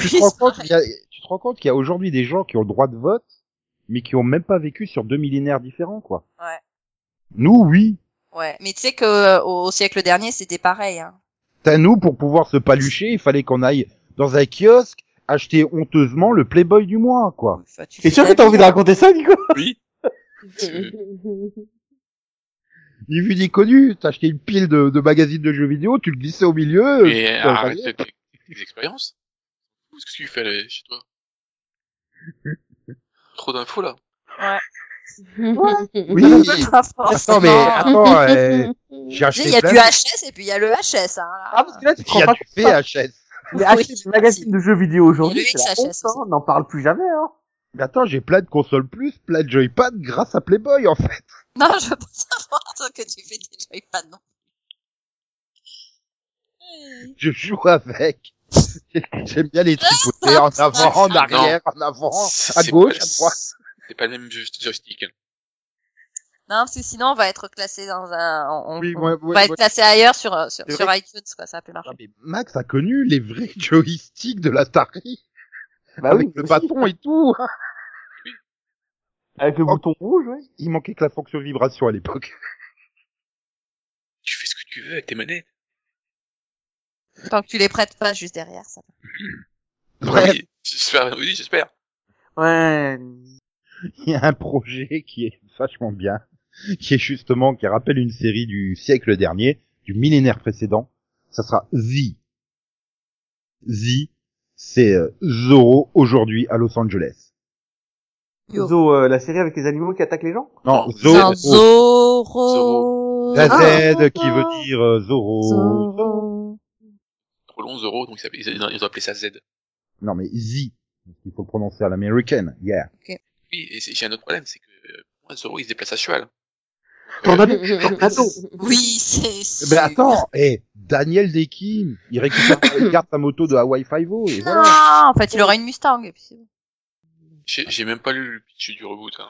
[SPEAKER 2] Tu te rends compte qu'il y a- tu te rends compte qu'il y a aujourd'hui des gens qui ont le droit de vote, mais qui ont même pas vécu sur deux millénaires différents, quoi.
[SPEAKER 3] Ouais.
[SPEAKER 2] Nous, oui.
[SPEAKER 3] Ouais. Mais tu sais que euh, au, au siècle dernier, c'était pareil. Hein.
[SPEAKER 2] T'as nous, pour pouvoir se palucher, il fallait qu'on aille dans un kiosque acheter honteusement le Playboy du mois, quoi.
[SPEAKER 3] Enfin, tu
[SPEAKER 4] T'es
[SPEAKER 3] fais
[SPEAKER 4] sûr
[SPEAKER 3] la
[SPEAKER 4] que t'as
[SPEAKER 3] vie.
[SPEAKER 4] envie de raconter ça, Nico
[SPEAKER 5] Oui. Euh,
[SPEAKER 2] Ni vu ni connu, t'as acheté une pile de, de magazines de jeux vidéo, tu le glissais au milieu.
[SPEAKER 3] Oh,
[SPEAKER 5] Mais
[SPEAKER 2] tu-
[SPEAKER 5] arrête tes, tes expériences. Qu'est-ce que tu fais là, chez toi Trop d'infos là.
[SPEAKER 2] Oui.
[SPEAKER 3] Pas forcément.
[SPEAKER 2] Attends, mais attends, euh, j'ai
[SPEAKER 3] Tu sais,
[SPEAKER 2] acheté
[SPEAKER 3] Il y a
[SPEAKER 2] plein
[SPEAKER 3] du
[SPEAKER 2] de-
[SPEAKER 3] HS et puis il y a le HS. Hein, là.
[SPEAKER 4] Ah, parce que là, tu te
[SPEAKER 2] Il y
[SPEAKER 4] rends
[SPEAKER 2] a
[SPEAKER 4] pas
[SPEAKER 2] du
[SPEAKER 4] compte. ça.
[SPEAKER 2] VHS.
[SPEAKER 4] Mais acheter
[SPEAKER 3] Oui,
[SPEAKER 4] des magazines de jeux vidéo aujourd'hui,
[SPEAKER 3] Et le
[SPEAKER 4] c'est la
[SPEAKER 3] XHS
[SPEAKER 4] honte,
[SPEAKER 3] aussi.
[SPEAKER 4] hein. on n'en parle plus jamais. Hein.
[SPEAKER 2] Mais attends, j'ai plein de consoles plus, plein de joypad grâce à Playboy, en fait.
[SPEAKER 3] Non, je veux pas savoir toi, que tu fais des joypads, non.
[SPEAKER 2] Je joue avec. J'aime bien les tripoter en avant, en arrière, en avant, Oh, à
[SPEAKER 5] C'est
[SPEAKER 2] gauche,
[SPEAKER 5] pas-
[SPEAKER 2] à droite.
[SPEAKER 5] C'est pas le même ju- joystick. hein.
[SPEAKER 3] Non, parce que sinon, on va être classé dans un, on, on-
[SPEAKER 2] Oui,
[SPEAKER 3] on
[SPEAKER 2] ouais, ouais,
[SPEAKER 3] va être
[SPEAKER 2] ouais.
[SPEAKER 3] classé ailleurs sur, euh, sur,
[SPEAKER 2] C'est
[SPEAKER 3] sur
[SPEAKER 2] vrai.
[SPEAKER 3] iTunes, quoi. Ça a plus marché.
[SPEAKER 2] Ah, mais Max a connu les vrais joysticks de l'Atari.
[SPEAKER 4] Bah
[SPEAKER 2] avec
[SPEAKER 4] oui,
[SPEAKER 2] le
[SPEAKER 4] aussi.
[SPEAKER 2] bâton et tout.
[SPEAKER 4] Avec le
[SPEAKER 2] Oh.
[SPEAKER 4] bouton rouge, oui.
[SPEAKER 2] Il manquait que la fonction vibration à l'époque.
[SPEAKER 5] Tu fais ce que tu veux avec tes manettes.
[SPEAKER 3] Tant que tu les prêtes pas juste derrière, ça.
[SPEAKER 2] Bref,
[SPEAKER 5] Oui, j'espère. Oui, j'espère.
[SPEAKER 4] Ouais.
[SPEAKER 2] il y a un projet qui est vachement bien, qui est justement, qui rappelle une série du siècle dernier, du millénaire précédent. Ça sera Z. Z, c'est euh, Zorro aujourd'hui à Los Angeles.
[SPEAKER 3] Yo.
[SPEAKER 4] Zo, euh, la série avec les animaux qui attaquent les gens.
[SPEAKER 2] Non,
[SPEAKER 5] Non,
[SPEAKER 3] C'est
[SPEAKER 2] Zorro.
[SPEAKER 3] un Zoro.
[SPEAKER 2] La
[SPEAKER 4] Ah.
[SPEAKER 2] Z qui veut dire euh, Zorro.
[SPEAKER 3] Zorro.
[SPEAKER 5] Trop long, Zoro, donc ils s'appellent- ils ont, ils ont appelé ça Z.
[SPEAKER 2] Non mais Z, il faut le prononcer à l'américaine. Yeah.
[SPEAKER 5] Oui, et c'est- j'ai un autre problème, c'est que euh, pour moi, Zoro, il se déplace à cheval.
[SPEAKER 6] Euh,
[SPEAKER 4] Tornado, tornado.
[SPEAKER 3] Oui, c'est sûr.
[SPEAKER 2] Mais attends, eh, Daniel Dekim, il récupère il garde sa moto de Hawaii Five-O et voilà.
[SPEAKER 3] Non, en fait, il aura une Mustang. et puis c'est bon.
[SPEAKER 5] J'ai j'ai même pas lu le pitch du reboot. Hein.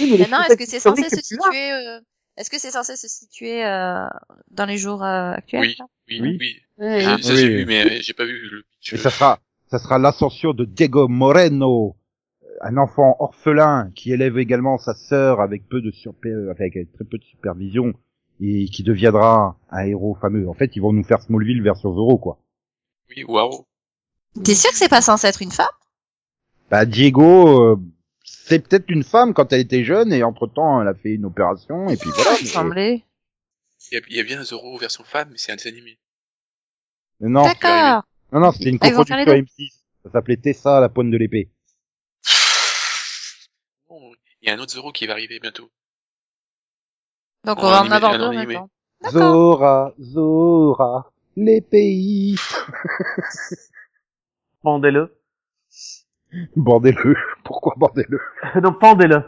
[SPEAKER 4] Oui, mais les
[SPEAKER 3] Mais non,
[SPEAKER 4] trucs
[SPEAKER 3] est-ce que c'est
[SPEAKER 4] historiques,
[SPEAKER 3] censé se
[SPEAKER 4] c'est plus là.
[SPEAKER 3] situer, euh, est-ce que c'est censé se situer, euh, dans les jours euh, actuels? là
[SPEAKER 5] Oui,
[SPEAKER 2] Oui.
[SPEAKER 5] oui.
[SPEAKER 6] Ouais.
[SPEAKER 5] Ça,
[SPEAKER 2] Ah,
[SPEAKER 5] ça, j'ai
[SPEAKER 2] Oui.
[SPEAKER 5] vu, mais euh, j'ai pas vu le pitch.
[SPEAKER 2] Et ça sera, ça sera l'ascension de Diego Moreno, euh, un enfant orphelin qui élève également sa sœur avec peu de surpa- euh, avec très peu de supervision et qui deviendra un héros fameux. En fait, ils vont nous faire Smallville version Zorro, quoi.
[SPEAKER 5] Oui, waouh.
[SPEAKER 3] T'es sûr que c'est pas censé être une femme?
[SPEAKER 2] Bah, Diego, euh, c'est peut-être une femme quand elle était jeune et entre temps, elle a fait une opération et puis voilà.
[SPEAKER 3] Il me
[SPEAKER 2] mais-
[SPEAKER 3] semblait.
[SPEAKER 5] Il y, a, il y a bien un Zoro version femme, mais c'est un des animés.
[SPEAKER 2] mais non,
[SPEAKER 3] D'accord.
[SPEAKER 2] non, non, c'était une
[SPEAKER 3] Ah, ils vont faire
[SPEAKER 2] coproduction
[SPEAKER 3] les
[SPEAKER 2] M6. Ça s'appelait Tessa, la pointe de l'épée.
[SPEAKER 5] Bon, il y a un autre Zoro qui va arriver bientôt.
[SPEAKER 3] Donc, on
[SPEAKER 5] En
[SPEAKER 3] va en
[SPEAKER 5] animé-
[SPEAKER 3] avoir
[SPEAKER 5] en
[SPEAKER 3] deux
[SPEAKER 5] animé.
[SPEAKER 3] maintenant. D'accord.
[SPEAKER 2] Zora, Zora, les pays.
[SPEAKER 4] Pendez-le.
[SPEAKER 2] Bordez-le. Pourquoi bordez-le
[SPEAKER 4] non, pendez-le.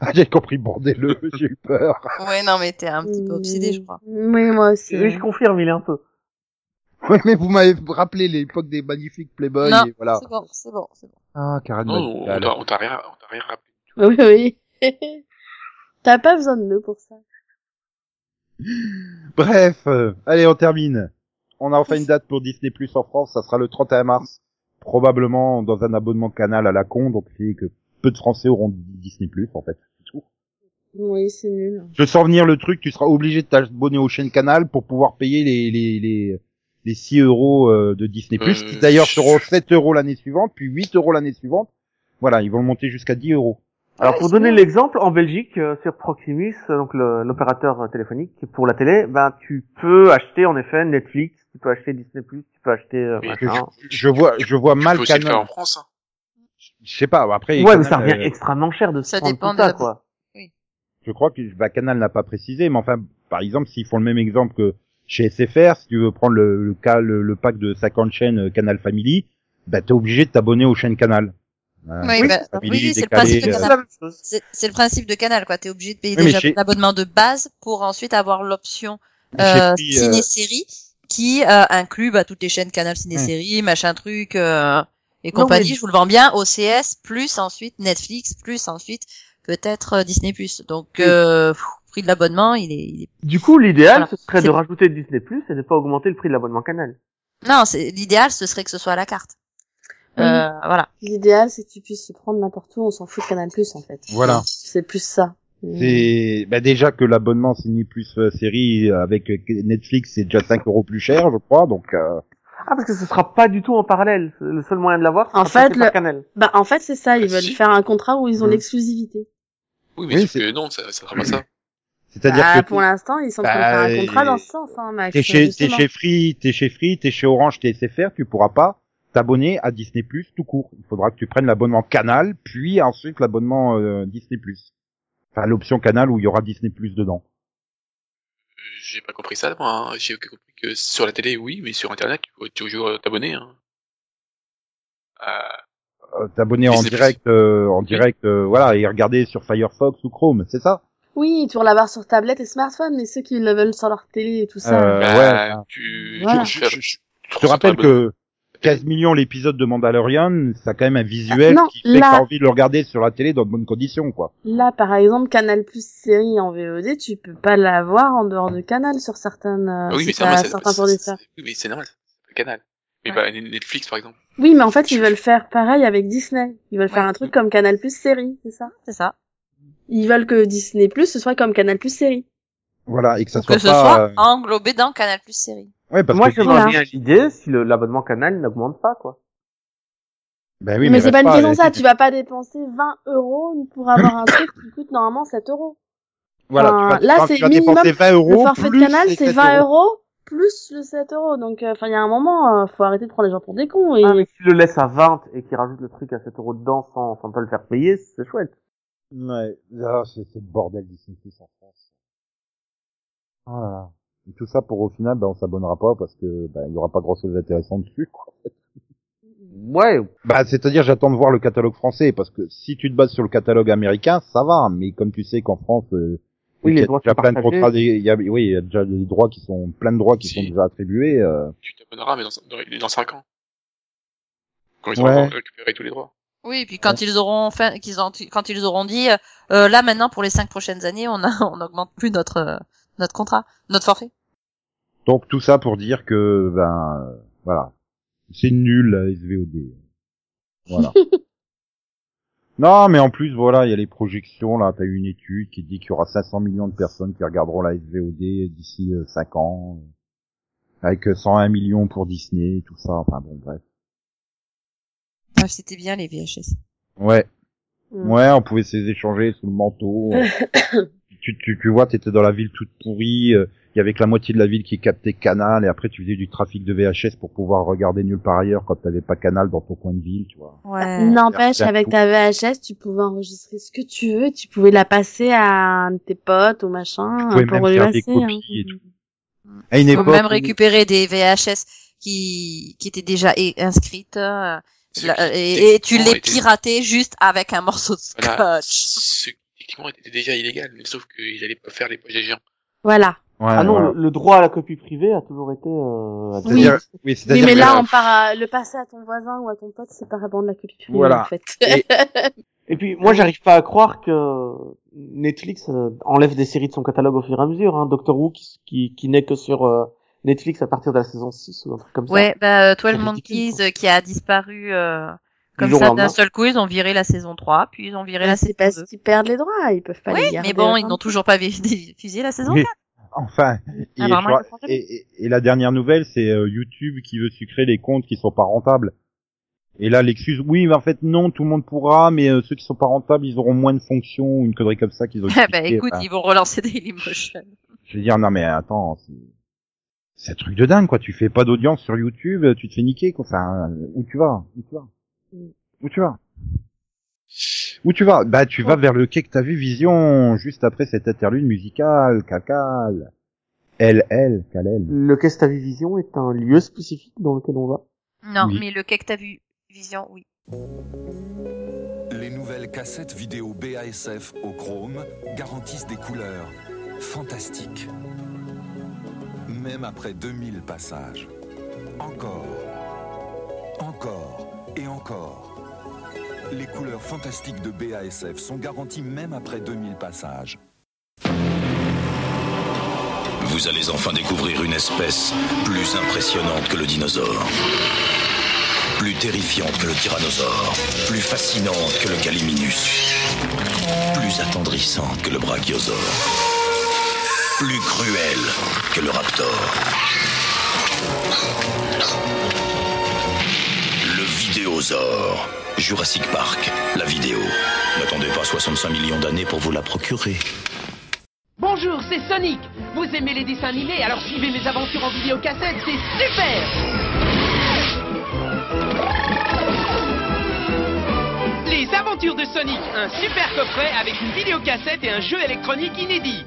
[SPEAKER 2] Ah, J'ai compris, bordez-le. J'ai eu peur.
[SPEAKER 3] Ouais, non, mais t'es un petit peu obsédé, je crois.
[SPEAKER 6] Mm, Oui, moi aussi.
[SPEAKER 4] Oui, je confirme, il est un peu.
[SPEAKER 2] Oui, mais vous m'avez rappelé l'époque des magnifiques Playboy.
[SPEAKER 3] Non,
[SPEAKER 2] et voilà.
[SPEAKER 3] c'est bon, c'est bon, c'est bon.
[SPEAKER 2] Ah, Karen
[SPEAKER 5] Non, on
[SPEAKER 2] Matinale.
[SPEAKER 5] t'a on t'a rien, on t'a rien rappelé.
[SPEAKER 6] Oui, oui. T'as pas besoin de nous pour ça.
[SPEAKER 2] Bref, euh, allez, on termine. On a enfin une date pour Disney Plus en France. Ça sera le 31 mars. Probablement dans un abonnement canal à la con. Donc, c'est que peu de Français auront Disney Plus, en fait. C'est tout.
[SPEAKER 6] Oui, c'est nul.
[SPEAKER 2] Je sens venir le truc, tu seras obligé de t'abonner aux chaînes Canal pour pouvoir payer les, les, les, les 6 euros euh, de Disney+,
[SPEAKER 5] Euh,
[SPEAKER 2] qui d'ailleurs
[SPEAKER 5] je-
[SPEAKER 2] seront 7 euros l'année suivante, puis 8 euros l'année suivante. Voilà, ils vont le monter jusqu'à 10 euros.
[SPEAKER 4] Alors
[SPEAKER 6] Ouais,
[SPEAKER 4] pour
[SPEAKER 6] c'est
[SPEAKER 4] donner
[SPEAKER 6] bien.
[SPEAKER 4] l'exemple, en Belgique, euh, sur Proximus, euh, donc le- l'opérateur euh, téléphonique pour la télé, ben tu peux acheter en effet Netflix, tu peux acheter Disney+, tu peux acheter euh,
[SPEAKER 5] Mais
[SPEAKER 4] machin.
[SPEAKER 2] Je vois, je vois
[SPEAKER 5] Tu
[SPEAKER 2] mal
[SPEAKER 5] peux aussi le faire
[SPEAKER 2] Canal.
[SPEAKER 5] en France. Hein.
[SPEAKER 2] Je sais pas. Après,
[SPEAKER 4] Ouais, mais
[SPEAKER 2] Canal,
[SPEAKER 4] ça revient
[SPEAKER 2] euh,
[SPEAKER 4] extrêmement cher de se
[SPEAKER 3] Ça
[SPEAKER 4] prendre
[SPEAKER 3] dépend
[SPEAKER 4] tout ça,
[SPEAKER 3] de-
[SPEAKER 4] quoi.
[SPEAKER 2] je crois que bah, Canal n'a pas précisé, mais enfin, par exemple, s'ils font le même exemple que chez SFR, si tu veux prendre le, le cas, le, le pack de 50 chaînes euh, Canal Family, bah t'es obligé de t'abonner aux chaînes Canal. Euh,
[SPEAKER 3] Oui, bah,
[SPEAKER 2] Family,
[SPEAKER 3] oui, oui, c'est le
[SPEAKER 2] Décalé,
[SPEAKER 3] principe de
[SPEAKER 2] euh,
[SPEAKER 4] C'est
[SPEAKER 3] Canal.
[SPEAKER 4] la même chose.
[SPEAKER 3] C'est c'est le principe de Canal, quoi. T'es obligé de payer
[SPEAKER 2] Oui, mais
[SPEAKER 3] déjà
[SPEAKER 2] chez-
[SPEAKER 3] l'abonnement de base pour ensuite avoir l'option
[SPEAKER 2] chez
[SPEAKER 3] euh,
[SPEAKER 2] Free, euh,
[SPEAKER 3] ciné-série qui euh, inclut bah, toutes les chaînes Canal ciné-série, machin truc euh, et
[SPEAKER 4] Non,
[SPEAKER 3] compagnie.
[SPEAKER 4] mais-
[SPEAKER 3] Je vous le vends bien. OCS plus ensuite Netflix plus ensuite peut-être euh, Disney plus. Donc euh, pff, prix de l'abonnement, il est, il est-
[SPEAKER 4] Du coup, l'idéal,
[SPEAKER 3] Voilà.
[SPEAKER 4] ce serait de
[SPEAKER 3] C'est-
[SPEAKER 4] rajouter Disney Plus et de pas augmenter le prix de l'abonnement Canal.
[SPEAKER 3] non, c'est l'idéal, ce serait que ce soit à la carte.
[SPEAKER 6] Oui.
[SPEAKER 3] Euh, voilà.
[SPEAKER 6] L'idéal, c'est que tu puisses se prendre n'importe où, on s'en fout de Canal Plus, en fait.
[SPEAKER 2] Voilà.
[SPEAKER 6] C'est plus ça. Mm.
[SPEAKER 2] C'est bah, déjà que l'abonnement signé plus euh, série euh, avec euh, Netflix, c'est déjà 5 euros plus cher, je crois. Donc euh,
[SPEAKER 4] Ah, parce que ce sera pas du tout en parallèle. Le seul moyen de l'avoir, ce
[SPEAKER 6] En
[SPEAKER 4] sera
[SPEAKER 6] fait,
[SPEAKER 4] passer par
[SPEAKER 6] le-
[SPEAKER 4] Canal.
[SPEAKER 6] Bah, en fait, c'est ça, ils
[SPEAKER 5] Ah,
[SPEAKER 6] veulent
[SPEAKER 5] si.
[SPEAKER 6] faire un contrat où ils ont
[SPEAKER 2] Mm.
[SPEAKER 6] l'exclusivité.
[SPEAKER 5] Oui, mais
[SPEAKER 2] Oui,
[SPEAKER 5] sauf
[SPEAKER 2] c'est-
[SPEAKER 5] que non, ça, ça sera pas ça.
[SPEAKER 2] c'est-à-dire
[SPEAKER 3] Ah,
[SPEAKER 6] Bah,
[SPEAKER 2] que
[SPEAKER 6] pour l'instant, ils sont en train
[SPEAKER 2] Bah,
[SPEAKER 6] de faire un contrat
[SPEAKER 2] et-
[SPEAKER 6] dans ce sens, hein, Max.
[SPEAKER 2] t'es chez t'es
[SPEAKER 6] justement.
[SPEAKER 2] chez Free, t'es chez Free, t'es chez Orange, t'es SFR, tu pourras pas t'abonner à Disney Plus tout court. Il faudra que tu prennes l'abonnement Canal, puis ensuite l'abonnement euh, Disney Plus. Enfin l'option Canal où il y aura Disney Plus dedans.
[SPEAKER 5] Euh, J'ai pas compris ça, moi. hein. J'ai compris que sur la télé, oui, mais sur Internet, tu peux toujours t'abonner. Hein. Euh,
[SPEAKER 2] Euh, t'abonner en
[SPEAKER 5] Disney+.
[SPEAKER 2] direct, euh, en direct, euh, voilà, et regarder sur Firefox ou Chrome, c'est ça
[SPEAKER 6] Oui, ils tournent la barre sur tablette et smartphone, mais ceux qui le veulent sur leur télé et tout ça.
[SPEAKER 2] Euh, ouais,
[SPEAKER 5] bah,
[SPEAKER 2] bah,
[SPEAKER 5] tu,
[SPEAKER 6] voilà.
[SPEAKER 5] tu, tu,
[SPEAKER 2] Je te rappelle que 15 millions l'épisode de Mandalorian, ça a quand même un visuel
[SPEAKER 6] Non,
[SPEAKER 2] qui fait
[SPEAKER 6] là-
[SPEAKER 2] que t'as envie de le regarder sur la télé dans de bonnes conditions, quoi.
[SPEAKER 6] Là, par exemple, Canal Plus série en VOD, tu peux pas l'avoir en dehors de Canal sur certaines,
[SPEAKER 5] Ah
[SPEAKER 6] euh,
[SPEAKER 5] oui, mais
[SPEAKER 6] c'est
[SPEAKER 5] c'est
[SPEAKER 6] pas-
[SPEAKER 5] normal. ça-
[SPEAKER 6] certains
[SPEAKER 5] ça- ça-
[SPEAKER 6] fournisseurs.
[SPEAKER 5] Oui, mais c'est normal. C'est le canal. Mais bah, Netflix, par exemple.
[SPEAKER 6] Oui, mais en fait, ils veulent faire pareil avec Disney. Ils veulent faire
[SPEAKER 3] Ouais.
[SPEAKER 6] un truc comme Canal Plus série, c'est ça?
[SPEAKER 3] C'est ça.
[SPEAKER 6] Ils veulent que Disney Plus ce soit comme Canal Plus série.
[SPEAKER 2] Voilà, et que ça
[SPEAKER 3] que
[SPEAKER 2] soit
[SPEAKER 3] ce
[SPEAKER 2] pas.
[SPEAKER 3] soit
[SPEAKER 2] euh,
[SPEAKER 3] englobé dans Canal plus série.
[SPEAKER 2] Ouais, parce
[SPEAKER 4] Moi,
[SPEAKER 2] que.
[SPEAKER 4] je
[SPEAKER 6] Voilà.
[SPEAKER 4] vois bien l'idée si le- l'abonnement Canal n'augmente pas, quoi.
[SPEAKER 2] Ben oui,
[SPEAKER 6] mais c'est
[SPEAKER 2] reste
[SPEAKER 6] pas une question
[SPEAKER 2] euh,
[SPEAKER 6] de ça, tu vas pas dépenser 20 euros pour avoir un truc qui coûte normalement 7 euros.
[SPEAKER 2] Voilà,
[SPEAKER 6] Enfin,
[SPEAKER 2] tu vas,
[SPEAKER 6] là,
[SPEAKER 2] tu vas-
[SPEAKER 6] c'est
[SPEAKER 2] tu vas
[SPEAKER 6] minimum
[SPEAKER 2] dépenser 20 euros.
[SPEAKER 6] le forfait de
[SPEAKER 2] plus
[SPEAKER 6] Canal,
[SPEAKER 2] les
[SPEAKER 6] c'est
[SPEAKER 2] 7
[SPEAKER 6] 20 euros plus le 7 euros. Donc, euh, enfin, il y a un moment, euh, faut arrêter de prendre les gens pour des cons. Et...
[SPEAKER 4] Ah, mais s'il le laisse à 20 et qu'il rajoute le truc à 7 euros dedans sans, sans pas le faire payer, c'est chouette.
[SPEAKER 2] Ouais, là, c'est c'est le bordel Disney Plus en France. Voilà. Et tout ça pour au final, ben on s'abonnera pas parce que ben il y aura pas grand chose d'intéressant dessus, quoi.
[SPEAKER 4] Ouais.
[SPEAKER 2] Bah, c'est-à-dire, j'attends de voir le catalogue français, parce que si tu te bases sur le catalogue américain, ça va, mais comme tu sais qu'en France, euh,
[SPEAKER 4] Oui,
[SPEAKER 2] il y
[SPEAKER 4] les
[SPEAKER 2] a
[SPEAKER 4] droits
[SPEAKER 2] déjà
[SPEAKER 4] sont
[SPEAKER 2] plein de
[SPEAKER 4] partagés.
[SPEAKER 2] contrats, des- il y a, oui, il y a déjà des droits qui sont, plein de droits qui
[SPEAKER 5] Si.
[SPEAKER 2] sont déjà attribués, euh,
[SPEAKER 5] Tu t'abonneras, mais dans, dans, dans 5 ans. Quand ils
[SPEAKER 2] Ouais.
[SPEAKER 5] auront récupéré tous les droits.
[SPEAKER 3] Oui, et puis quand ils auront fait, qu'ils ont, quand ils auront dit, euh, euh, là maintenant pour les cinq prochaines années, on a, on n'augmente plus notre, euh, notre contrat, notre forfait.
[SPEAKER 2] donc tout ça pour dire que, ben, euh, voilà. C'est nul, la SVOD. Voilà. non, mais en plus, voilà, il y a les projections, là, t'as eu une étude qui dit qu'il y aura 500 millions de personnes qui regarderont la SVOD d'ici 5 ans, avec 101 millions pour Disney, tout ça, enfin bon, bref.
[SPEAKER 3] Ouais, c'était bien les VHS.
[SPEAKER 2] Ouais.
[SPEAKER 6] Mm.
[SPEAKER 2] Ouais, on pouvait se les échanger sous le manteau. tu, tu, tu vois, t'étais dans la ville toute pourrie, euh, il y avait que la moitié de la ville qui captait Canal, et après tu faisais du trafic de VHS pour pouvoir regarder nulle part ailleurs quand t'avais pas Canal dans ton coin de ville, tu vois.
[SPEAKER 3] Ouais.
[SPEAKER 6] N'empêche,
[SPEAKER 2] Faire
[SPEAKER 6] avec
[SPEAKER 2] tout.
[SPEAKER 6] ta VHS, tu pouvais enregistrer ce que tu veux, tu pouvais la passer à un de tes potes ou machin,
[SPEAKER 2] pouvais
[SPEAKER 6] Ah, pour
[SPEAKER 2] même faire
[SPEAKER 6] lui
[SPEAKER 2] des
[SPEAKER 6] passer, hein.
[SPEAKER 2] copies et tout. À une
[SPEAKER 3] On peut
[SPEAKER 2] époque,
[SPEAKER 3] même récupérer des VHS qui, qui étaient déjà é- inscrites euh,
[SPEAKER 5] Ceux
[SPEAKER 3] la-
[SPEAKER 5] qui,
[SPEAKER 3] et, et tu
[SPEAKER 5] techniquement,
[SPEAKER 3] les
[SPEAKER 5] étaient-
[SPEAKER 3] piratais juste avec un morceau de
[SPEAKER 5] Voilà.
[SPEAKER 3] scotch.
[SPEAKER 5] Ce qui, techniquement, était déjà illégal, mais sauf qu'ils allaient pas faire les poches des géants.
[SPEAKER 6] Voilà.
[SPEAKER 2] Ouais,
[SPEAKER 4] Ah non,
[SPEAKER 2] voilà.
[SPEAKER 4] le, le droit à la copie privée a toujours été... Euh, à
[SPEAKER 6] Oui.
[SPEAKER 4] deux-
[SPEAKER 2] C'est-à-dire- oui,
[SPEAKER 6] Oui,
[SPEAKER 2] c'est-à-dire
[SPEAKER 6] mais
[SPEAKER 2] que-
[SPEAKER 6] là, on part à- le passer à ton voisin ou à ton pote, c'est par rapport de la copie privée,
[SPEAKER 2] Voilà.
[SPEAKER 6] en fait.
[SPEAKER 2] Et-
[SPEAKER 4] Et puis, moi, j'arrive pas à croire que Netflix euh, enlève des séries de son catalogue au fur et à mesure. Hein. Doctor Who, qui, qui, qui n'est que sur euh, Netflix à partir de la saison 6 ou un truc comme ça.
[SPEAKER 3] Ouais, bah, euh, Twelve
[SPEAKER 4] C'est ridicule,
[SPEAKER 3] Monkeys
[SPEAKER 4] quoi.
[SPEAKER 3] euh, qui a disparu euh, comme
[SPEAKER 4] jour au
[SPEAKER 3] ça
[SPEAKER 4] lendemain.
[SPEAKER 3] d'un seul coup, ils ont viré la saison 3, puis ils ont viré
[SPEAKER 6] Là,
[SPEAKER 3] la
[SPEAKER 6] c'est
[SPEAKER 3] saison
[SPEAKER 6] parce
[SPEAKER 3] 2.
[SPEAKER 6] qu'ils perdent les droits, ils peuvent pas les
[SPEAKER 3] Oui,
[SPEAKER 6] garder.
[SPEAKER 3] mais bon, ils
[SPEAKER 6] autant.
[SPEAKER 3] n'ont toujours pas vi- diffusé la saison
[SPEAKER 2] Mais-
[SPEAKER 3] 4.
[SPEAKER 2] Enfin, et, je
[SPEAKER 3] vraiment,
[SPEAKER 2] crois-
[SPEAKER 3] ils sont
[SPEAKER 2] et, et- et la dernière nouvelle, c'est euh, YouTube qui veut sucrer les comptes qui sont pas rentables. Et là, l'excuse, oui, mais en fait, non, tout le monde pourra, mais euh, ceux qui sont pas rentables, ils auront moins de fonctions, ou une connerie comme ça qu'ils ont.
[SPEAKER 3] Ah bah
[SPEAKER 2] expliqué.
[SPEAKER 3] écoute,
[SPEAKER 2] Enfin,
[SPEAKER 3] ils vont relancer Dailymotion.
[SPEAKER 2] Je veux dire, non, mais attends, c'est- c'est un truc de dingue, quoi. Tu fais pas d'audience sur YouTube, tu te fais niquer, quoi. Enfin, euh, où tu vas Où tu vas Où tu vas Où tu vas Bah, tu vas
[SPEAKER 6] Oh.
[SPEAKER 2] vers le quai que t'as vu Vision, juste après cette interlude musicale, cacal. Elle, elle, calel.
[SPEAKER 4] Le Castavi Vision est un lieu spécifique dans lequel on va.
[SPEAKER 3] Non,
[SPEAKER 2] Oui.
[SPEAKER 3] mais le quai que t'as vu, Vision, oui.
[SPEAKER 7] Les nouvelles cassettes vidéo BASF au chrome garantissent des couleurs fantastiques. Même après 2000 passages. Encore, encore et encore. Les couleurs fantastiques de BASF sont garanties même après 2000 passages.
[SPEAKER 8] Vous allez enfin découvrir une espèce plus impressionnante que le dinosaure. Plus terrifiante que le tyrannosaure. Plus fascinante que le galiminus. Plus attendrissante que le brachiosaure. Plus cruelle que le raptor. Le vidéosaure. Jurassic Park, la vidéo. N'attendez pas 65 millions d'années pour vous la procurer.
[SPEAKER 9] Bonjour, c'est Sonic. Vous aimez les dessins animés, alors suivez mes aventures en vidéocassette, c'est super Les aventures de Sonic, un super coffret avec une vidéocassette et un jeu électronique inédit.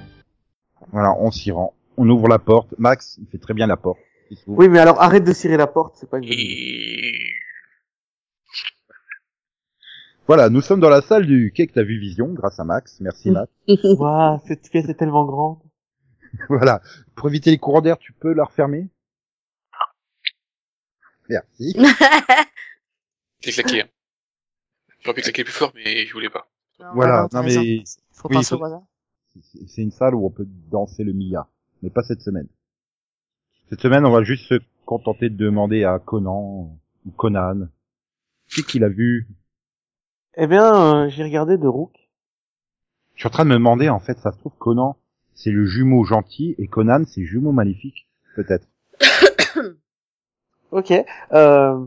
[SPEAKER 2] Voilà, on s'y rend. On ouvre la porte. Max, il fait très bien la porte. Il s'ouvre.
[SPEAKER 4] Oui, mais alors arrête de cirer la porte, c'est pas une bonne idée.
[SPEAKER 5] Et...
[SPEAKER 2] Voilà, nous sommes dans la salle du quai que t'as vu Vision, grâce à Max. Merci Max.
[SPEAKER 4] Waouh, cette pièce est tellement grande.
[SPEAKER 2] voilà. Pour éviter les courants d'air, tu peux la refermer Merci.
[SPEAKER 5] J'ai claqué. hein. J'aurais pu claquer plus fort, mais je voulais pas.
[SPEAKER 2] Voilà, non,
[SPEAKER 3] t'as raison.
[SPEAKER 2] mais-
[SPEAKER 3] Faut
[SPEAKER 2] oui,
[SPEAKER 3] penser
[SPEAKER 2] faut-
[SPEAKER 3] au voisin.
[SPEAKER 2] C'est- C'est une salle où on peut danser le Mia, mais pas cette semaine. Cette semaine, on va juste se contenter de demander à Conan ou Conan qui qu'il a vu.
[SPEAKER 4] Eh bien, euh, j'ai regardé The Rook.
[SPEAKER 2] Je suis en train de me demander, en fait, ça se trouve, Conan, c'est le jumeau gentil et Conan, c'est le jumeau maléfique, peut-être.
[SPEAKER 4] Ok. Euh,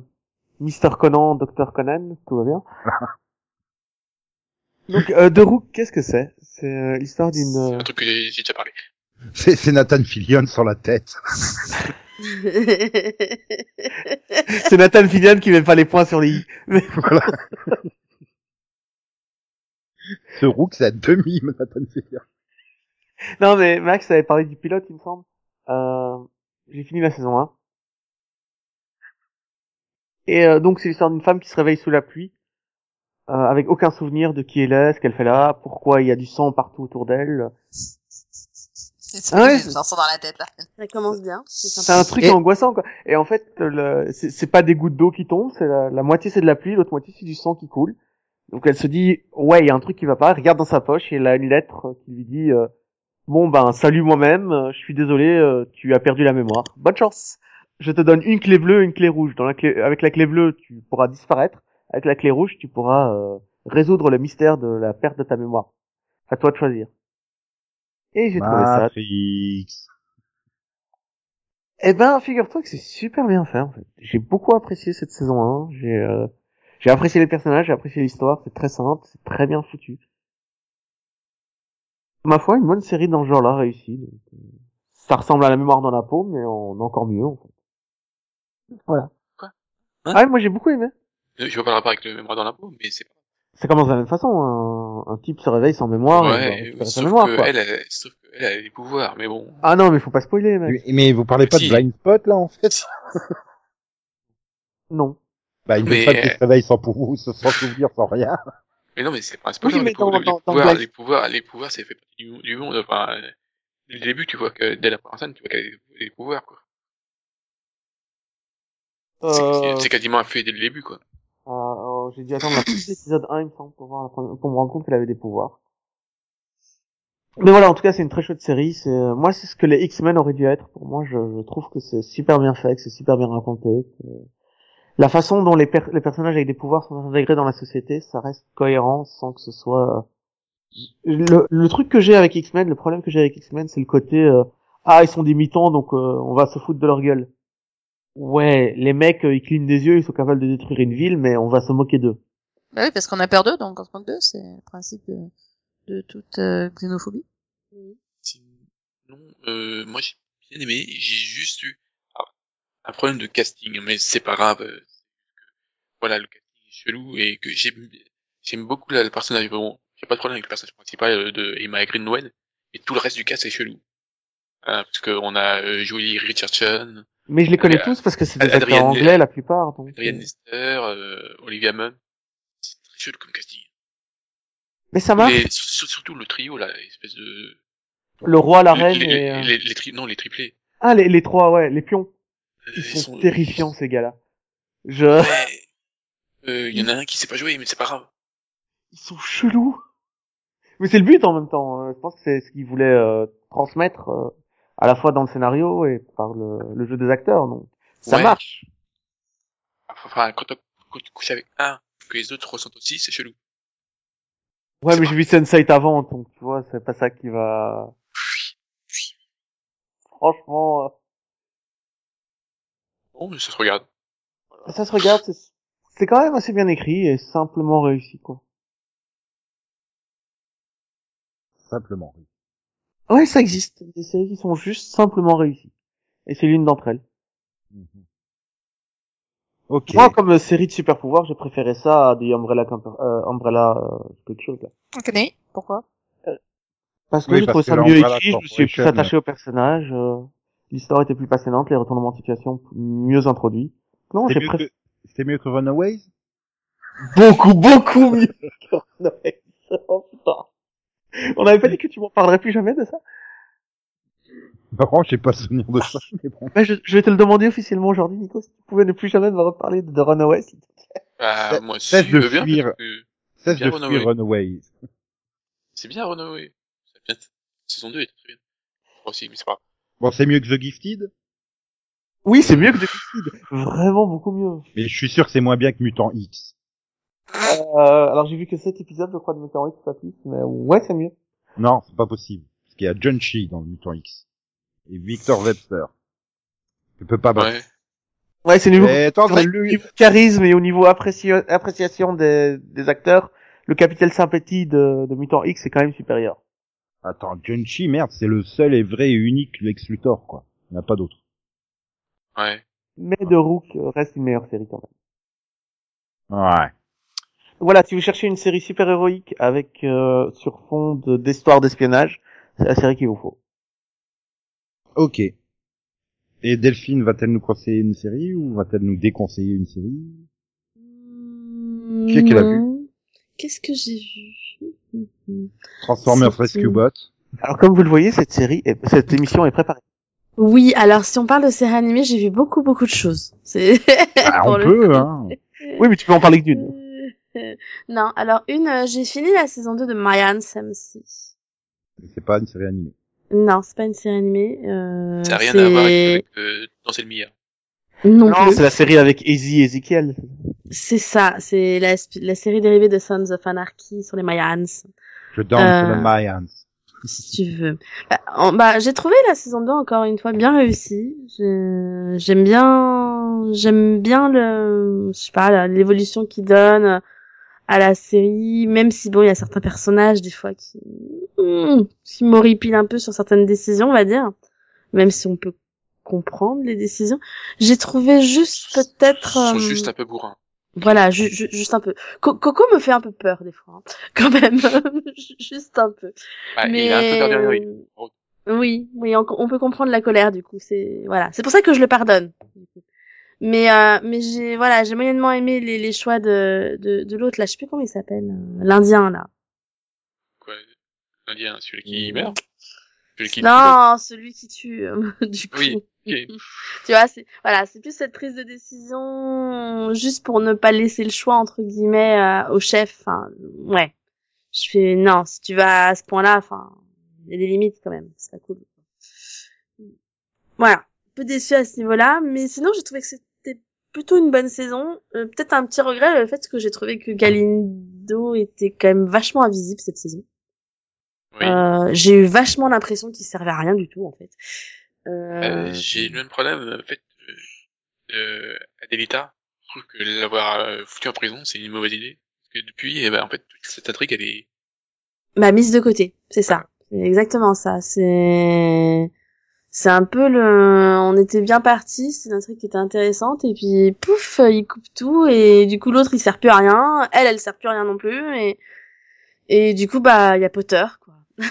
[SPEAKER 4] Mister Conan, Docteur Conan, tout va bien. Donc, euh, The Rook, qu'est-ce que c'est C'est euh, l'histoire d'une...
[SPEAKER 5] C'est
[SPEAKER 4] euh,
[SPEAKER 5] un truc que j'ai j'ai déjà parlé.
[SPEAKER 2] C'est c'est Nathan Fillion sur la tête.
[SPEAKER 4] C'est Nathan Fillion qui met pas les points sur les i.
[SPEAKER 2] voilà. Ce Rook, c'est à demi Nathan Fillion.
[SPEAKER 4] Non, mais Max avait parlé du pilote, il me semble. Euh, j'ai fini la saison 1. Et euh, donc, c'est l'histoire d'une femme qui se réveille sous la pluie, euh, avec aucun souvenir de qui elle est, ce qu'elle fait là, pourquoi il y a du sang partout autour d'elle.
[SPEAKER 3] C'est
[SPEAKER 4] Ah
[SPEAKER 3] ça,
[SPEAKER 4] ouais, c'est-
[SPEAKER 3] j'en sens dans la tête, là.
[SPEAKER 6] Ça commence bien. c'est sympa.
[SPEAKER 4] C'est un truc
[SPEAKER 2] Et-
[SPEAKER 4] angoissant, quoi. Et en fait, le- c'est c'est pas des gouttes d'eau qui tombent, c'est la, la moitié c'est de la pluie, l'autre moitié c'est du sang qui coule. Donc elle se dit, ouais, il y a un truc qui va pas, elle regarde dans sa poche et elle a une lettre euh, qui lui dit, euh, bon ben, salut moi-même, euh, je suis désolé, euh, tu as perdu la mémoire. Bonne chance. Je te donne une clé bleue, une clé rouge. Dans la clé, avec la clé bleue, tu pourras disparaître. Avec la clé rouge, tu pourras euh, résoudre le mystère de la perte de ta mémoire. À toi de choisir. Et j'ai trouvé
[SPEAKER 2] Bah,
[SPEAKER 4] ça
[SPEAKER 2] Matrix.
[SPEAKER 4] eh ben, figure-toi que c'est super bien fait, en fait. J'ai beaucoup apprécié cette saison 1. J'ai, euh, j'ai apprécié les personnages, j'ai apprécié l'histoire. C'est très simple, c'est très bien foutu. Ma foi, une bonne série dans ce genre-là réussie. donc, euh, ça ressemble à la mémoire dans la peau, mais en encore mieux, en fait. Voilà.
[SPEAKER 5] Quoi Hein
[SPEAKER 4] Ah ouais, moi j'ai beaucoup aimé.
[SPEAKER 5] Euh, Je vois pas le rapport avec le mémoire dans la peau, mais c'est pas.
[SPEAKER 4] Ça commence de la même façon. Un, un type se réveille sans mémoire. il doit
[SPEAKER 5] Ouais,
[SPEAKER 4] récupérer sa
[SPEAKER 5] sauf
[SPEAKER 4] mémoire,
[SPEAKER 5] que
[SPEAKER 4] quoi.
[SPEAKER 5] elle, elle, sauf que elle, elle a les pouvoirs, mais bon.
[SPEAKER 4] Ah non, mais faut pas spoiler, mec.
[SPEAKER 2] Mais- Mais vous parlez pas
[SPEAKER 5] Si.
[SPEAKER 2] de Blind Spot là en fait
[SPEAKER 4] Non.
[SPEAKER 2] Bah une
[SPEAKER 5] Mais,
[SPEAKER 2] femme qui
[SPEAKER 5] euh,
[SPEAKER 2] se réveille sans pour sans souvenir, sans rien.
[SPEAKER 5] Mais non, mais c'est pas un spoiler.
[SPEAKER 4] mais
[SPEAKER 5] les, pouvoirs,
[SPEAKER 4] dans-
[SPEAKER 5] les,
[SPEAKER 4] dans- dans
[SPEAKER 5] pouvoirs,
[SPEAKER 4] Black-
[SPEAKER 5] les pouvoirs, les pouvoirs, c'est fait partie du, du monde. Enfin, euh, dès le début, tu vois que dès la première scène, tu vois qu'elle a des des pouvoirs. Quoi.
[SPEAKER 4] Euh,
[SPEAKER 5] C'est- C'est quasiment un fait dès le début, quoi.
[SPEAKER 4] Euh, euh, j'ai dû attendre la fin de l'épisode 1, il me semble, pour, voir la première- pour me rendre compte qu'elle avait des pouvoirs. Mais voilà, en tout cas, c'est une très chouette série. C'est, euh, moi, c'est ce que les X-Men auraient dû être. Pour moi, je, je trouve que c'est super bien fait, que c'est super bien raconté. que La façon dont les, per- les personnages avec des pouvoirs sont intégrés dans la société, ça reste cohérent sans que ce soit... euh, Le, le truc que j'ai avec X-Men, le problème que j'ai avec X-Men, c'est le côté... euh, ah, ils sont des mutants, donc euh, on va se foutre de leur gueule. Ouais, les mecs, euh, ils clignent des yeux, ils sont capables de détruire une ville, mais on va se moquer d'eux.
[SPEAKER 3] Bah oui, parce qu'on a peur d'eux, donc on se moque d'eux, c'est le principe de, de toute euh, xénophobie.
[SPEAKER 5] Non, euh, moi j'ai bien aimé, j'ai juste eu ah, un problème de casting, mais c'est pas grave. euh, Voilà, le casting est chelou et que j'ai J'aime beaucoup là, le personnage. Bon, j'ai pas de problème avec le personnage principal euh, de Emma Greenwen, mais tout le reste du cas c'est chelou. Euh, parce qu'on a euh, Julie Richardson,
[SPEAKER 4] Mais je les connais
[SPEAKER 5] Euh,
[SPEAKER 4] tous parce que c'est des
[SPEAKER 5] Adrien
[SPEAKER 4] acteurs
[SPEAKER 5] Lé-
[SPEAKER 4] anglais la plupart. Donc...
[SPEAKER 5] Adrienne Nester, euh, Olivia Munn. C'est très chelou comme casting.
[SPEAKER 4] Mais ça marche.
[SPEAKER 5] Et sur- surtout le trio là, espèce de.
[SPEAKER 4] Le roi, la
[SPEAKER 5] les,
[SPEAKER 4] reine
[SPEAKER 5] les-
[SPEAKER 4] et... euh,
[SPEAKER 5] les- les tri- non les triplés.
[SPEAKER 4] Ah, les, les trois, ouais, les pions. Ils
[SPEAKER 5] Euh,
[SPEAKER 4] sont,
[SPEAKER 5] sont-
[SPEAKER 4] terrifiants, ces gars-là. Je...
[SPEAKER 5] Ouais. Euh, Il y en a un qui sait pas jouer, mais c'est pas grave.
[SPEAKER 4] Ils sont chelous. Mais c'est le but en même temps. euh, Je pense que c'est ce qu'ils voulaient euh, transmettre euh, à la fois dans le scénario et par le, le jeu des acteurs. Donc ça
[SPEAKER 5] Ouais.
[SPEAKER 4] marche.
[SPEAKER 5] Enfin, quand, on- quand tu couches avec un, que les autres ressentent aussi, c'est chelou.
[SPEAKER 4] Ouais,
[SPEAKER 5] Ça
[SPEAKER 4] mais j'ai vu Sense8 avant, donc tu vois, c'est pas ça qui va. Franchement, euh,
[SPEAKER 5] Bon, mais ça se regarde.
[SPEAKER 4] euh, ça se regarde. c'est- C'est quand même assez bien écrit et simplement réussi, quoi.
[SPEAKER 2] Simplement.
[SPEAKER 4] Ouais, ça existe. Des séries qui sont juste simplement réussies. Et c'est l'une d'entre elles.
[SPEAKER 2] Ok.
[SPEAKER 4] Moi, comme euh, série de super pouvoirs, j'ai préféré ça à des Umbrella, Camper- euh, Umbrella euh, quelque chose. Là.
[SPEAKER 3] Ok. Pourquoi
[SPEAKER 4] Parce que
[SPEAKER 2] Oui,
[SPEAKER 4] je
[SPEAKER 2] parce
[SPEAKER 4] trouvais
[SPEAKER 2] que
[SPEAKER 4] ça
[SPEAKER 2] là,
[SPEAKER 4] mieux
[SPEAKER 2] on parle à
[SPEAKER 4] écrit, je me suis plus
[SPEAKER 2] Corporation,
[SPEAKER 4] attaché au personnage, euh, l'histoire était plus passionnante, les retournements de situation mieux introduits. Non,
[SPEAKER 2] C'était
[SPEAKER 4] j'ai
[SPEAKER 2] mieux,
[SPEAKER 4] préféré
[SPEAKER 2] que... c'était mieux que Runaways
[SPEAKER 4] beaucoup, beaucoup mieux que Runaways. Oh, putain. On avait pas dit que tu m'en parlerais plus jamais de ça
[SPEAKER 2] Non, j'ai pas le souvenir de ça, mais bon.
[SPEAKER 4] Mais Bah, je, je vais te le demander officiellement aujourd'hui, Nico, si tu pouvais ne plus jamais me reparler de, de Runaways.
[SPEAKER 5] Bah,
[SPEAKER 2] Ça-
[SPEAKER 5] moi, si
[SPEAKER 2] cesse
[SPEAKER 5] je
[SPEAKER 2] de
[SPEAKER 5] veux bien,
[SPEAKER 2] fuir.
[SPEAKER 5] parce que
[SPEAKER 2] Cesse
[SPEAKER 5] Bien
[SPEAKER 2] de fuir
[SPEAKER 5] Runaways.
[SPEAKER 2] Runaways.
[SPEAKER 5] c'est bien Renaud, oui. Ça vient de- Saison 2 était très bien. Moi aussi, mais c'est pas grave.
[SPEAKER 2] Bon, c'est mieux que The Gifted,
[SPEAKER 4] Oui, c'est mieux que The Suicide. Vraiment beaucoup mieux.
[SPEAKER 2] mais je suis sûr que c'est moins bien que Mutant X.
[SPEAKER 4] Euh, alors j'ai vu que cet épisode, je crois, de Meteorite, pas plus, mais ouais, c'est mieux.
[SPEAKER 2] Non, c'est pas possible. Parce qu'il y a John Shee dans Mutant X. Et Victor Webster. Tu peux
[SPEAKER 4] Ah
[SPEAKER 2] pas
[SPEAKER 4] bah.
[SPEAKER 2] battre.
[SPEAKER 5] Ouais.
[SPEAKER 4] Ouais, c'est niveau
[SPEAKER 2] Mais attends,
[SPEAKER 4] Vrai-
[SPEAKER 2] lui-
[SPEAKER 4] niveau charisme et au niveau apprécia- appréciation des, des acteurs, le capital sympathie de, de Mutant X est quand même supérieur.
[SPEAKER 2] Attends, John Shee, merde, c'est le seul et vrai et unique Lex Luthor, quoi. Il n'y en a pas d'autre.
[SPEAKER 5] Ouais.
[SPEAKER 6] Euh,
[SPEAKER 4] Mais The Rook reste une meilleure série quand même.
[SPEAKER 2] Ouais.
[SPEAKER 4] Voilà, si vous cherchez une série super héroïque avec euh, sur fond de- d'histoire d'espionnage, c'est la série qu'il vous faut.
[SPEAKER 2] Ok. Et Delphine va-t-elle nous conseiller une série ou va-t-elle nous déconseiller une série Qui est qui l'a vu
[SPEAKER 6] Non. Hmm, Qu'est-ce que j'ai vu
[SPEAKER 2] Transformers
[SPEAKER 6] C'est
[SPEAKER 2] Rescue
[SPEAKER 6] tout.
[SPEAKER 2] Bot.
[SPEAKER 4] Alors comme vous le voyez, cette série, est- cette émission est préparée.
[SPEAKER 6] Oui, alors si on parle de séries animées, j'ai vu beaucoup beaucoup de choses. C'est
[SPEAKER 2] Bah,
[SPEAKER 6] Pour
[SPEAKER 2] on
[SPEAKER 6] le
[SPEAKER 2] peut, hein.
[SPEAKER 4] Oui, mais tu peux en parler que d'une.
[SPEAKER 6] Euh, non, alors une, euh, j'ai fini la saison 2 de Marianne Samsi.
[SPEAKER 2] Mais C'est pas une série animée.
[SPEAKER 6] Non, c'est pas une série animée. Euh,
[SPEAKER 5] Ça a rien
[SPEAKER 6] c'est-
[SPEAKER 5] à voir avec, avec euh, Danser le milliard.
[SPEAKER 6] Non,
[SPEAKER 4] Non,
[SPEAKER 6] plus.
[SPEAKER 4] c'est la série avec Easy et Ezekiel.
[SPEAKER 6] C'est ça, c'est la, sp- la série dérivée de Sons of Anarchy sur les Mayans,
[SPEAKER 2] Je danse
[SPEAKER 6] Euh.
[SPEAKER 2] sur le Mayans.
[SPEAKER 6] si tu veux. Bah, en- bah, j'ai trouvé la saison 2 encore une fois bien réussie. Je- J'aime bien, j'aime bien le, je sais pas, la- l'évolution qu'il donne à la série, même si bon, il y a certains personnages des fois qui, hmm, qui m'horripilent un peu sur certaines décisions, on va dire. Même si on peut comprendre les décisions. J'ai trouvé juste peut-être...
[SPEAKER 5] Ils sont
[SPEAKER 6] euh,
[SPEAKER 5] juste un peu bourrins.
[SPEAKER 6] voilà, ju- ju- juste un peu. Co- Coco me fait un peu peur des fois, hein. quand même, Ju- juste un peu.
[SPEAKER 5] Ouais,
[SPEAKER 6] Mais
[SPEAKER 5] Bah, Ah, Il a un peu perdu l'héroïne.
[SPEAKER 6] euh, oui, oui, on, on peut comprendre la colère du coup. C'est voilà, c'est pour ça que je le pardonne. du coup. Mais euh, mais j'ai voilà, j'ai moyennement aimé les, les choix de de, de l'autre là. Je sais plus comment il s'appelle, euh, l'Indien là.
[SPEAKER 5] Quoi. L'Indien, celui
[SPEAKER 4] Mm.
[SPEAKER 5] qui meurt. Celui qui
[SPEAKER 6] Non, celui qui tue euh, du coup.
[SPEAKER 5] Oui, ok.
[SPEAKER 6] tu vois, c'est voilà, c'est plus cette prise de décision juste pour ne pas laisser le choix entre guillemets euh, au chef. Enfin, ouais. Je fais non, si tu vas à ce point-là, enfin, il y a des limites quand même. C'est pas cool. Voilà, un peu déçu à ce niveau-là, mais sinon j'ai trouvé que c'était plutôt une bonne saison. Euh, Peut-être un petit regret le fait que j'ai trouvé que Galindo était quand même vachement invisible cette saison.
[SPEAKER 5] Oui.
[SPEAKER 6] Euh, j'ai eu vachement l'impression qu'il servait à rien du tout en fait.
[SPEAKER 5] Euh,
[SPEAKER 6] Euh,
[SPEAKER 5] j'ai le même problème, en fait, euh, euh, Adelita, je trouve que l'avoir euh, foutu en prison, c'est une mauvaise idée. Parce que depuis, eh ben, en fait, toute cette intrigue, elle est...
[SPEAKER 6] Bah mise de côté, c'est ça. C'est exactement ça. C'est c'est un peu le, on était bien parti, c'était un truc qui était intéressante et puis pouf, euh, il coupe tout et du coup l'autre il sert plus à rien, elle elle sert plus à rien non plus et et du coup bah il y a Potter quoi.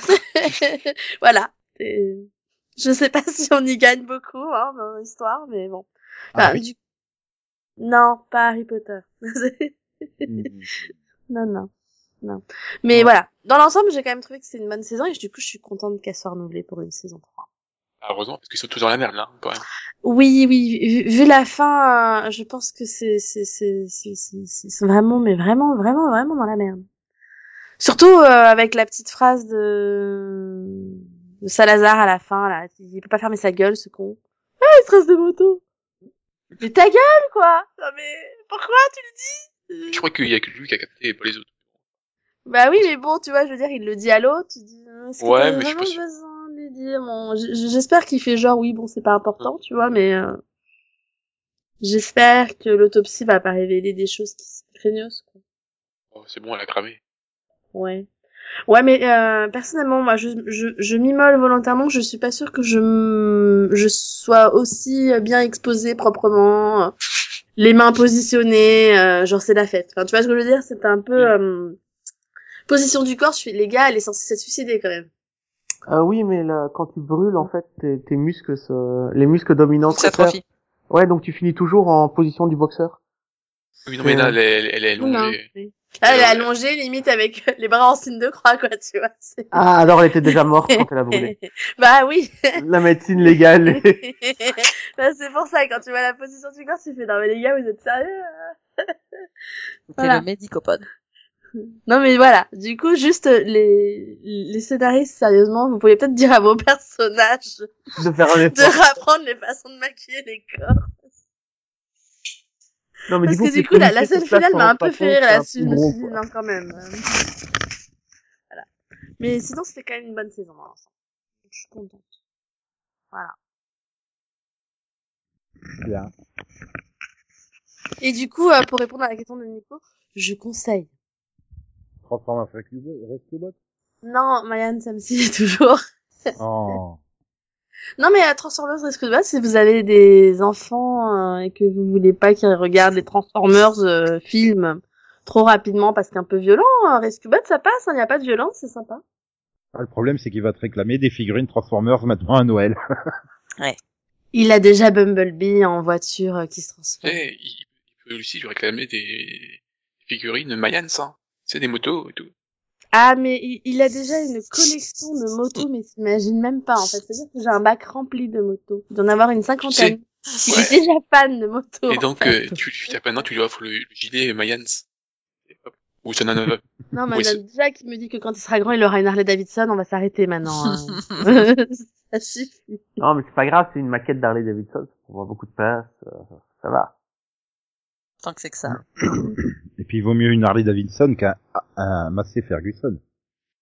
[SPEAKER 6] voilà. Et je sais pas si on y gagne beaucoup hein dans l'histoire mais bon.
[SPEAKER 2] Ah
[SPEAKER 6] Enfin,
[SPEAKER 2] oui.
[SPEAKER 6] du- Non, pas Harry Potter. non non. Non. Mais voilà, dans l'ensemble, j'ai quand même trouvé que c'est une bonne saison et du coup, je suis contente qu'elle soit renouvelée pour une saison 3.
[SPEAKER 5] Ah, heureusement, parce qu'ils sont tous dans la merde, là, quand même.
[SPEAKER 6] Oui, oui, vu, vu la fin, euh, je pense que c'est c'est c'est c'est c'est- c'est- c'est vraiment mais vraiment vraiment vraiment dans la merde. Surtout euh, avec la petite phrase de de Salazar à la fin là, il peut pas fermer sa gueule ce con. Ah, une phrase de moto. Mais ta gueule quoi. Non mais pourquoi tu le dis
[SPEAKER 5] Je crois qu'il y a que lui qui a capté et pas les autres.
[SPEAKER 6] Bah oui, mais bon, tu vois, je veux dire, il le dit à l'autre, tu dis hein, est-ce que
[SPEAKER 5] Ouais,
[SPEAKER 6] t'as
[SPEAKER 5] mais je suis
[SPEAKER 6] vraiment
[SPEAKER 5] pas sûr.
[SPEAKER 6] besoin de le dire Bon, j- j- j'espère qu'il fait genre oui, bon, c'est pas
[SPEAKER 5] Mm.
[SPEAKER 6] important, tu vois, mais euh, j'espère que l'autopsie va pas révéler des choses qui sont craigneuses, quoi.
[SPEAKER 5] Oh, c'est bon, elle a cramé.
[SPEAKER 6] Ouais. Ouais, mais euh, personnellement, moi, je, je, je m'immole volontairement. Je suis pas sûre que je, m- je sois aussi bien exposée proprement, euh, les mains positionnées, euh, genre c'est la fête. Enfin, tu vois ce que je veux dire C'est un peu
[SPEAKER 5] Mm.
[SPEAKER 6] euh, position du corps. Je suis les gars, elle est censée s'être suicidée quand même.
[SPEAKER 4] Euh, oui, mais là, quand tu brûles, en fait, tes, tes muscles, se- les muscles dominants se
[SPEAKER 3] Ça
[SPEAKER 4] serrent.
[SPEAKER 3] profite.
[SPEAKER 4] Ouais, donc tu finis toujours en position du boxeur.
[SPEAKER 5] Ah Oui, non, mais là, elle, elle, elle est allongée.
[SPEAKER 6] Non. Elle est
[SPEAKER 5] Euh,
[SPEAKER 6] allongée, limite avec euh, les bras en signe de croix, quoi. Tu vois c'est-
[SPEAKER 4] Ah, alors elle était déjà morte quand elle a brûlé.
[SPEAKER 6] Bah oui.
[SPEAKER 4] La médecine légale.
[SPEAKER 6] Bah, c'est pour ça quand tu vois la position du corps, tu fais non mais les gars, vous êtes sérieux
[SPEAKER 3] C'était
[SPEAKER 6] Voilà.
[SPEAKER 3] le médicopode.
[SPEAKER 6] Non mais voilà, du coup juste euh, les les scénaristes sérieusement, vous pouvez peut-être dire à vos personnages
[SPEAKER 4] de faire un
[SPEAKER 6] de
[SPEAKER 4] effort.
[SPEAKER 6] rapprendre les façons de maquiller les corps.
[SPEAKER 4] Non, mais
[SPEAKER 6] Parce que
[SPEAKER 4] c'est
[SPEAKER 6] du coup la, la
[SPEAKER 4] policier
[SPEAKER 6] scène
[SPEAKER 4] qui se place
[SPEAKER 6] finale m'a
[SPEAKER 4] en
[SPEAKER 6] un peu
[SPEAKER 4] patron,
[SPEAKER 6] fait rire
[SPEAKER 4] c'est un
[SPEAKER 6] là-dessus, je
[SPEAKER 4] petit hein,
[SPEAKER 6] me
[SPEAKER 4] gros,
[SPEAKER 6] suis dit
[SPEAKER 4] quoi.
[SPEAKER 6] non quand même. euh. Voilà. Mais sinon c'était quand même une bonne saison dans l'ensemble. Je suis contente.
[SPEAKER 2] Bien.
[SPEAKER 6] Et du coup euh, pour répondre à la question de Nico, je conseille.
[SPEAKER 2] Transforme un rescue bot.
[SPEAKER 6] Non, Mayan Samsi toujours.
[SPEAKER 2] Oh.
[SPEAKER 6] Non mais euh, Transformers Rescue Squad, si vous avez des enfants euh, et que vous voulez pas qu'ils regardent les Transformers euh, films trop rapidement parce qu'un peu violent, hein, Rescue Squad, ça passe, il n'y a pas de violence, c'est sympa.
[SPEAKER 2] Ah, le problème, c'est qu'il va te réclamer des figurines Transformers maintenant à Noël.
[SPEAKER 6] Il a déjà Bumblebee en voiture euh, qui se
[SPEAKER 5] Tu
[SPEAKER 6] transforme.
[SPEAKER 5] sais, il, il peut aussi lui réclamer des figurines Mayan, ça. C'est des motos et tout.
[SPEAKER 6] Ah mais il, il a déjà une collection de motos, mais t'imagines même pas en fait. C'est-à-dire que j'ai un bac rempli de motos, d'en avoir une cinquantaine. Il est
[SPEAKER 5] Ouais.
[SPEAKER 6] déjà fan de motos.
[SPEAKER 5] Et
[SPEAKER 6] en
[SPEAKER 5] donc,
[SPEAKER 6] fait.
[SPEAKER 5] euh, tu, tu, maintenant, tu lui offres le, le gilet Mayans. Et hop. Ou ça n'en a
[SPEAKER 6] Non, mais
[SPEAKER 5] Oui,
[SPEAKER 6] Jack
[SPEAKER 5] c'est-
[SPEAKER 6] Jack me dit que quand il sera grand, il aura une Harley Davidson. On va s'arrêter maintenant. hein. Ça suffit.
[SPEAKER 4] Non, mais c'est pas grave, c'est une maquette d'Harley Davidson. On voit beaucoup de place, euh, ça va.
[SPEAKER 3] Tant que c'est que
[SPEAKER 2] Mm.
[SPEAKER 3] ça.
[SPEAKER 2] Et puis, il vaut mieux une Harley Davidson qu'un un Massey Ferguson.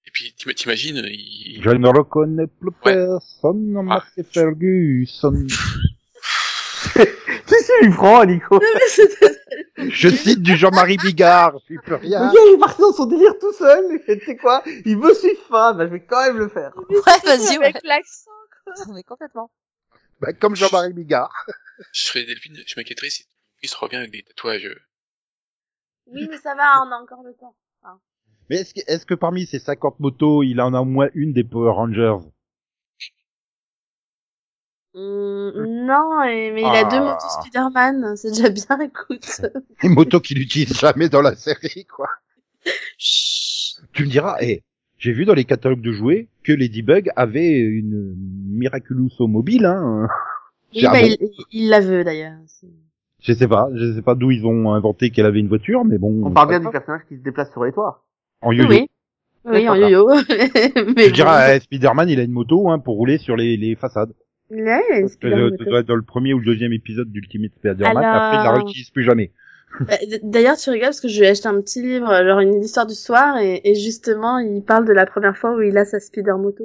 [SPEAKER 5] Et puis, t'im- t'imagines, il...
[SPEAKER 2] Je ne reconnais plus
[SPEAKER 5] Ouais.
[SPEAKER 2] personne en
[SPEAKER 5] Ah.
[SPEAKER 2] Massey Ferguson.
[SPEAKER 4] Si, si, il prend, Nico.
[SPEAKER 2] Je cite du Jean-Marie Bigard. Je suis plus rien.
[SPEAKER 4] Le gars, il est parti dans son délire tout seul. Et Tu sais quoi? Il me suit pas, bah, je vais quand même le faire.
[SPEAKER 3] Ouais, vas-y, Ah, bah, ouais.
[SPEAKER 6] Avec l'accent.
[SPEAKER 3] Mais complètement.
[SPEAKER 2] Bah, comme Jean-Marie Bigard.
[SPEAKER 5] je serais Delphine, je m'inquiéterais si Chris revient avec des tatouages. euh,
[SPEAKER 6] Oui, mais ça va, on a encore le temps.
[SPEAKER 2] Mais est-ce que, est-ce que parmi ces 50 motos, il en a au moins une des Power Rangers
[SPEAKER 6] Hum, non, et- mais il a
[SPEAKER 2] Mm. Ah.
[SPEAKER 6] deux motos Spider-Man. C'est déjà bien, écoute.
[SPEAKER 2] Les motos qu'il n'utilise jamais dans la série, quoi.
[SPEAKER 6] Chut.
[SPEAKER 2] Tu me diras, eh, j'ai vu dans les catalogues de jouets que Ladybug avait une Miraculous au mobile, hein.
[SPEAKER 6] Oui,
[SPEAKER 2] J'ai- ah
[SPEAKER 6] bah,
[SPEAKER 2] bon
[SPEAKER 6] il, il la veut d'ailleurs.
[SPEAKER 2] Je sais pas, je sais pas d'où ils ont inventé qu'elle avait une voiture, mais bon.
[SPEAKER 4] On parle bien du personnage qui se déplace sur les toits.
[SPEAKER 2] En yo-yo.
[SPEAKER 6] Oui. Oui, en yo-yo. mais
[SPEAKER 2] Je dirais, eh, Spider-Man, il a une moto, hein, pour rouler sur les, les façades.
[SPEAKER 6] bon. Il a une
[SPEAKER 2] Parce que euh,
[SPEAKER 6] Spider-Man
[SPEAKER 2] tu
[SPEAKER 6] moto.
[SPEAKER 2] dois être dans le premier ou le deuxième épisode d'Ultimate Spider-Man,
[SPEAKER 6] Alors-
[SPEAKER 2] après, il la réutilise plus jamais.
[SPEAKER 6] Bah, d- D'ailleurs, tu rigoles parce que je lui ai acheté un petit livre, genre une histoire du soir, et, et justement, il parle de la première fois où il a sa spider moto.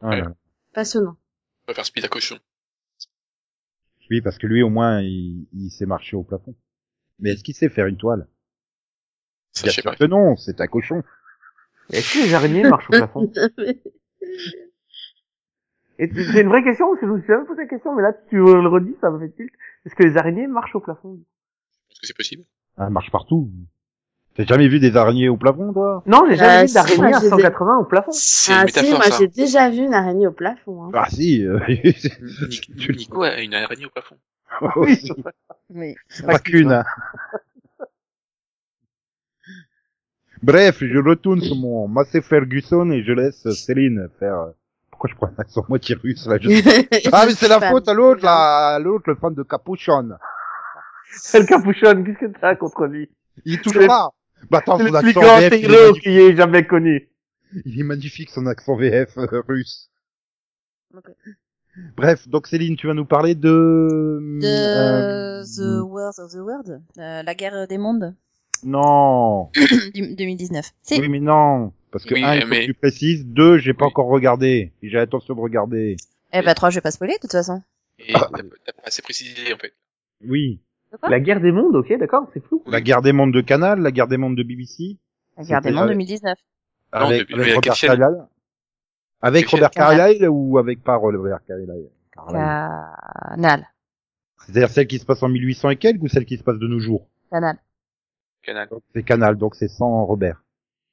[SPEAKER 2] Voilà.
[SPEAKER 6] Passionnant.
[SPEAKER 5] on va faire speed à cochon.
[SPEAKER 2] Oui, parce que lui, au moins, il, il sait marcher au plafond. Mais est-ce qu'il sait faire une toile?
[SPEAKER 5] Ça,
[SPEAKER 2] Bien
[SPEAKER 5] je sais
[SPEAKER 2] sûr
[SPEAKER 5] pas.
[SPEAKER 2] que non, c'est un cochon.
[SPEAKER 4] Est-ce que les araignées marchent au plafond?
[SPEAKER 6] Mais-
[SPEAKER 4] Et t- j'ai une vraie question, parce que je me suis jamais posé la question, mais là, tu le redis, ça me fait tilt. Est-ce que les araignées marchent au plafond
[SPEAKER 5] Est-ce que c'est possible
[SPEAKER 2] Elle marche partout. T'as jamais vu des araignées au plafond, toi
[SPEAKER 4] Non, j'ai jamais
[SPEAKER 6] Euh,
[SPEAKER 4] vu d'araignée
[SPEAKER 6] si,
[SPEAKER 4] à
[SPEAKER 6] moi, j'ai
[SPEAKER 4] 180 au plafond.
[SPEAKER 5] C'est
[SPEAKER 6] Ah
[SPEAKER 5] une
[SPEAKER 6] si,
[SPEAKER 5] métaphore,
[SPEAKER 6] moi
[SPEAKER 5] ça.
[SPEAKER 6] j'ai déjà vu une araignée au plafond. Hein.
[SPEAKER 2] Ah si. euh,
[SPEAKER 5] Ni- Ni- Nico a une araignée au plafond.
[SPEAKER 2] oui,
[SPEAKER 4] c'est vrai.
[SPEAKER 3] Oui.
[SPEAKER 2] pas qu'une. hein. Bref, je retourne sur mon Massey Ferguson et je laisse Céline faire. euh, Pourquoi je prends un accent moitié russe là je sais pas. Ah mais c'est la
[SPEAKER 6] Femme.
[SPEAKER 2] faute à l'autre, là, à l'autre, le fan de Capuchon.
[SPEAKER 4] C'est le capuchon, qu'est-ce que t'as contre lui
[SPEAKER 2] Il est
[SPEAKER 4] C'est
[SPEAKER 2] toujours là. Bah attends,
[SPEAKER 4] C'est
[SPEAKER 2] son
[SPEAKER 4] le plus
[SPEAKER 2] accent
[SPEAKER 4] grand
[SPEAKER 2] VF, il est
[SPEAKER 4] héros
[SPEAKER 2] magnifique.
[SPEAKER 4] qui est jamais connu.
[SPEAKER 2] Il est magnifique son accent VF euh, russe.
[SPEAKER 3] Ok.
[SPEAKER 2] Bref, donc Céline, tu vas nous parler de...
[SPEAKER 3] The,
[SPEAKER 2] Mm, euh,
[SPEAKER 3] the World of the World, euh, la guerre des mondes,
[SPEAKER 2] Non.
[SPEAKER 3] du- 2019. Si.
[SPEAKER 2] Oui, mais non. Parce que,
[SPEAKER 5] Oui,
[SPEAKER 2] un, il faut
[SPEAKER 5] mais-
[SPEAKER 2] que tu précises. Deux, j'ai pas
[SPEAKER 5] Oui.
[SPEAKER 2] encore regardé. J'ai l'intention de regarder.
[SPEAKER 3] Eh ben, trois, je vais pas spoiler, de toute façon.
[SPEAKER 5] Et t'as pas t'as pas assez précisé, en fait.
[SPEAKER 2] Oui.
[SPEAKER 3] Quoi
[SPEAKER 4] La guerre des mondes, ok, d'accord, c'est flou.
[SPEAKER 2] La guerre des mondes de Canal, la guerre des mondes de BBC.
[SPEAKER 3] La guerre des
[SPEAKER 2] C'était-
[SPEAKER 3] mondes 2019.
[SPEAKER 5] Non,
[SPEAKER 2] avec
[SPEAKER 5] de-
[SPEAKER 2] avec
[SPEAKER 5] mais
[SPEAKER 2] Robert
[SPEAKER 5] quelle chaîne
[SPEAKER 2] Carlyle. Avec
[SPEAKER 5] Quelle
[SPEAKER 2] Robert
[SPEAKER 3] chaîne
[SPEAKER 2] Carlyle ou avec pas Robert Carlyle.
[SPEAKER 3] Ah.
[SPEAKER 2] Carlyle.
[SPEAKER 3] Canal.
[SPEAKER 2] C'est-à-dire celle qui se passe en 1800 et quelques ou celle qui se passe de nos jours
[SPEAKER 3] Canal.
[SPEAKER 5] Canal.
[SPEAKER 2] Donc, C'est Canal, donc c'est sans Robert.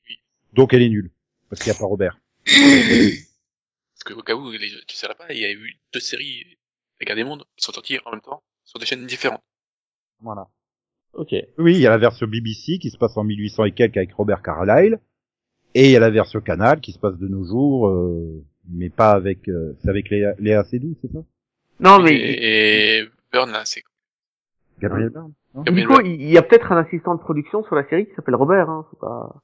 [SPEAKER 5] Oui.
[SPEAKER 2] Donc elle est nulle. Parce qu'il n'y a pas Robert.
[SPEAKER 5] Parce que, au cas où, les, tu sais pas, il y a eu deux séries, La guerre des mondes, qui sont sorties en même temps, sur des chaînes différentes.
[SPEAKER 2] Voilà.
[SPEAKER 4] Ok.
[SPEAKER 2] Oui, il y a la version BBC qui se passe en 1800 et quelques avec Robert Carlyle. Et il y a la version Canal qui se passe de nos jours, euh, mais pas avec... euh, c'est avec Léa, Léa Seydoux, c'est ça
[SPEAKER 3] Oh,
[SPEAKER 4] Non, mais
[SPEAKER 5] Et, et Burn, là, c'est
[SPEAKER 2] Gabriel Byrne
[SPEAKER 5] Gabriel
[SPEAKER 4] Nico, il y a peut-être un assistant de production sur la série qui s'appelle Robert, hein, c'est pas...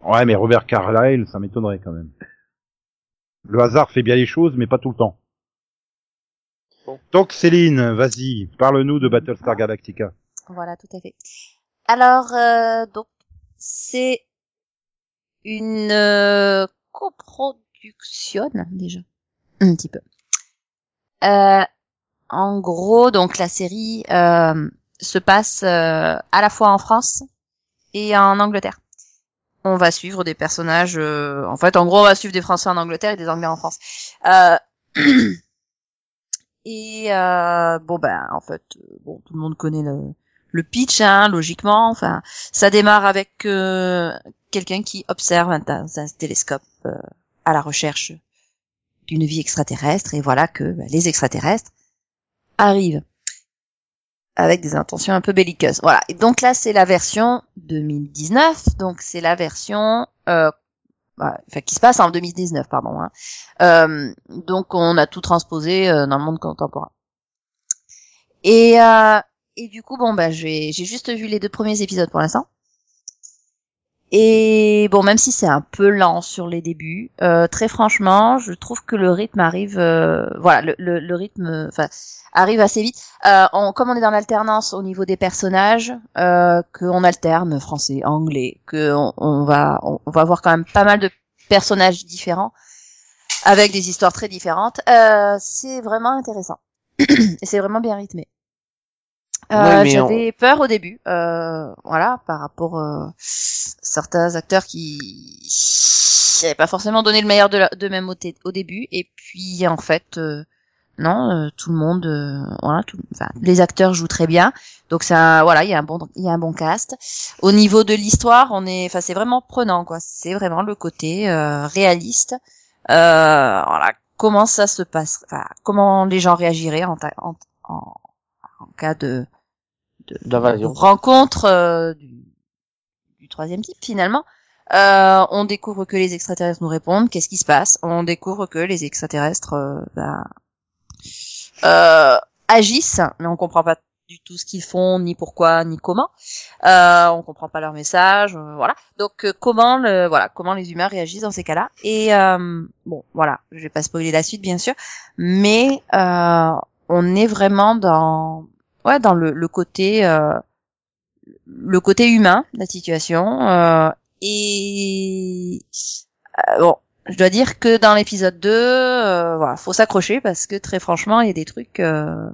[SPEAKER 2] Ouais, mais Robert Carlyle, ça m'étonnerait quand même. Le hasard fait bien les choses, mais pas tout le temps.
[SPEAKER 5] Bon.
[SPEAKER 2] Donc Céline, vas-y, parle-nous de Battlestar Galactica.
[SPEAKER 3] Voilà, tout à fait. Alors, euh, donc, c'est une euh, coproduction, déjà. Un petit peu. Euh, en gros, donc, la série euh, se passe euh, à la fois en France et en Angleterre. On va suivre des personnages... euh, en fait, en gros, on va suivre des Français en Angleterre et des Anglais en France. Euh, et euh, bon, ben, en fait, euh, bon, tout le monde connaît le, le pitch, hein, logiquement. Enfin, ça démarre avec euh, quelqu'un qui observe un- dans un télescope euh, à la recherche d'une vie extraterrestre, et voilà que bah, les extraterrestres arrivent avec des intentions un peu belliqueuses. Voilà. Et donc là, c'est la version 2019. Donc c'est la version euh, bah, enfin, qui se passe en 2019, pardon. hein. Euh, donc on a tout transposé euh, dans le monde contemporain. Et euh, et du coup, bon, bah, j'ai j'ai juste vu les deux premiers épisodes pour l'instant. Et bon, même si c'est un peu lent sur les débuts, euh, très franchement, je trouve que le rythme arrive, euh, voilà, le, le, le rythme, euh, enfin, arrive assez vite. Euh, on, comme on est dans l'alternance au niveau des personnages, euh, qu'on alterne français, anglais, qu'on on va, on, on va avoir quand même pas mal de personnages différents, avec des histoires très différentes. Euh, c'est vraiment intéressant. Et c'est vraiment bien rythmé. Euh,
[SPEAKER 4] Ouais, mais on-
[SPEAKER 3] J'avais peur au début, euh, voilà, par rapport euh, certains acteurs qui n'avaient pas forcément donné le meilleur de la- d'eux-mêmes au, té- au début, et puis en fait, euh, non, euh, tout le monde, euh, voilà, tout, enfin, les acteurs jouent très bien, donc ça, voilà, il y a un bon, il y a un bon cast. Au niveau de l'histoire, on est, enfin, c'est vraiment prenant, quoi. C'est vraiment le côté euh, réaliste. Euh, voilà, comment ça se passe, enfin, comment les gens réagiraient en, ta- en, en, en cas de de, de-
[SPEAKER 4] D'invasion.
[SPEAKER 3] de rencontre euh, du, du troisième type finalement. Euh, on découvre que les extraterrestres nous répondent. Qu'est-ce qui se passe On découvre que les extraterrestres euh, ben, euh, agissent, mais on comprend pas du tout ce qu'ils font, ni pourquoi, ni comment. Euh, on comprend pas leur message, euh, voilà. Donc euh, comment le, voilà, comment les humains réagissent dans ces cas-là Et euh, bon, voilà, je vais pas spoiler la suite bien sûr, mais euh, on est vraiment dans, ouais, dans le, le côté, euh, le côté humain de la situation. euh, et euh, bon, je dois dire que dans l'épisode 2, euh, voilà, faut s'accrocher parce que très franchement, il y a des trucs. euh,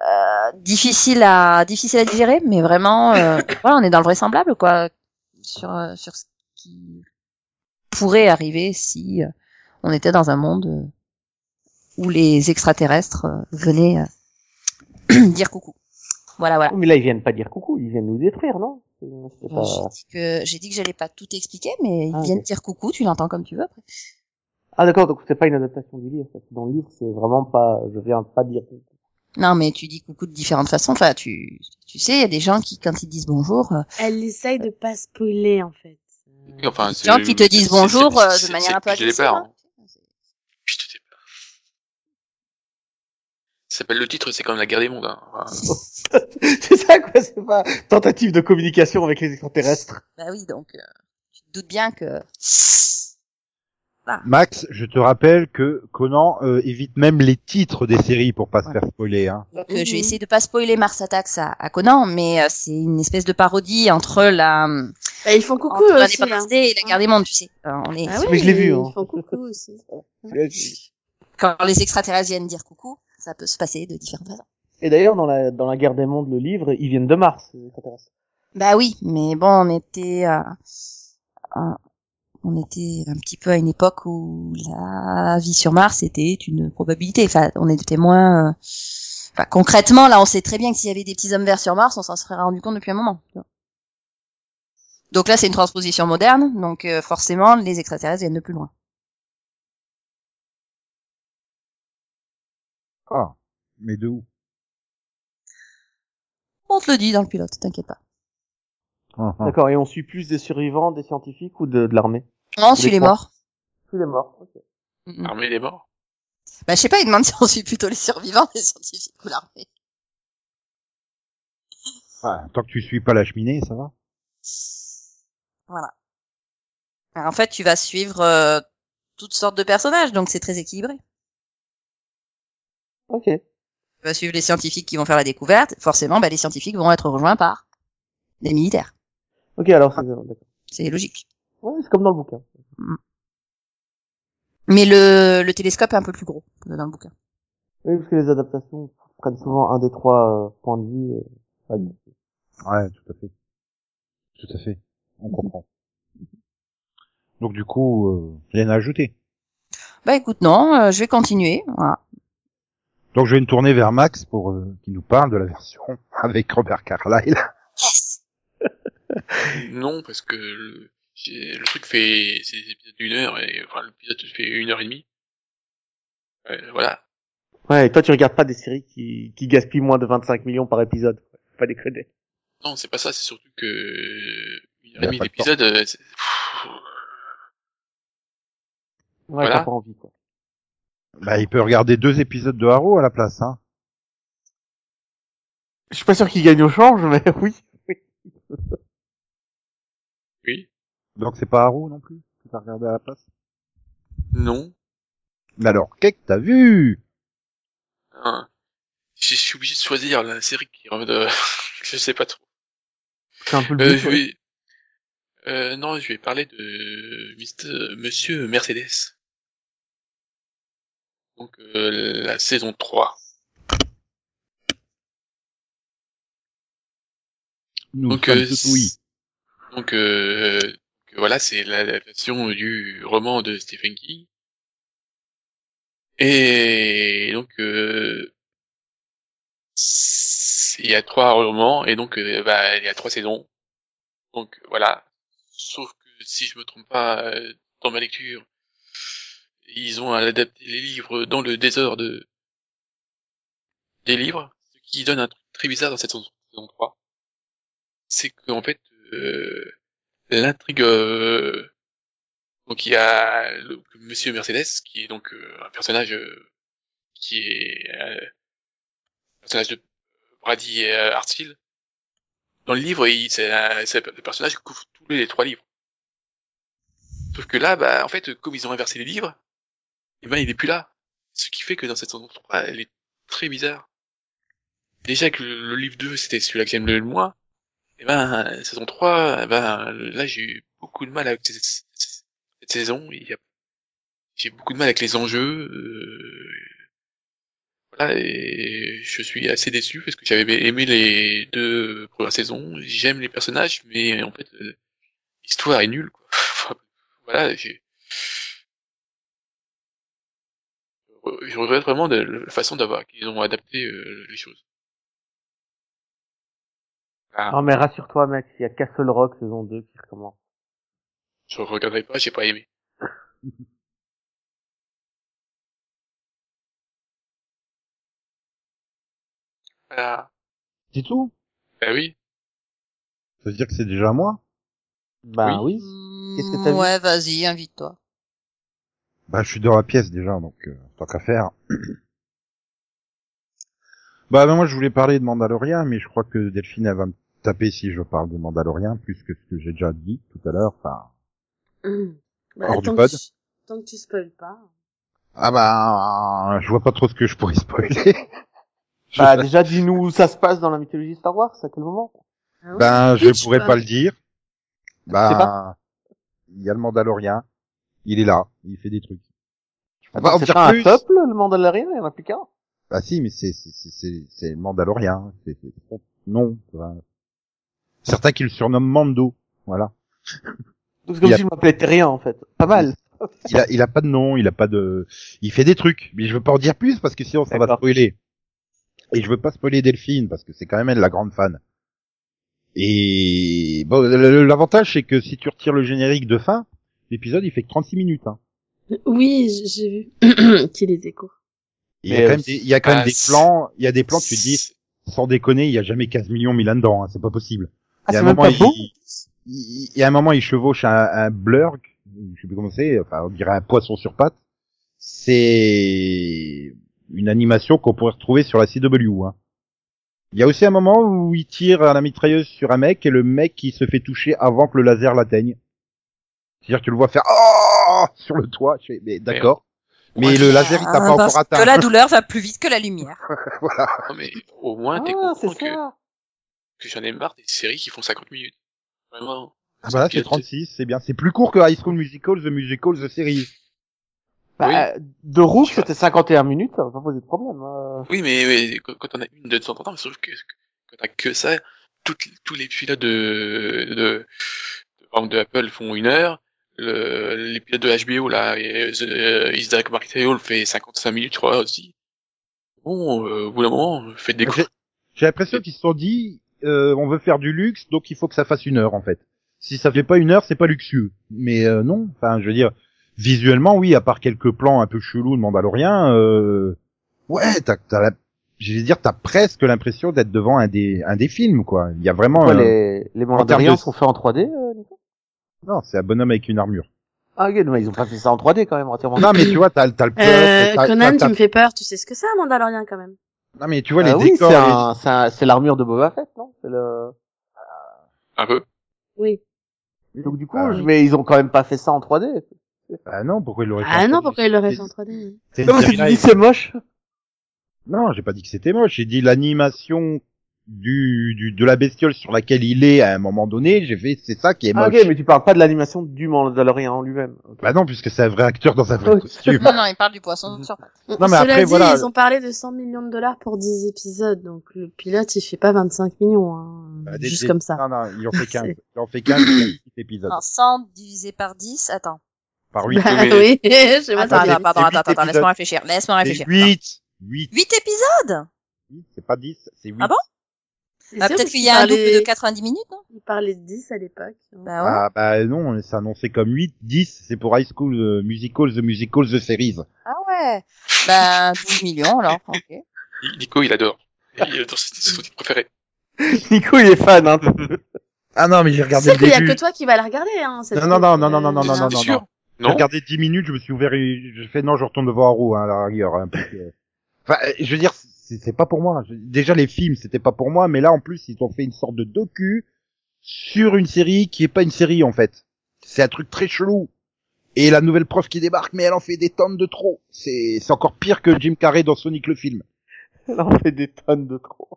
[SPEAKER 3] euh, difficiles à difficiles à digérer mais vraiment euh, voilà on est dans le vraisemblable quoi sur euh, sur ce qui pourrait arriver si euh, on était dans un monde euh, où les extraterrestres euh, venaient euh, dire coucou. Voilà, voilà.
[SPEAKER 4] Mais là, ils viennent pas dire coucou, ils viennent nous détruire, non C'est pas-
[SPEAKER 6] Oh.
[SPEAKER 3] J'ai dit que j'ai dit que j'allais pas tout expliquer, mais ils
[SPEAKER 4] Ah,
[SPEAKER 3] viennent
[SPEAKER 4] ok.
[SPEAKER 3] dire coucou. Tu l'entends comme tu veux. après.
[SPEAKER 4] Ah d'accord, donc c'est pas une adaptation du livre. parce que Dans le livre, c'est vraiment pas... Je viens pas dire...
[SPEAKER 3] Non, mais tu dis coucou de différentes façons. Enfin, tu tu sais, il y a des gens qui quand ils disent bonjour, euh,
[SPEAKER 6] Elle essaye de pas spoiler, en fait.
[SPEAKER 5] Enfin,
[SPEAKER 3] des gens
[SPEAKER 5] c'est-
[SPEAKER 3] qui te disent
[SPEAKER 5] c'est- c'est-
[SPEAKER 3] bonjour
[SPEAKER 5] c'est-
[SPEAKER 3] euh, de
[SPEAKER 5] c'est-
[SPEAKER 3] manière un peu
[SPEAKER 5] c'est- je les
[SPEAKER 3] agressive.
[SPEAKER 5] barre,
[SPEAKER 3] hein.
[SPEAKER 5] hein. Je te dépare. Ça s'appelle le titre, c'est comme la guerre des mondes. hein. Enfin,
[SPEAKER 4] c'est ça quoi, c'est pas tentative de communication avec les extraterrestres.
[SPEAKER 3] Bah oui, donc euh, tu te doutes bien que
[SPEAKER 2] Max, je te rappelle que Conan euh, évite même les titres des séries pour pas se
[SPEAKER 3] Voilà.
[SPEAKER 2] faire spoiler. Hein.
[SPEAKER 3] Donc, euh,
[SPEAKER 6] Mhm.
[SPEAKER 3] je
[SPEAKER 6] Mm-hmm.
[SPEAKER 3] vais essayer de pas spoiler Mars Attacks à, à Conan, mais euh, c'est une espèce de parodie entre la entre
[SPEAKER 6] Bah, ils font coucou eux aussi, là.
[SPEAKER 3] l'indépendance et la guerre des mondes, tu sais. Euh, on est
[SPEAKER 6] Ah oui,
[SPEAKER 4] Mais je l'ai vu, hein.
[SPEAKER 6] Ils font coucou aussi.
[SPEAKER 3] quand les extraterrestres viennent dire coucou, ça peut se passer de différentes façons.
[SPEAKER 4] Et d'ailleurs, dans la, dans la guerre des mondes, le livre, ils viennent de Mars, les extraterrestres.
[SPEAKER 3] Bah oui, mais bon, on était euh, euh, on était un petit peu à une époque où la vie sur Mars était une probabilité. Enfin, on était moins. euh, Enfin, concrètement, là, on sait très bien que s'il y avait des petits hommes verts sur Mars, on s'en serait rendu compte depuis un moment. tu vois. Donc là, c'est une transposition moderne, donc euh, forcément, les extraterrestres viennent de plus loin.
[SPEAKER 2] Ah, mais de où
[SPEAKER 3] On te le dit dans le pilote, t'inquiète pas.
[SPEAKER 2] Ah, ah.
[SPEAKER 4] D'accord, et on suit plus des survivants, des scientifiques ou de, de l'armée
[SPEAKER 3] On suit
[SPEAKER 4] Les
[SPEAKER 3] les
[SPEAKER 4] trois.
[SPEAKER 3] morts.
[SPEAKER 4] Tous les morts, ok.
[SPEAKER 3] Mm, mm.
[SPEAKER 5] Armée des morts.
[SPEAKER 3] Bah, je sais pas, il demande si on suit plutôt les survivants, les scientifiques ou l'armée.
[SPEAKER 2] Ah, tant que tu suis pas la cheminée, ça va.
[SPEAKER 3] Voilà. Alors, en fait, tu vas suivre euh, toutes sortes de personnages, donc c'est très équilibré.
[SPEAKER 4] Ok.
[SPEAKER 3] Tu vas suivre les scientifiques qui vont faire la découverte. Forcément, bah, les scientifiques vont être rejoints par des militaires.
[SPEAKER 4] Ok, alors c'est euh, d'accord.
[SPEAKER 3] C'est logique.
[SPEAKER 4] Ouais, c'est comme dans le bouquin.
[SPEAKER 3] Mais le, le télescope est un peu plus gros que dans le bouquin.
[SPEAKER 4] Oui, parce que les adaptations prennent souvent un des trois euh, points de vue. euh, pas de-
[SPEAKER 2] Ouais, tout à fait. Tout à fait. On comprend. Donc du coup, euh, rien à ajouter.
[SPEAKER 3] Bah écoute, non, euh, je vais continuer. Voilà.
[SPEAKER 2] Donc je vais me tourner vers Max pour euh, qu'il nous parle de la version avec Robert Carlyle.
[SPEAKER 5] Non, parce que le, j'ai- le truc fait c'est des épisodes d'une heure, et enfin l'épisode fait une heure et demie. Euh, voilà.
[SPEAKER 4] Ouais, et toi, tu regardes pas des séries qui, qui gaspillent moins de 25 millions par épisode. quoi. Faut Pas déconner.
[SPEAKER 5] Non, c'est pas ça, c'est surtout que euh, une heure
[SPEAKER 2] Il y a
[SPEAKER 5] et demie
[SPEAKER 2] pas de
[SPEAKER 5] d'épisode, euh, c'est- pfff,
[SPEAKER 4] Ouais,
[SPEAKER 5] Voilà.
[SPEAKER 4] t'as pas envie, quoi.
[SPEAKER 2] Bah, il peut regarder deux épisodes de Haro à la place, hein.
[SPEAKER 4] Je suis pas sûr qu'ils gagnent au change, mais oui.
[SPEAKER 5] oui.
[SPEAKER 2] Donc c'est pas Haro non plus que t'as regardé à la place.
[SPEAKER 5] Non.
[SPEAKER 2] Mais alors, qu'est-ce que t'as vu
[SPEAKER 5] Hein. Je suis obligé de choisir la série qui revient de... je sais pas trop.
[SPEAKER 4] C'est un peu le
[SPEAKER 5] Euh,
[SPEAKER 2] Mhm.
[SPEAKER 4] but,
[SPEAKER 5] je
[SPEAKER 4] ouais.
[SPEAKER 5] vais... euh, non, je vais parler de Mr. Monsieur Mercedes. Donc euh, la saison 3.
[SPEAKER 2] Nous
[SPEAKER 5] Donc,
[SPEAKER 2] sommes
[SPEAKER 5] euh,
[SPEAKER 2] tout oui.
[SPEAKER 5] Donc euh, que voilà, c'est l'adaptation du roman de Stephen King. Et donc euh, c'est- il y a trois romans et donc euh, bah, il y a trois saisons. Donc voilà. Sauf que si je me trompe pas euh, dans ma lecture, ils ont adapté les livres dans le désordre de- des livres, ce qui donne un truc très bizarre dans cette saison saison 3 c'est qu'en fait euh, l'intrigue euh, donc il y a le, le Monsieur Mercedes qui est donc euh, un personnage euh, qui est euh, un personnage de Brady euh, Hartfield dans le livre il c'est un- c'est un- le personnage qui couvre tous les trois livres sauf que là bah en fait comme ils ont inversé les livres et ben il est plus là ce qui fait que dans cette saison 3 elle est très bizarre déjà que le, le livre 2 c'était celui-là que j'aime le moins eh ben, saison 3, eh ben, là, j'ai eu beaucoup de mal avec cette, cette- cette saison. Il y a- J'ai beaucoup de mal avec les enjeux. euh, Voilà, et je suis assez déçu parce que j'avais aimé les deux premières saisons. J'aime les personnages, mais en fait, euh, l'histoire est nulle. Quoi. Enfin, voilà, j'ai... euh, je regrette vraiment de, la façon d'avoir qu'ils ont adapté euh, les choses. Ah.
[SPEAKER 4] Non mais rassure-toi mec, il y a Castle Rock saison 2 qui recommence.
[SPEAKER 5] Je regarderai pas, j'ai pas aimé. Ah,
[SPEAKER 2] C'est tout
[SPEAKER 5] bah oui.
[SPEAKER 2] Ça veut dire que c'est déjà à moi
[SPEAKER 4] Bah oui. Qu'est-ce que t'as vu
[SPEAKER 3] Mm, ouais, vas-y, invite-toi.
[SPEAKER 2] Bah, je suis dans la pièce déjà, donc euh, tant qu'à faire. bah, bah, moi, je voulais parler de Mandalorian, mais je crois que Delphine, elle va me taper si je parle de Mandalorian, plus que ce que j'ai déjà dit tout à l'heure. Enfin,
[SPEAKER 6] Bah,
[SPEAKER 2] Hors du
[SPEAKER 6] tant, que
[SPEAKER 2] pod.
[SPEAKER 6] tu, tant que tu spoiles pas.
[SPEAKER 2] ah bah, je vois pas trop ce que je pourrais spoiler. Je
[SPEAKER 4] Bah
[SPEAKER 2] sais-
[SPEAKER 4] déjà dis-nous où ça se passe dans la mythologie Star Wars, à quel moment
[SPEAKER 6] Ah ouais.
[SPEAKER 2] ben, je
[SPEAKER 6] pitch,
[SPEAKER 2] pourrais
[SPEAKER 6] quoi.
[SPEAKER 2] pas le dire. Bah, il y a le Mandalorian, il est là, il fait des trucs. Je peux pas en
[SPEAKER 4] C'est
[SPEAKER 2] dire
[SPEAKER 4] pas un
[SPEAKER 2] Bah, plus.
[SPEAKER 4] peuple le Mandalorian, il y en a plus qu'un.
[SPEAKER 2] Bah si, mais c'est c'est c'est- c'est c'est Mandalorien. C'est c'est trop- non. enfin, Certains qui le surnomment Mando. Voilà.
[SPEAKER 4] Donc comme
[SPEAKER 2] Il y a-
[SPEAKER 4] si je m'appelais rien en fait. Pas mal.
[SPEAKER 2] Il a il a pas de nom, il a pas de, il fait des trucs. Mais je veux pas en dire plus parce que sinon ça va
[SPEAKER 4] D'accord.
[SPEAKER 2] spoiler. Et je veux pas spoiler Delphine parce que c'est quand même elle la grande fan. Et bon, le- le- l'avantage c'est que si tu retires le générique de fin, l'épisode il fait que 36 minutes. Hein.
[SPEAKER 6] Oui, j- j'ai vu qu'il était court.
[SPEAKER 2] Et Il y
[SPEAKER 4] Mais,
[SPEAKER 2] a quand
[SPEAKER 4] euh,
[SPEAKER 2] même des, il y a quand même
[SPEAKER 5] ah,
[SPEAKER 2] des
[SPEAKER 5] c'est-
[SPEAKER 2] plans, il y a des plans tu te dis sans déconner, il y a jamais 15 millions mis là-dedans, hein, c'est pas possible.
[SPEAKER 4] Ah
[SPEAKER 2] Il y a
[SPEAKER 4] c'est
[SPEAKER 2] un
[SPEAKER 4] même
[SPEAKER 2] moment,
[SPEAKER 4] pas beau.
[SPEAKER 2] il, il- il y a un moment, il chevauche un, un blurg, je sais plus comment c'est, enfin, on dirait un poisson sur patte. C'est une animation qu'on pourrait retrouver sur la CW. hein. Il y a aussi un moment où il tire à la mitrailleuse sur un mec et le mec il se fait toucher avant que le laser l'atteigne. C'est-à-dire que tu le vois faire oh sur le toit. Je fais, mais d'accord. Mais le laser il
[SPEAKER 4] Ah,
[SPEAKER 2] t'a
[SPEAKER 4] bah,
[SPEAKER 2] pas encore atteint.
[SPEAKER 3] que la douleur va plus vite que la lumière.
[SPEAKER 2] Voilà.
[SPEAKER 5] Non, mais au moins, t'es
[SPEAKER 4] Ah
[SPEAKER 5] content
[SPEAKER 4] c'est
[SPEAKER 5] que,
[SPEAKER 4] ça.
[SPEAKER 5] que j'en ai marre des séries qui font 50 minutes. Vraiment.
[SPEAKER 2] Ah bah là c'est
[SPEAKER 5] Puis,
[SPEAKER 2] 36, c'est bien. C'est plus court que High School Musical, The Musical, The Series.
[SPEAKER 4] Bah, De Rouge c'était 51 minutes, ça va pas poser de problème. euh.
[SPEAKER 5] Oui, mais, mais quand quand on a une de temps en temps, sauf que que- quand t'as que ça, toutes, tous les pilotes de, de, de, par exemple, de Apple font une heure, le, les pilotes de HBO, là, et, euh, Isaac Martel le fait 55 minutes, je crois, aussi. Bon, euh, au bout d'un moment, faites des
[SPEAKER 2] J'ai-
[SPEAKER 5] coups.
[SPEAKER 2] J'ai l'impression qu'ils se sont dit, euh, on veut faire du luxe, donc il faut que ça fasse une heure en fait. Si ça fait pas une heure, c'est pas luxueux. Mais euh, non, enfin, je veux dire, visuellement, oui, à part quelques plans un peu chelous de Mandalorian, euh, ouais, t'as, t'as la... je vais dire, t'as presque l'impression d'être devant un des, un des films, quoi. Il y a vraiment,
[SPEAKER 4] Pourquoi
[SPEAKER 2] euh,
[SPEAKER 4] les les
[SPEAKER 2] termes
[SPEAKER 4] Mandaloriens
[SPEAKER 2] de-
[SPEAKER 4] sont faits en 3D euh, Nico
[SPEAKER 2] non, c'est un bonhomme avec une armure.
[SPEAKER 4] Ah ok, mais ils ont pas fait ça en 3D quand même entièrement.
[SPEAKER 2] Non, mais tu vois, t'as, t'as le,
[SPEAKER 6] Euh,
[SPEAKER 2] t'as-
[SPEAKER 6] Conan,
[SPEAKER 2] t'as-
[SPEAKER 6] tu
[SPEAKER 2] t'as-
[SPEAKER 6] me fais peur. Tu sais ce que c'est un Mandalorien quand même.
[SPEAKER 2] non, mais tu vois les
[SPEAKER 4] Ah oui,
[SPEAKER 2] décors.
[SPEAKER 4] c'est
[SPEAKER 2] les-
[SPEAKER 4] un- c'est un- c'est l'armure de Boba Fett, non C'est le.
[SPEAKER 5] Un peu.
[SPEAKER 6] Oui.
[SPEAKER 4] Donc du coup,
[SPEAKER 2] Ah
[SPEAKER 4] je- mais ils ont quand même pas fait ça en 3D.
[SPEAKER 2] Ah non, pourquoi il l'aurait fait
[SPEAKER 6] Ah
[SPEAKER 2] en
[SPEAKER 6] non,
[SPEAKER 2] 3D?
[SPEAKER 6] pourquoi Ah il l'aurait fait en 3D
[SPEAKER 2] C'est
[SPEAKER 4] Non,
[SPEAKER 2] une
[SPEAKER 4] mais si tu
[SPEAKER 2] série
[SPEAKER 4] dis c'est moche.
[SPEAKER 2] Non, j'ai pas dit que c'était moche. J'ai dit l'animation du, du de la bestiole sur laquelle il est à un moment donné. J'ai fait c'est ça qui est
[SPEAKER 4] Ah,
[SPEAKER 2] moche.
[SPEAKER 4] ok, mais tu parles pas de l'animation du Mandalorian en lui-même. Ok.
[SPEAKER 2] Bah non, puisque c'est un vrai acteur dans un vrai
[SPEAKER 4] Oui.
[SPEAKER 2] costume.
[SPEAKER 3] non, non, il parle du
[SPEAKER 2] Mhm.
[SPEAKER 3] poisson sur pattes.
[SPEAKER 6] Non,
[SPEAKER 2] mais après, voilà.
[SPEAKER 6] ils ont parlé de 100 millions de dollars pour 10 épisodes, donc le pilote, il fait pas 25 millions, hein,
[SPEAKER 2] Bah, des-
[SPEAKER 6] juste
[SPEAKER 2] des-
[SPEAKER 6] comme ça.
[SPEAKER 2] Non, non, il en fait qu'un.
[SPEAKER 6] C'est-
[SPEAKER 2] Il en fait qu'un petit épisode.
[SPEAKER 3] Non, 100 divisé par 10, attends.
[SPEAKER 2] Par
[SPEAKER 6] Bah,
[SPEAKER 2] huit.
[SPEAKER 5] mais-
[SPEAKER 6] oui, je sais pas,
[SPEAKER 3] Attends,
[SPEAKER 6] ça
[SPEAKER 2] c'est-
[SPEAKER 3] attends,
[SPEAKER 6] fait-
[SPEAKER 3] pardon,
[SPEAKER 2] c'est
[SPEAKER 3] attends,
[SPEAKER 2] huit
[SPEAKER 3] attends,
[SPEAKER 2] épisodes.
[SPEAKER 3] laisse-moi réfléchir, laisse-moi
[SPEAKER 2] C'est
[SPEAKER 3] réfléchir.
[SPEAKER 2] huit. Huit.
[SPEAKER 3] 8 épisodes
[SPEAKER 2] Huit, C'est pas dix. C'est huit.
[SPEAKER 3] Ah bon
[SPEAKER 6] c'est
[SPEAKER 3] Ah,
[SPEAKER 6] sûr,
[SPEAKER 3] Peut-être
[SPEAKER 6] parce
[SPEAKER 3] qu'il y
[SPEAKER 6] qu'il
[SPEAKER 3] a un
[SPEAKER 6] parlait-
[SPEAKER 3] double de 90 minutes, non
[SPEAKER 6] Il parlait de 10 à l'époque.
[SPEAKER 3] Bah ouais.
[SPEAKER 2] Ah bah non, c'est annoncé comme 8, 10, c'est pour High School euh, Musical, The Musical, The Series.
[SPEAKER 3] Ah ouais. Bah 12 millions alors, ok.
[SPEAKER 5] Ni- Nico, il adore. Il adore c'est son titre préféré.
[SPEAKER 4] Nico, il est fan, hein.
[SPEAKER 2] Ah non, mais j'ai
[SPEAKER 6] C'est
[SPEAKER 2] regardé
[SPEAKER 6] sûr
[SPEAKER 2] le
[SPEAKER 6] qu'il y a
[SPEAKER 2] début.
[SPEAKER 6] que toi qui va la regarder, hein. cette
[SPEAKER 2] Non, non, non, non, non, non, non,
[SPEAKER 6] série.
[SPEAKER 2] non, non,
[SPEAKER 5] C'est
[SPEAKER 2] non.
[SPEAKER 5] sûr.
[SPEAKER 2] J'ai
[SPEAKER 5] Non?
[SPEAKER 2] regardé 10 minutes, je me suis ouvert, et j'ai fait non, je retourne voir Arrow hein, à la rigueur. hein, parce que- Enfin, euh, je veux dire, c'est c'est pas pour moi. Je- Déjà les films, c'était pas pour moi, mais là en plus ils ont fait une sorte de docu sur une série qui est pas une série en fait. C'est un truc très chelou. Et la nouvelle prof qui débarque, mais elle en fait des tonnes de trop. C'est c'est encore pire que Jim Carrey dans Sonic le film.
[SPEAKER 4] Il en fait des tonnes de trop.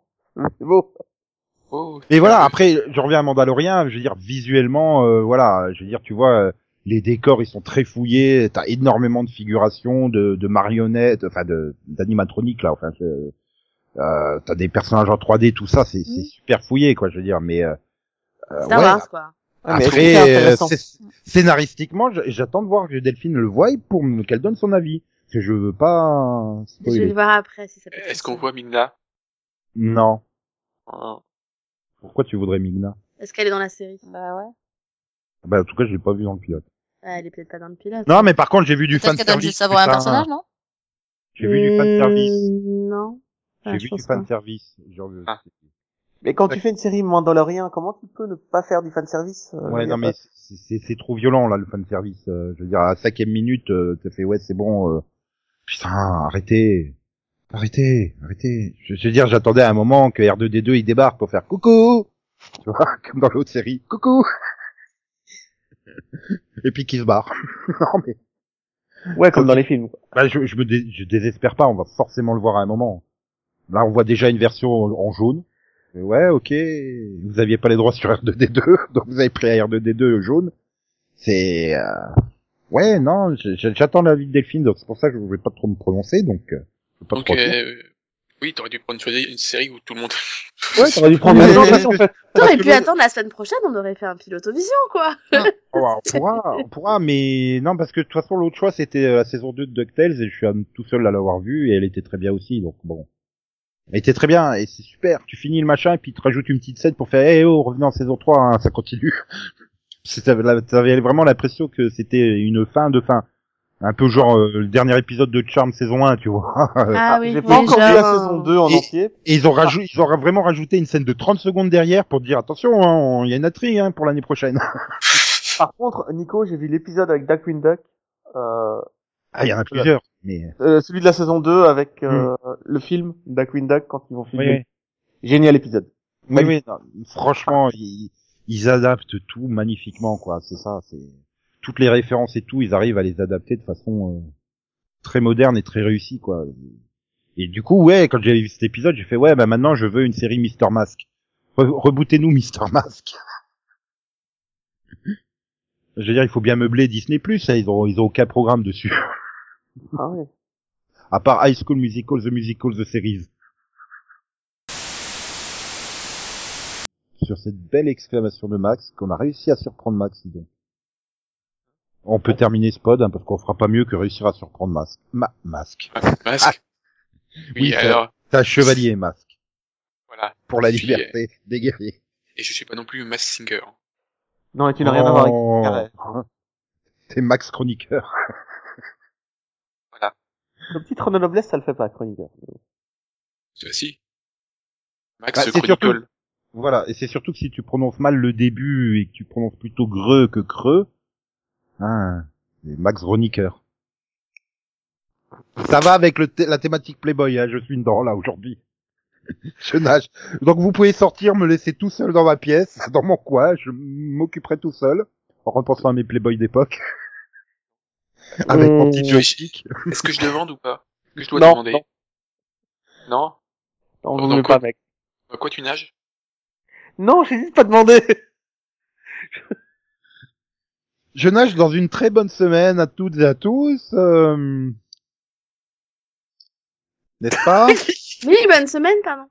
[SPEAKER 4] C'est beau.
[SPEAKER 5] Oh,
[SPEAKER 2] Et voilà,
[SPEAKER 5] euh,
[SPEAKER 2] après, je reviens à Mandalorian, je veux dire, visuellement, euh, voilà, je veux dire, tu vois, euh, les décors, ils sont très fouillés, t'as énormément de figurations, de, de marionnettes, enfin, de d'animatroniques, là, enfin, je- euh, t'as des personnages en 3D, tout ça, c'est c'est
[SPEAKER 6] Mhm.
[SPEAKER 2] super fouillé, quoi, je veux dire, mais... euh, euh,
[SPEAKER 6] Star
[SPEAKER 2] ouais,
[SPEAKER 6] Wars, quoi.
[SPEAKER 4] Ah, mais est-ce que
[SPEAKER 2] après,
[SPEAKER 4] c'est
[SPEAKER 2] euh,
[SPEAKER 4] intéressant
[SPEAKER 2] scé- scénaristiquement, j- j'attends de voir que Delphine le voie pour me- qu'elle donne son avis. que je veux pas
[SPEAKER 6] Je vais le
[SPEAKER 2] spoiler.
[SPEAKER 6] voir après si ça peut.
[SPEAKER 5] Est-ce qu'on voit Migna
[SPEAKER 2] Non.
[SPEAKER 5] Oh.
[SPEAKER 2] Pourquoi tu voudrais Migna
[SPEAKER 6] Est-ce qu'elle est dans la série
[SPEAKER 3] Bah ouais.
[SPEAKER 2] Bah, en tout cas, je l'ai pas vu dans le pilote.
[SPEAKER 6] Ah, Elle est peut-être pas dans le pilote.
[SPEAKER 2] Non, mais par contre, j'ai vu du
[SPEAKER 3] Peut-être
[SPEAKER 2] fan
[SPEAKER 3] qu'elle donne
[SPEAKER 2] service.
[SPEAKER 3] juste savoir à un
[SPEAKER 2] putain.
[SPEAKER 3] personnage, non
[SPEAKER 2] J'ai vu du fan service.
[SPEAKER 6] Mmh, Non. Ah,
[SPEAKER 2] J'ai
[SPEAKER 6] je
[SPEAKER 2] vu du
[SPEAKER 6] pense
[SPEAKER 2] fan
[SPEAKER 6] pas.
[SPEAKER 2] service. Genre, euh,
[SPEAKER 5] Ah.
[SPEAKER 4] Mais quand tu fais une série Mandalorian, comment tu peux ne pas faire du fanservice euh,
[SPEAKER 2] Ouais,
[SPEAKER 4] y a
[SPEAKER 2] non, mais
[SPEAKER 4] pas-
[SPEAKER 2] c'est- c'est c'est trop violent, là, le fan service. euh, je veux dire, à la cinquième minute, euh, t'as fait, ouais, c'est bon, euh, putain, arrêtez. Arrêtez, arrêtez. Je je veux dire, j'attendais à un moment que R2D2 il débarque pour faire coucou. Tu vois, comme dans l'autre série, coucou. Et puis qui se barre. non, mais,
[SPEAKER 4] Ouais, comme dans les films. quoi.
[SPEAKER 2] bah, je, je me dé- je désespère pas, on va forcément le voir à un moment. Là, on voit déjà une version en, en jaune. Mais ouais, ok, vous aviez pas les droits sur R2D2, donc vous avez pris R2D2 jaune. C'est... euh, Ouais, non, je- je- j'attends l'avis de Delphine, donc c'est pour ça que je voulais pas trop me prononcer, donc... euh, je veux pas
[SPEAKER 5] Donc,
[SPEAKER 2] trop dire.
[SPEAKER 5] euh, oui, t'aurais dû prendre choisir une série où tout le monde.
[SPEAKER 4] Ouais, t'aurais dû prendre
[SPEAKER 2] Mais-
[SPEAKER 4] les gens, parce qu'en fait,
[SPEAKER 6] T'aurais
[SPEAKER 4] parce que
[SPEAKER 6] pu
[SPEAKER 4] le-
[SPEAKER 6] attendre la semaine prochaine, on aurait fait un pilote au vision, quoi.
[SPEAKER 2] Oh, on pourra, on pourra, mais non, parce que de toute façon, l'autre choix, c'était euh, la saison 2 de DuckTales, et je suis euh, tout seul à l'avoir vue, et elle était très bien aussi, donc bon. Elle était très bien, et c'est super. Tu finis le machin, et puis tu rajoutes une petite scène pour faire, eh oh, revenez en saison 3, hein, ça continue. C'est- T'avais la- t'avais vraiment l'impression que c'était une fin de fin. Un peu genre euh, le dernier épisode de Charm saison 1, tu vois.
[SPEAKER 4] Ah, J'ai pas encore vu la saison 2 en
[SPEAKER 2] Et-
[SPEAKER 4] entier.
[SPEAKER 2] Et ils ont, rajou- ils ont ra- vraiment rajouté une scène de 30 secondes derrière pour dire, attention, hein, on- il y a une attrie hein, pour l'année prochaine.
[SPEAKER 4] Par contre, Nico, j'ai vu l'épisode avec Darkwing Duck. Euh,
[SPEAKER 2] Ah, il y en a plusieurs, mais...
[SPEAKER 4] euh, celui de la saison 2 avec euh, le film Darkwing Duck quand ils vont filmer.
[SPEAKER 2] Oui, oui.
[SPEAKER 4] Génial épisode.
[SPEAKER 2] Oui, oui, non, franchement, ils, ils adaptent tout magnifiquement, quoi. C'est ça, c'est toutes les références et tout, ils arrivent à les adapter de façon euh, très moderne et très réussie, quoi. Et du coup, ouais, quand j'ai vu cet épisode, j'ai fait ouais, bah maintenant je veux une série Mister Mask. Re- Rebootez-nous Mister Mask. Je veux dire, il faut bien meubler Disney Plus. hein. Ils ont, ils ont aucun programme dessus,
[SPEAKER 4] Ah ouais.
[SPEAKER 2] à part High School Musical, The Musical, The Series. sur cette belle exclamation de Max, qu'on a réussi à surprendre Max, dis donc. On peut terminer ce pod, hein, parce qu'on fera pas mieux que réussir à surprendre Max. Ma Masque.
[SPEAKER 5] Ah, Masque. oui,
[SPEAKER 2] Ah. Oui,
[SPEAKER 5] alors,
[SPEAKER 2] T'as chevalier Masque.
[SPEAKER 5] voilà.
[SPEAKER 2] Pour la
[SPEAKER 5] Je suis-
[SPEAKER 2] liberté des guerriers.
[SPEAKER 5] Et je suis pas non plus Mass Singer. hein.
[SPEAKER 4] Non, et tu n'as rien à voir avec.
[SPEAKER 2] Oh.
[SPEAKER 4] Carré.
[SPEAKER 2] T'es Max Chroniqueur.
[SPEAKER 4] Le petit Ron Noblesse, ça le fait pas, chroniqueur.
[SPEAKER 5] Ceci. Max
[SPEAKER 2] Bah, c'est
[SPEAKER 5] Chronicle.
[SPEAKER 2] surtout- Voilà. Et c'est surtout que si tu prononces mal le début et que tu prononces plutôt greux que creux, hein, c'est Max Chroniqueur. Ça va avec le thé- la thématique Playboy, hein, je suis dedans là aujourd'hui. Je nage. Donc vous pouvez sortir, me laisser tout seul dans ma pièce, dans mon coin, je m'occuperai tout seul, en repensant à mes Playboy d'époque. Avec mon petit jeu.
[SPEAKER 5] Je- Est-ce que je demande ou pas Est-ce Que je dois
[SPEAKER 4] Non,
[SPEAKER 5] demander.
[SPEAKER 4] non.
[SPEAKER 5] Non.
[SPEAKER 4] Non,
[SPEAKER 5] Dans
[SPEAKER 4] vaut mieux
[SPEAKER 5] quoi
[SPEAKER 4] pas, mec.
[SPEAKER 5] À quoi tu nages
[SPEAKER 4] Non, j'hésite pas à demander.
[SPEAKER 2] Je nage dans une très bonne semaine à toutes et à tous. euh, N'est-ce pas
[SPEAKER 6] Oui, bonne semaine, pardon.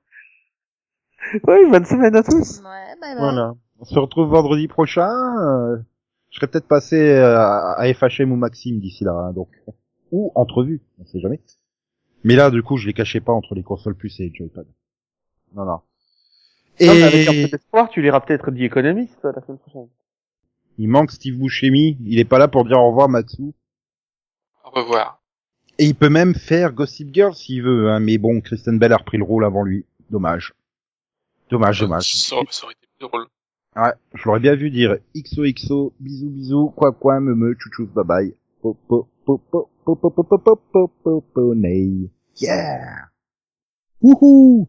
[SPEAKER 4] oui, bonne semaine à tous.
[SPEAKER 3] Ouais, bah, bah.
[SPEAKER 2] Voilà. On se retrouve vendredi prochain. euh, Je serai peut-être passé euh, à FHM ou Maxime d'ici là, hein, donc ou entrevue, on sait jamais. Mais là, du coup, je les cachais pas entre les consoles plus et les Joypad. Non, non. Et
[SPEAKER 4] Non, mais avec un peu d'espoir, tu liras peut-être The Economist euh, la semaine prochaine.
[SPEAKER 2] il manque Steve Buscemi. Il est pas là pour dire au revoir Matsu.
[SPEAKER 5] Au revoir.
[SPEAKER 2] Et il peut même faire Gossip Girl s'il veut, hein, mais bon, Kristen Bell a repris le rôle avant lui. Dommage. Dommage,
[SPEAKER 5] Ah,
[SPEAKER 2] dommage.
[SPEAKER 5] Ça, ça aurait été plus drôle.
[SPEAKER 2] Ouais, je l'aurais bien vu dire XOXO, bisous bisous, quoi quoi, me me, chouchous, bye bye. Po po po po po po po po po po po po nay. Yeah! Wouhou!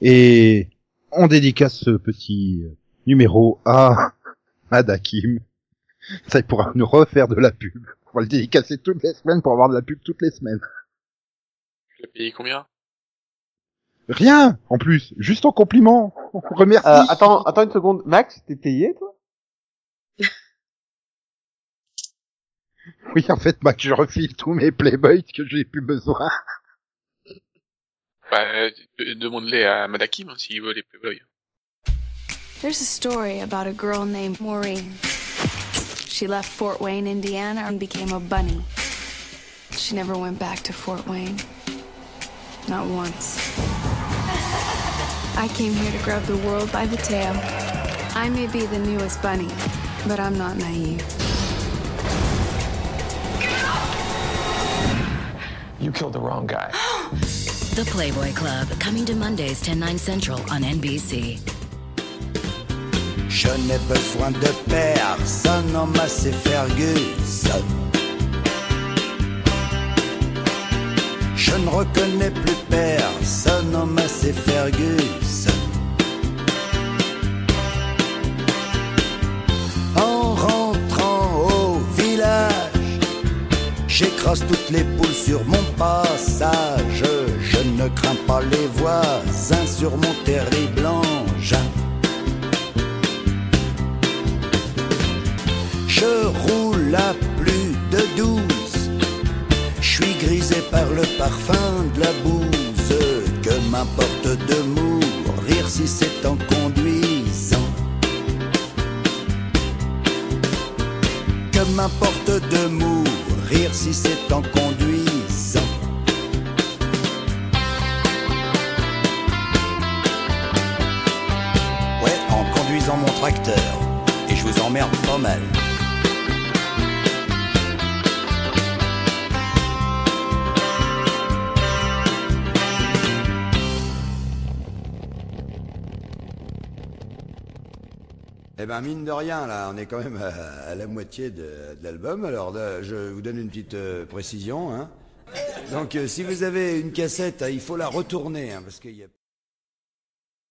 [SPEAKER 2] Et on dédicace ce petit numéro à Adakim. Ça, il pourra nous refaire de la pub. On va le dédicacer toutes les semaines pour avoir de la pub toutes les semaines.
[SPEAKER 5] Tu l'as payé combien
[SPEAKER 2] Rien, en plus, juste en compliment. On remercie.
[SPEAKER 4] Euh, attends, attends une seconde. Max, t'es payé, toi?
[SPEAKER 2] Oui, en fait, Mac, je refile tous mes Playboys que j'ai plus besoin.
[SPEAKER 5] bah, euh, de- Demande-les à Madakim hein, s'il veut les Playboy.
[SPEAKER 10] There's a story about a girl named Maureen. She left Fort Wayne, Indiana, and became a bunny. She never went back to Fort Wayne. Not once. I came here to grab the world by the tail. I may be the newest bunny, but I'm not naive.
[SPEAKER 11] You killed the wrong guy.
[SPEAKER 12] The Playboy Club, coming to Mondays 10 9 Central on NBC.
[SPEAKER 13] Je n'ai besoin de personne, on m'a c'est Ferguson. Je ne reconnais plus personne, on m'a c'est Ferguson. En rentrant au village, j'écrase toutes les poules sur mon passage. Je ne crains pas les voisins sur mon terrible engin. Je roule à plus de douze. Je suis grisé par le parfum de la bouse. Que m'importe de mourir si c'est en conduisant. Que m'importe de mourir si c'est en conduisant. Ouais, en conduisant mon tracteur. Et je vous emmerde pas mal.
[SPEAKER 14] Eh ben mine de rien, là, on est quand même à, à la moitié de, de l'album. Alors là, je vous donne une petite euh, précision. Hein. Donc euh, si vous avez une cassette, hein, il faut la retourner, hein, parce qu'il y a...